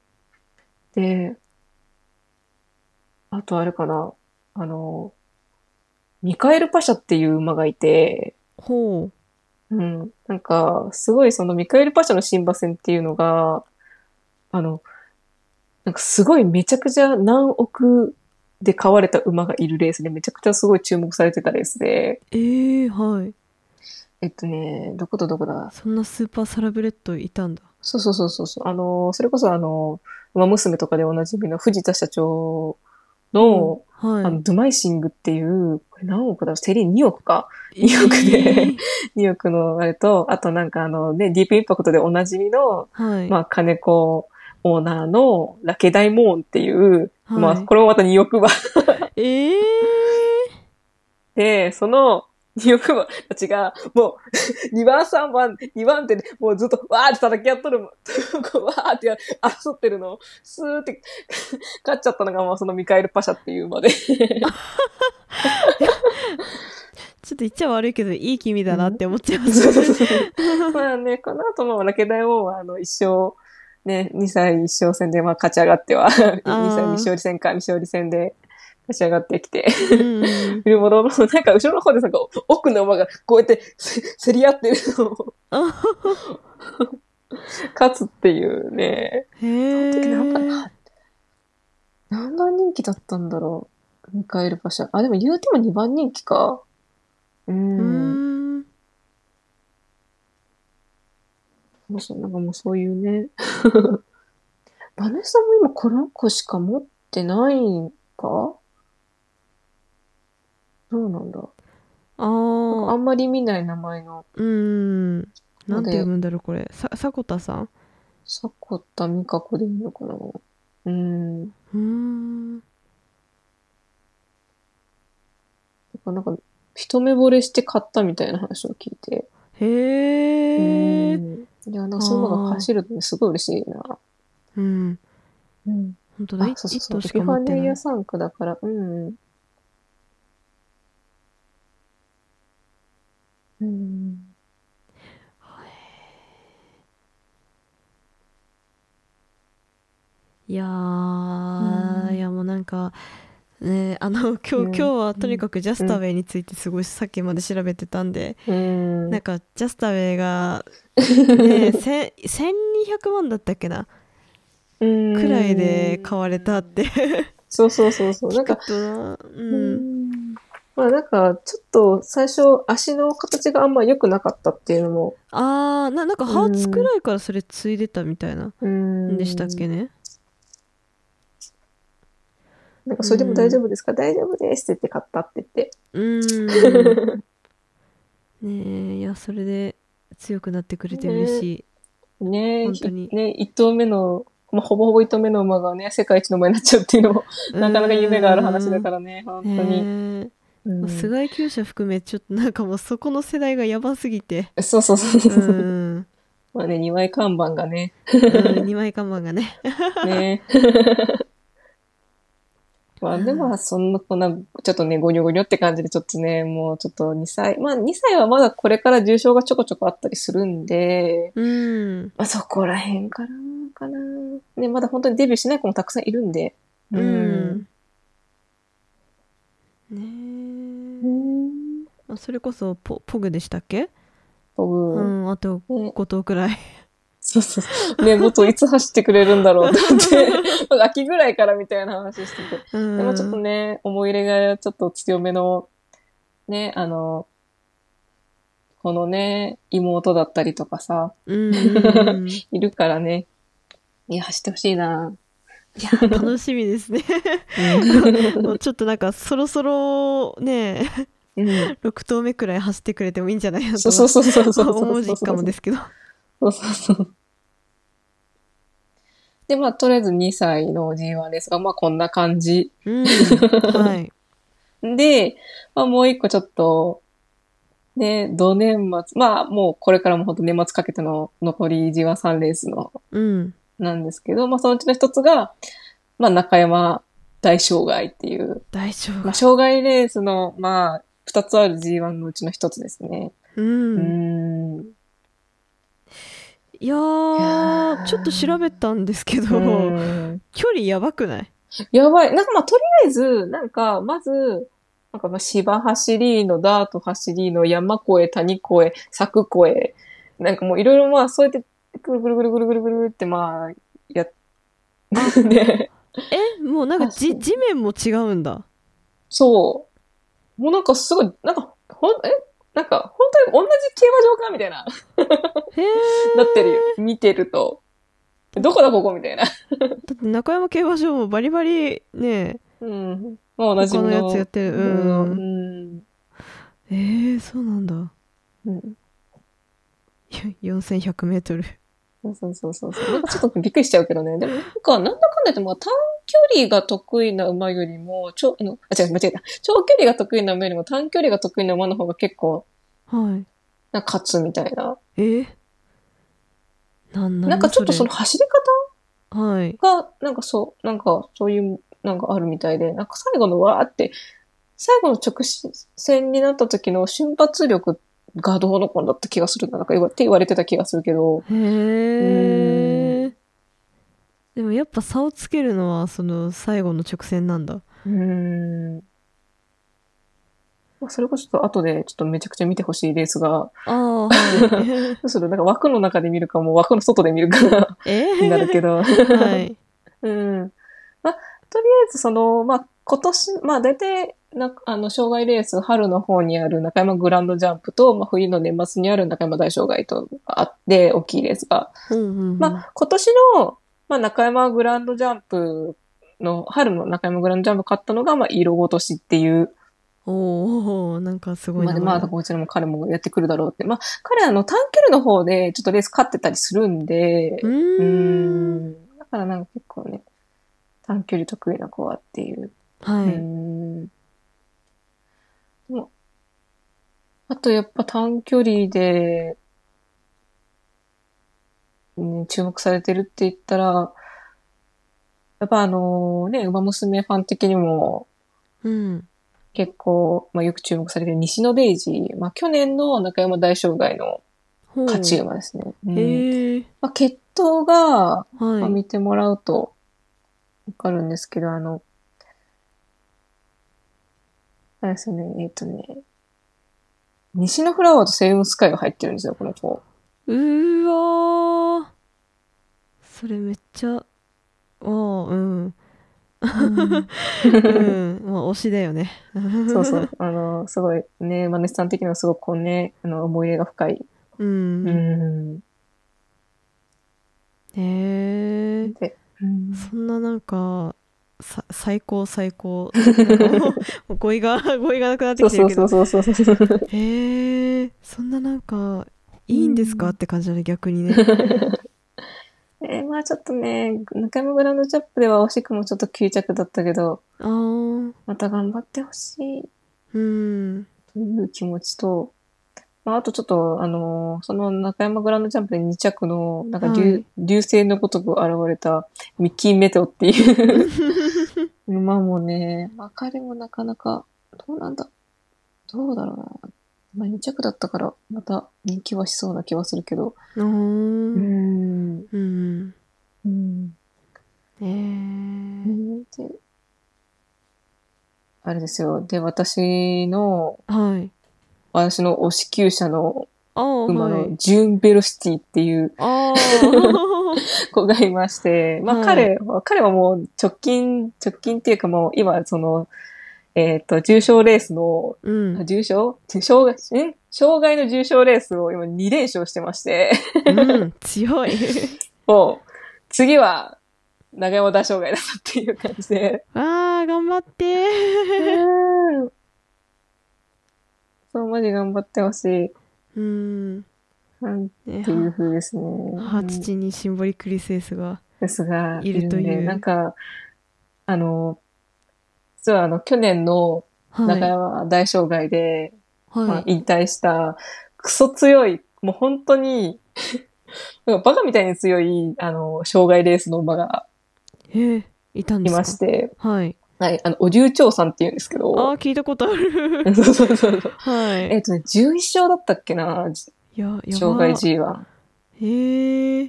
で、あとあれかな。あの、ミカエルパシャっていう馬がいて、
ほ
うん。なんか、すごいそのミカエルパシャの新馬戦っていうのが、あの、なんかすごいめちゃくちゃ何億で飼われた馬がいるレースで、めちゃくちゃすごい注目されてたレースで、
う。ええはい。
えっとね、どことどこだ
そんなスーパーサラブレッドいたんだ。
そうそうそうそうそう。あの、それこそあの、馬娘とかでおなじみの藤田社長の、あ
は
の、ドゥマイシングっていう、これ何億だろうセリ2億か
い。
ニューヨークで
えー
2億のあれと、あとなんかあの、ね、ディープインパクトでおなじみの、
はい。
まあ、金子オーナーのラケダイモーンっていう、
はい
まあ、これもまた2億馬
ええ
で、 その2億馬たちが、もう、2番3番、2番って、もうずっと、わーって叩き合っとる、こうわーってや争ってるのを、スーって、 勝っちゃったのが、まあ、そのミカエル・パシャっていう馬で。
ちょっと言っちゃ悪いけど、いい気味だなって思っちゃいま
そうそう
す。
そうまあね、この後もラケダイモーンは、あの、一生、ね、2歳一勝戦で、まあ、勝ち上がっては、2歳 未勝利戦か、未勝利戦で、勝ち上がってきて、
うん。
いるものの、なんか後ろの方でなんか奥の馬がこうやってせ競り合ってるのを
あ
勝つっていうね。
へ
その時なんか
え。
な何番人気だったんだろう。ミカエル・パシャ。あ、でも言うても2番人気か。うー。
うんーん。
もうなんかもうそういうね。 バネさんも今この子しか持ってないんかどうなんだ。
あ
あ
あ。
んまり見ない名前の。
うーん。なんて読むんだろう、これ。さ、迫田さん
迫田美香子でいいのかなうーん。
うーん。
なんか、一目惚れして買ったみたいな話を聞いて。
へえ。
うんいや、なんかそういうのが走るのすごい嬉しいな。
うん。
うん。
本当だ。
あ
一、
そうそ
一
うそう。
頭し
エピ
か
フ
持
ァ
って
ネイ
な
ア
い。
産区だから、うんうん。うん。
いや
う
ー、
ん
いやもうなんか、ね、あの、今日、
うん
今日はとにかくジャスタウェイについてすごいさっきまで調べてたんで、
うん。
なんかジャスタウェイ が、ね、せん1200万だったっけなくらいで買
わ
われたって
そうそうそうそう。なん
聞
か、
くとなう
うんん。まあなんか、ちょっと最初足の形があんま良くなかったっていうのも、
あーななんかハーツくらいからそれついでたみたいな
うん。
んでしたっけね
なんか、それでも大丈夫ですか、大丈夫ですって言って買ったって言って。
うー んねえいやそれで強くなってくれて嬉しい、
ねえ、
本当に
ね、一頭目の、まあ、ほぼほぼ一頭目の馬がね、世界一の馬になっちゃうっていうのも、なかなか夢がある話だかららね、本当に。うん
菅井厩舎含めちょっとなんかもうそこの世代がやばすぎ て
そうそうそう
う
そう。
ん
まあね、二枚看板がね、
うん二枚看板がね。
ね。まあでも、そんなこんな、ちょっとね、ごにょごにょって感じで、ちょっとね、もうちょっと2歳、まあ2歳はまだこれから重症がちょこちょこあったりするんで、
うん。
まあそこら辺からかな。ね、まだ本当にデビューしない子もたくさんいるんで。
うん。
う
ね
ん。
あそれこそポポグでしたっけ
ポ
う
グ。
ん、あと
で
5頭くらい
そうそう。ね、元いつ走ってくれるんだろうって言 って、秋ぐらいからみたいな話してて。
うん
でもちょっとね、思い入れがちょっと強めの、ね、あの、このね、妹だったりとかさ、
うんうんうんい
いるからね、いや、走ってほしいな
や楽しみですねもうちょっとなんかそろそろね
うん。
6頭目くらい走ってくれてもいいんじゃないかなと
そうそうそうそうそうそう。
思う実感もですけど
そうそうそう。で、まあ、とりあえず2歳の G1 ですが、まあ、こんな感じ。
うんはい
で、まあ、もう一個ちょっと、ね、土年末、まあ、もうこれからもほんと年末かけての残り G13 レースの、
うん
なんですけど、まあ、そのうちの一つが、まあ、中山大障害っていう、
大丈
まあ、
夫
障害レースの、まあ、二つある G1 のうちの一つですね。
う
うんん。うん
いや
いや
ー
ー
ちょっと調べたんですけど距離やばくない
やばい。なんかまあ、とりあえず、なんか、まず、なんかまあ、芝走りの、ダート走りの、山越え、谷越え、柵越え、なんかもういろいろまあ、そうやって、ぐるぐるぐるぐるぐるぐるってまあ、やっ、 ね、
えもうなんか
あそ
じ
う
地面も違うんだ
そう。もうなんかすごい、なんか、ほん、えなんか、本当に同じ競馬場かみたいな、
へえ
なってるよ。見てると。どこだここみたいな。
だって中山競馬場もバリバリね
うん。もう同じ
他のやつやってる
う。
うん
うんん。
えー、そうなんだ
うん
いや 4100m
そうそうそうそう。なんかちょっとびっくりしちゃうけどね。でもなんか、なんだかんだ言っても、短距離が得意な馬よりも、長、あのあ、違う、間違えた。長距離が得意な馬よりも短距離が得意な馬の方が結構、
はい
なんか勝つみたいな。
えー、なんなんだ
なんかちょっとその走り
れはい
方が、なんかそう、なんかそういう、なんかあるみたいで、なんか最後のわーって、最後の直線になった時の瞬発力がどうのこうのだった気がするな。なんか言わって言われてた気がするけど。
へえでもやっぱ差をつけるのはその最後の直線なんだ
うーん。まあ、それこそちょっと後でちょっとめちゃくちゃ見てほしいレースが、
ああ は
どうするなんか枠の中で見るかもう枠の外で見るか
い えー
になるけど。
はい
うん。まあ、とりあえずその、まあ、今年、まあ、大体、なあの、障害レース、春の方にある中山グランドジャンプと、まあ、冬の年末にある中山大障害とあって、大きいレースが。
うんうんうん
まあ、今年の、まあ、中山グランドジャンプの、春の中山グランドジャンプ勝ったのが、まあ、色ごとしっていう、
おおなんかすごい
まあ、
な
まあ、こちらも彼もやってくるだろうって。まあ、彼、あの、短距離の方で、ちょっとレース勝ってたりするんで
う、
うー
ーん
ん。だからなんか結構ね、短距離得意な子はっていう。
は
うー
い
ん。でも、あとやっぱ短距離で、ね、注目されてるって言ったら、やっぱあのね、馬娘ファン的にも、
うん
結構、まあ、よく注目されてる西野デイジー。まあ、去年の中山大障害の
ほう
勝ち馬ですね。うん
へえ
まあ、血統が、まあ、
はい
見てもらうとわかるんですけど、あの、あれですよね、えっとね、西野フラワーとセイウンスカイが入ってるんですよ、この子。
うーわーそれめっちゃああうんうんまあ推しだよね
そうそう。あの、すごいね、マネさん的にはすごくこうね、あの、思い入れが深い。
う
うん
へ
ん。
え
で、うん
そんななんかさ最高最高なんかもう語彙が 語彙がなくなって
そう
きてるけ
そうそ
ど
うそうそうそう。
へえそんななんかいいんですかって感じだね逆にね
えーまあちょっとね、中山グランドチャップでは惜しくもちょっと9着だったけど、
あー
また頑張ってほしい
うん
という気持ちと、まああとちょっと、あのーその中山グランドチャンプで2着の、なんか流,、
はい
流星のごとく現れたミッキーメテオっていう馬もね、まあ彼もなかなか、どうなんだ、どうだろうな。まあ2着だったから、また人気はしそうな気はするけど。
あー
うーん。
うん
うん
へえ
であれですよ。で、私の、
はい
私の推し厩舎の
ああ、
馬
は
の
い。
ジューンベロシティっていう
ああ。
子がいまして、まあ
はい
彼は、彼はもう直近、直近っていうかもう今その、えっ、と、重賞レースの、
うん。う
重賞障害、ん障害の重賞レースを今2連勝してまして、
ん。強い。
もう、次は、長山大障害だなっていう感じで。
ああ、頑張って。
そう、マジ頑張ってほしい。
うん。
なん
ね
ていう風ですね。
母父にシンボリクリスエスが。
ですが、
いるという
ねなんか、あの、実はあの、去年の
は
中
い。
山大障害で、ま
は
あ
い。
引退した、クソ強い、もう本当に、 なんかバカみたいに強い、あの、障害レースの馬が
えー、いたん
い
ですか
まして、
はい。
はい、あの、お重長さんって言うんですけど、
ああ、聞いたことある。
そうそうそうそう。
は
え
い。
っとね、11勝だったっけな、じ
いや、やば
障害 G は。
へえ。う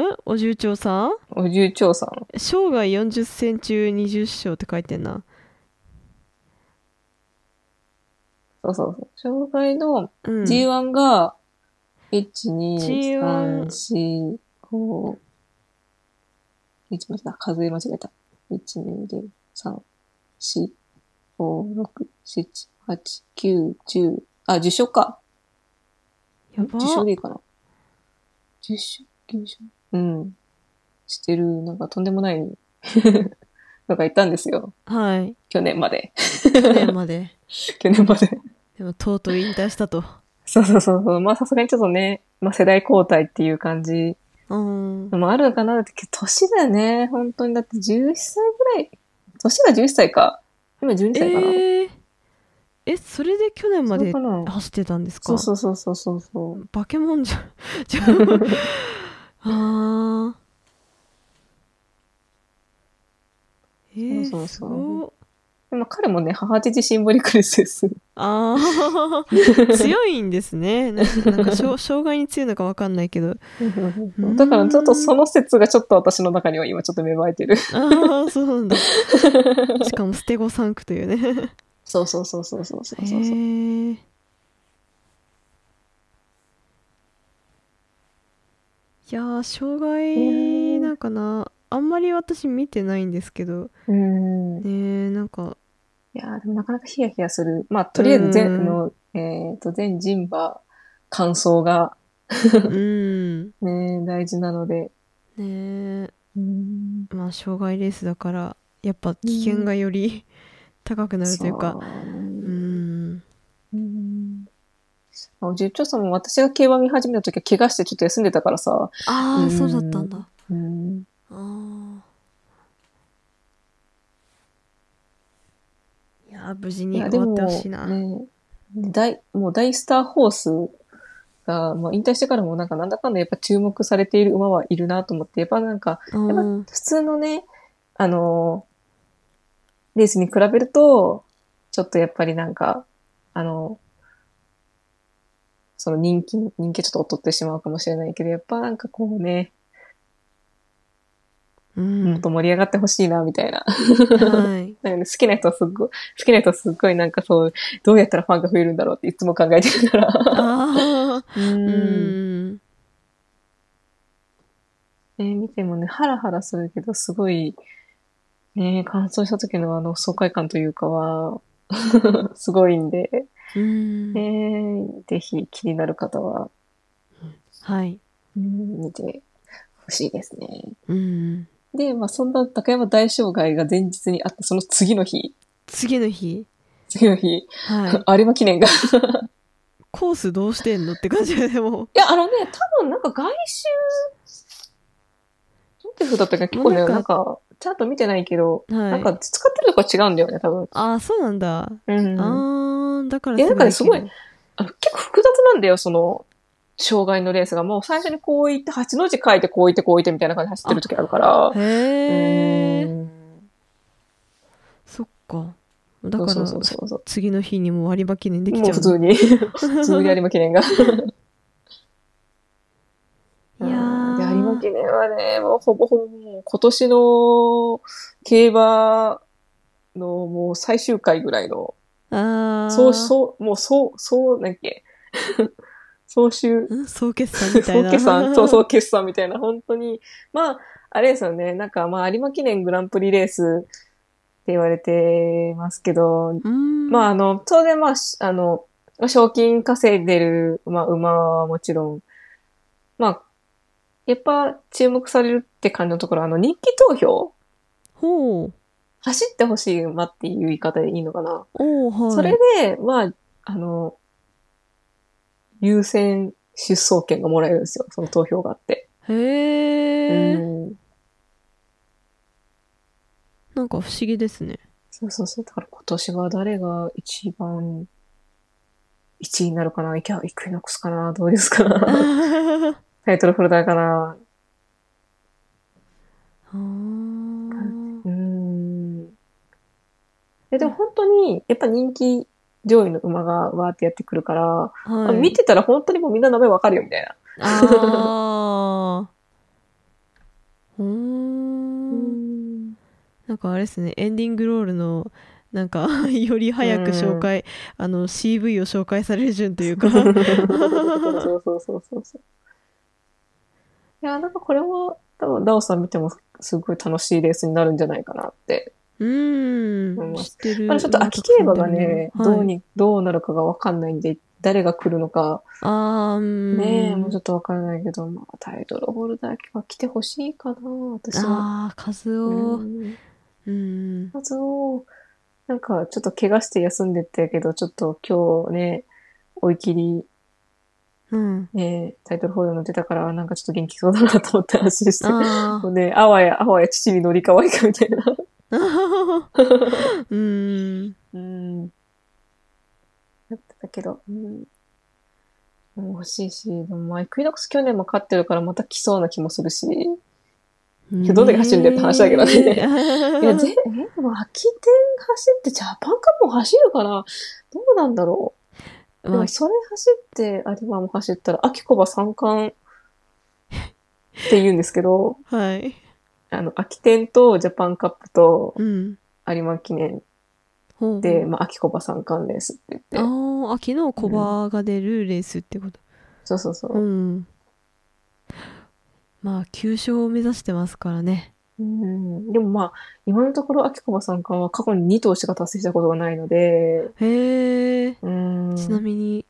んお重長さん
お重長さん。
生涯40戦中20勝って書いてんな。
そうそうそう。障害の
うん。
G1 が、1、2、
G1
3、4、5、1間違えた。数え間違えた。1、2、で3、4、5、6、7、8、9、10。あ、受賞か。
やば
受賞でいいかな。受賞受賞うん。してる、なんかとんでもない のがいたんですよ。
はい。
去年まで。
去年まで。
去年まで。
でも、とうとう引退したと。
そうそうそうそう。まあさすがにちょっとね、まあ世代交代っていう感じ
うん。
のもあるのかなって、けど年だよね。本当に。だって11歳ぐらい。年が11歳か。今12歳かな。
えー、え、それで去年ま
そう
で
かな。
走ってたんですか
そうそうそうそうそうそう。
バケモンじゃ ん。じゃあ。ああ。えー、
そうそうそう
すごっ
でも彼もね、母父シンボリクルスです。
あ あ強いんですねなんかなんかしょう障害に強いのかわかんないけどん
だからちょっとその説がちょっと私の中には今ちょっと芽生えてる。
ああそうなんだしかもステゴサンクというね
そうそうそうそうそうそうそう。
へえいやー障害なんかなあんまり私見てないんですけど
うん。
ねえなん か
いやーでもなかなかヒヤヒヤする。まあ、とりあえず全、
うん
あの、えっ、と、全人馬、感想が
うんね
ね、大事なので。
え
うん。
まあ障害レースだからやっぱ危険がより高くなるというか
そう
う
ね。
ん
うん。あ十長さんも私が競馬見始めた時は怪我してちょっと休んでたからさ。
ああ、
うん
そうだったんだあ
うん。
あいやー無事に終わってほしいな
ね、大、もう大スターホースが、まあ、引退してからもなんかなんだかんだやっぱ注目されている馬はいるなと思って、やっぱなんか、
う
やっぱ
ん
普通のね、あのーレースに比べると、ちょっとやっぱりなんか、あのその人気、人気はちょっと劣ってしまうかもしれないけど、やっぱなんかこうね、
うん
もっと盛り上がってほしいな、みたいな。
はい
なんかね好きな人はすっごい、好きな人はすっごいなんかそう、どうやったらファンが増えるんだろうっていつも考えてるから。
ああ
う。
うんん
ね、見てもね、ハラハラするけど、すごい、ね、乾燥した時のあの爽快感というかは、 すごいんで、
うん
ね、ぜひ気になる方は、
はい
うん見てほしいですね。
うん
で、まあそんな高山大障害が前日にあったその次の日、
次の日
次の日、
は
有馬記念が。い
いコースどうしてんのって感じでもう
や、あのね、多分なんか外周、どういう風だったっけ結構ね、
もう
な
なんん
か、ちゃんと見てないけど、
はい
なんか使ってるとこ違うんだよね、多分。
ああそうなんだ
うん。
あーだから
いやなんか
け
ね
ど
すごあの結構複雑なんだよ、その、障害のレースが。もう最初にこう行って、8の字書いて、こう行って、こう行ってみたいな感じで走ってる時あるから。
へ
う
え
ん
そっかだか
そ
ら
うそうそうそう。
次の日にも割り馬記念できち
もう
ゃう
普
の
通に、普通に有馬記念が。
いやー
で有馬記念はね、もうほぼほぼもう今年の競馬のもう最終回ぐらいの
ああ
そう、そう、もうそう、そう、なんだっけ。 総集、
うん総決算みたい
総
な
決算、そうそう決算みたいな、本当に。まあ、あれですよね。なんか、まあ、有馬記念グランプリレースって言われてますけど、
うーん
まあ、あの、当然、まあ、しあの、賞金稼いでる、まあ、馬はもちろん、まあ、やっぱ注目されるって感じのところ、あの、人気投票
ほう
走ってほしい馬っていう言い方でいいのかな。
おーはい
それで、まあ、あの、優先出走権がもらえるんですよ。その投票があって。
へえ、
うん。
なんか不思議です ね
そうそうそう。だから今年は誰が一番、1位になるかないきゃ、イクイノックスかなどうですかな
あ
タイトルフルダーかな
ー
うん。え、でも本当に、やっぱ人気上位の馬がわーってやってくるから、
はい、
見てたら本当にもうみんな名前わかるよみたいな。
ああ。う ーん。なんかあれですね、エンディングロールの、なんか、 より早く紹介、あの、CV を紹介される順という か。
そうそうそうそうそう。いや、なんかこれは、多分、ダオさん見てもすごい楽しいレースになるんじゃないかなって。
うーん。知ってる。
まだちょっと秋競馬がね、
はい
どうに、どうなるかがわかんないんで、誰が来るのか、
ああ、うーん。
ねえ、もうちょっとわからないけど、まあ、タイトルホルダーが来てほしいかな、私は。
ああ、数を。
うん
うん。
まずを、なんかちょっと怪我して休んでたけど、ちょっと今日ね、追い切り
うん。
ね、タイトルホルダーの出たから、なんかちょっと元気そうだなと思って安心して。も
あ
うね、あわや、あわや父に乗りかわいかみたいな。
あ。うーん。
うん。なってたけど、うん。もう欲しいし、でもまあ、クイノックス去年も勝ってるからまた来そうな気もするし。いやどんだけ走るんだよって話 だけどね
ね
や、ぜ、え、でも秋天走ってジャパンカップも走るから、どうなんだろう。で
まあ
もそれ走って、有馬も走ったら、秋子が三冠って言うんですけ ど、
はい。
あの、秋天とジャパンカップと、
うん。
有馬記念
ほう
で、まあ、秋小葉三冠レースって
あ
言って、
ーあ、昨日コバが出るレースってこと。
そうそうそうう。
ん。まあ、9勝を目指してますからね。
うん、でもまあ、今のところ秋小葉三冠は過去に2頭しか達成したことがないので、
へえ。
うん、
ちなみに、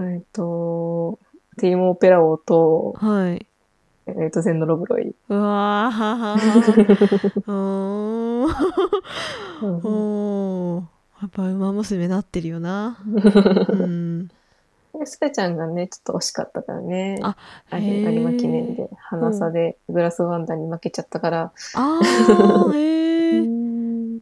えっと、ティーモ・ペラオと、
はい。
えっ、と、ゼンノ・ロブロイ。
うわーははは。
うん
おお。やっぱ馬娘なってるよな。うん。
でスペちゃんがね、ちょっと惜しかったからね。
あ
あ
へ
れ、
ー
有馬記念で、花差でグラスワンダーに負けちゃったから。
ああ、
う
へえ。
ん。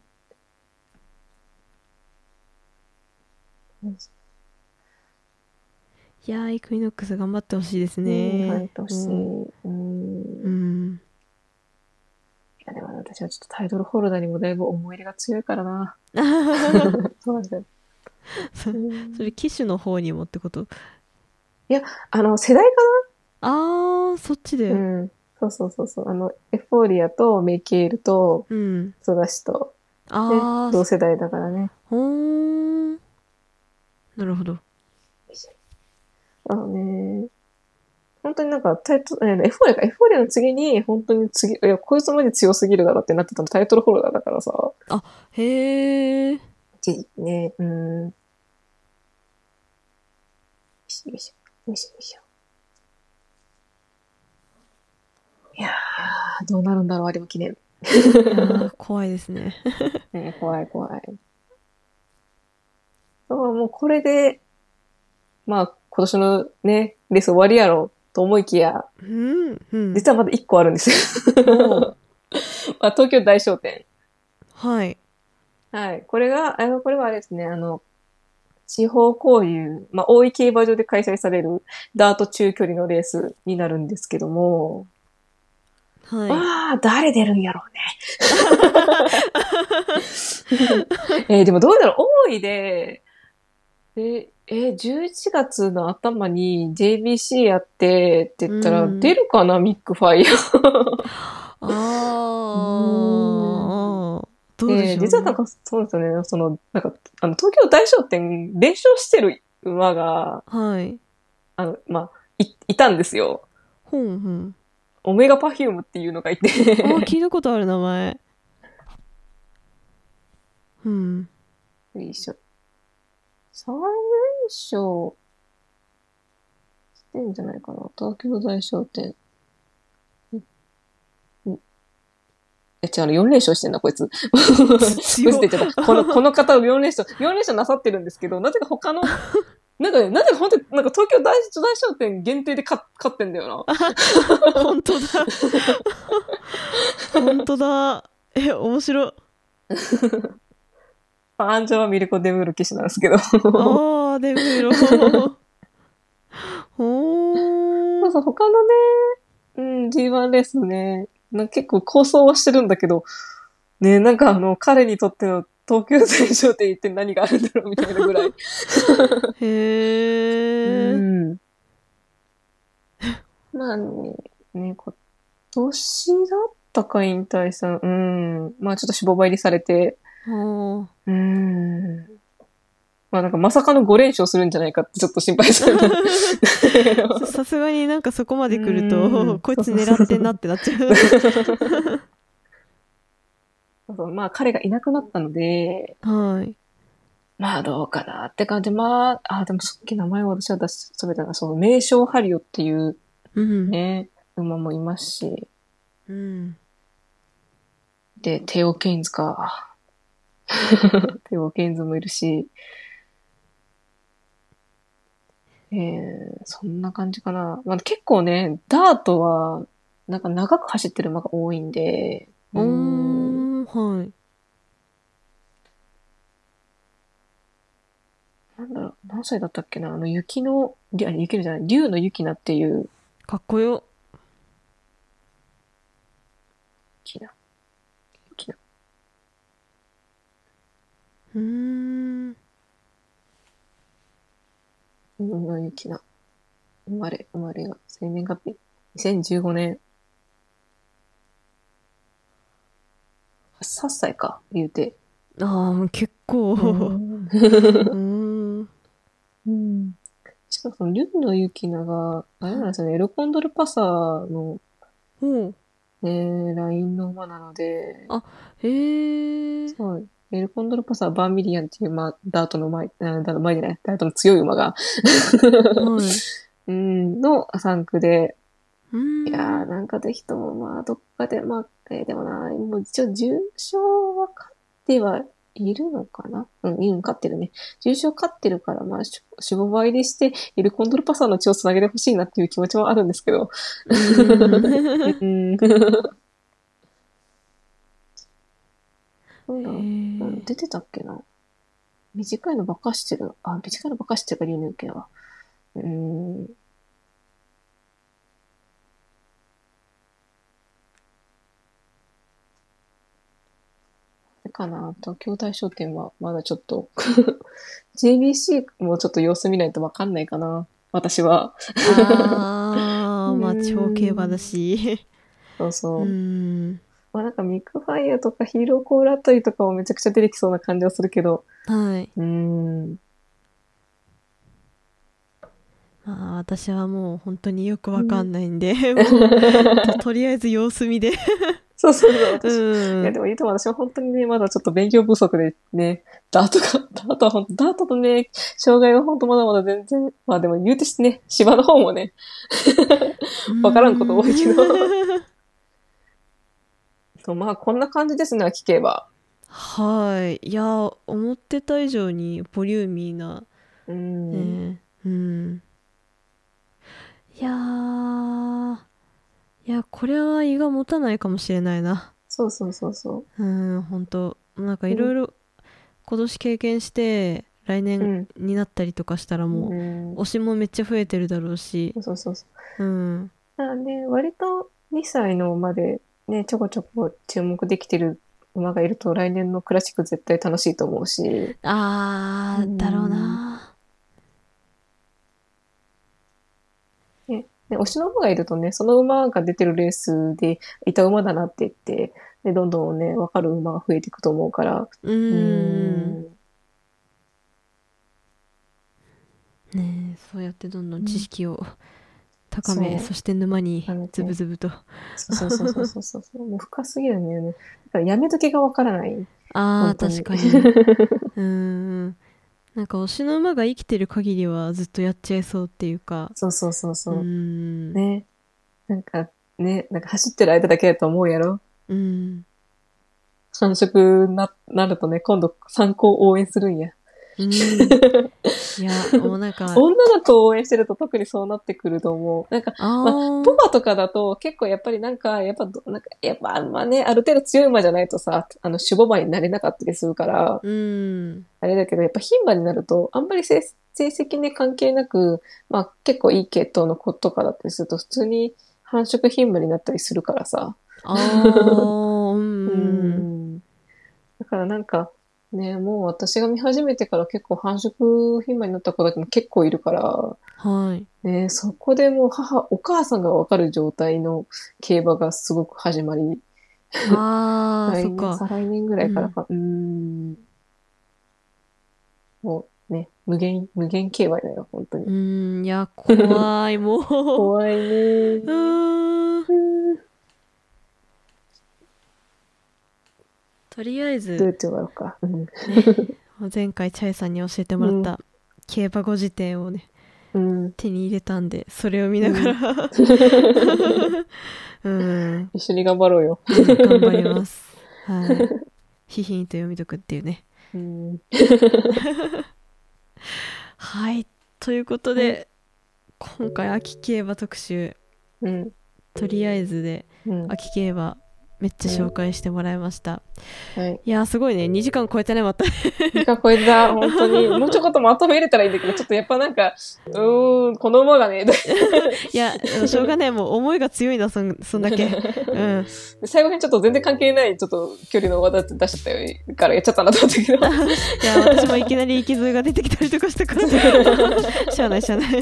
いやー、イクイノックス頑張ってほしいです
ね
ね。
入ってほしい。
うん
う
う
ん
ん。
いやでも私はちょっとタイトルホルダーにもだいぶ思い入れが強いからな。 そうなんだよ。
そ
うん
それ、機種の方にもってこと
あの、世代
ああ、そっちで。
が、うん、そうそうそうそう。あの、エフフォーリアとメイケールと
うん。
ソダシと、ね
ああ、
同世代だからね。
ほーん。なるほど。
あのね、本当になんかタイトル、えエフフォーリアか、エフフォーリアの次に、本当に次、いや、こいつまで強すぎるだろってなってたのタイトルホルダーだからさ。
へ え。
じね、うん。よいしょよいしょ、よいしょよいしょ。いやー、どうなるんだろう、有馬記念。
いやー怖いですね。
ね、怖い怖い。だからもうこれで、まあ、今年のね、レース終わりやろうと思いきや、
うん、うん。
実はまだ1個あるんですよ。 まあ、東京大商店。
はい。
はい。これが、あこれはあれですね、あの、地方交流、まあ、大井競馬場で開催されるダート中距離のレースになるんですけども、
は
ああ、誰出るんやろ うね。えーでもどうだろう大井で、で、えー、11月の頭に JBC やってって言ったら、
うん
出るかな、ミックファイア。
い。ああ。どうでしょう、ね
実はなんか、そうですよね、その、なんか、あの、東京大商店、連勝してる馬が、
はい
あの、まあ、い、いたんですよ。
ほんほん
オメガパフュームっていうのがいて。
あ聞いたことある名前うん
よいしょ。三連勝してんじゃないかな。東京大商店。んんえ、違う、4連勝してんだ、こいつ。
強
嘘ついてた。この、この方を4連勝、4連勝なさってるんですけど、なぜか他の、なんかね、なぜか本当に、なんか東京大大商店限定で勝勝ってんだよな。
本当だ本当だえ面 白い
まあ、アンジョはミルコ・デムール騎士なんですけど。
あ あデブロほ
まあ
ー
さ、他のね、うん、G1 レースね、なんか結構構想はしてるんだけど、ね、なんかあの、彼にとっての東京全勝って一体何があるんだろうみたいなぐらい。
へえ
うん。 まあね、ね、今年だったか引退さん、うん。まあちょっとしぼば入りされて、
あ
うん。まあなんかまさかの5連勝するんじゃないかってちょっと心配 された。
ーささすがになんかそこまで来る
う
と
ん
こいつ狙ってんなってなっちゃう
そうそうまあ彼がいなくなったので、
はい
まあどうかなって感じ。まあ、あ、でもさっき名前を私は出し、それたな、その名称ハリオっていう
うん、
ね、馬もいますし、
うん、
で、テオ・ケインズか。 テオ・ケインズもいるし、えー、そんな感じかな。まあ結構ね、ダートは、なんか長く走ってる馬が多いんで、
お
ん
ーはい
なんだろう、何歳だったっけな、あの、雪の、りあ雪のじゃない、竜の雪菜っていう、
かっこよ
雪菜。雪菜。
うーん
海の雪な。生まれ、生まれが、生年月日。2015年。8歳か、言うて。
ああ結構うーん
うんしかもその、竜の雪なが、あれなんですよね、エルコンドルパサーの、
おう
ね、ラインの馬なので、
へえ
そう。エルコンドルパサー、バーミリアンっていう、まあ、ダートの前、あダートの前じゃない、ダートの強い馬が、
はい
うん、の3区で、
うーん
いやー、なんかぜひとも、まあ、どっかで、まあ、えーでもな、もう一応、重賞は勝ってはいるのかなうん、うん、勝ってるね。重賞勝ってるから、まあ、ししぼば入りして、エルコンドルパサーの血をつなげてほしいなっていう気持ちはあるんですけど。
うーん
うん。 そうだうん
へ
出てたっけな短いのばっかしてる。あ、短いのばっかしてるか、流入系は。うーん。かな東京大商店はまだちょっと JBC もちょっと様子見ないとわかんないかな私は
ーあーまあ
うん
超競馬だし
そう
う
そう、
ーん
まあなんかミックファイアとかヒーローコールあたりとかもめちゃくちゃ出てきそうな感じはするけど
はい
うん
まあ私はもう本当によくわかんないんで、もうととりあえず様子見で
そうそうそう
う
私
ん
いや、でも言うとも私は本当にね、まだちょっと勉強不足でね、ダートが、ダートは本当、ダートとね、障害は本当まだまだ全然、まあでも言うてしてね、芝の方もね、わからんこと多いけど
うーん
そうまあこんな感じですね、聞けば。
はいいや思ってた以上にボリューミーな
うん。
ねえうんいやーいやこれは胃が持たないかもしれないな
そうそうそうそ
うん本当なんかいろいろ今年経験して来
う。
年
ん。
になったりとかしたらも
うん
う推しもめっちゃ増えてるだろうし
そうそうそう。
うん
だからね、割と2歳の馬で、ね、ちょこちょこ注目できてる馬がいると、来年のクラシック絶対楽しいと思うし。
あ
う
ー
ん
だろうな
ね、推しの馬がいるとね、その馬が出てるレースでいた馬だなって言って、で、どんどんね、わかる馬が増えていくと思うから。
う
う
ーん
ん。
ねえそうやってどんどん知識を高め、
そう
そして沼に
高めて
ズブズブとあ
そうそうそうそうそうそう。もう深すぎるんだよね。だからやめときがわからない。
あ
本当
確
に
かにうーんなんか推しの馬が生きてる限りはずっとやっちゃいそうっていうか
そうそうそうそう
ー
う。
ん
ね。なんか、ね、なんか走ってる間だけだと思うやろ。
うん
繁殖な、なるとね、今度参考応援するんや。
うんいやもうなんか
女の子を応援してると特にそうなってくると思う。なんか、
あ
ま
ー
ポパとかだと結構やっぱりなんか、やっぱど、なんか、やっぱあんまね、ある程度強い馬じゃないとさ、あの、守護馬になれなかったりするから、
うん
あれだけど、やっぱ牝馬になると、あんまり成成績ね、関係なく、まあ結構いい系統の子とかだったりすると、普通に繁殖牝馬になったりするからさ。
あ ーうん
うんだからなんか、ね、もう私が見始めてから結構繁殖牝馬になった子たちも結構いるから、
はい
ねえ、そこでもう母、お母さんがわかる状態の競馬がすごく始まり、
あー
来
そっ
年、
か
再来年ぐらいからか、うーん。もうね、無限、無限競馬だよ、本当
う
に。
ーんいや怖いもう
怖いね
うーんとりあえず
どうやって終わろうか。うん
もう前回チャイさんに教えてもらった競馬語辞典をね
うん。
手に入れたんでそれを見ながら うん
一緒に頑張ろうよ。
頑張りますはいひひんと読み解くっていうね
うん。
はいということで、今回秋競馬特集
うん。
とりあえずで
うん。は
秋競馬めっちゃ紹介してもらいました、
い。
いやーすごいね2時間超えたねまた
いかこえだ、本当に。もうちょこっとまとめ入れたらいいんだけど、ちょっとやっぱなんか、うーん、この馬がね、
いやしょうがないもう思いが強いなそんそんだ けうん
最後にちょっと全然関係ない、ちょっと距離の技って出しちゃったよからやっちゃったなと思っ たけど。
いや私もいきなり息添えが出てきたりとかしたから しゃあないしゃあない
い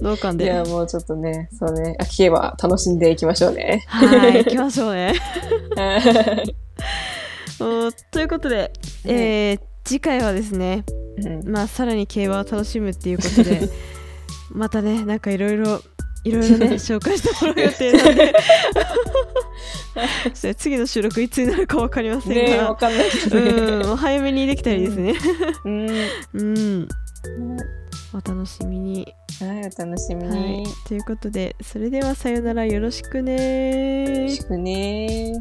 脳幹で
や、もうちょっとね、そうね、秋競馬楽しんでいきましょうね。
はい 行きましょうね
はい
うんということで、えー次回はですね
うん
まあさらに競馬を楽しむっていうこと でまたねなんかいろいろいろいろ ね紹介してもらう予定なん でそう次の収録いつになるか分かりません
ねえ、
が、
わかんないけど
うん
ね。
もう早めにできたりですね
うん。
うんお楽しみに
はい、お楽しみ
はい
に。よ、
ということでそれではさよならよろしくね
ろしくね。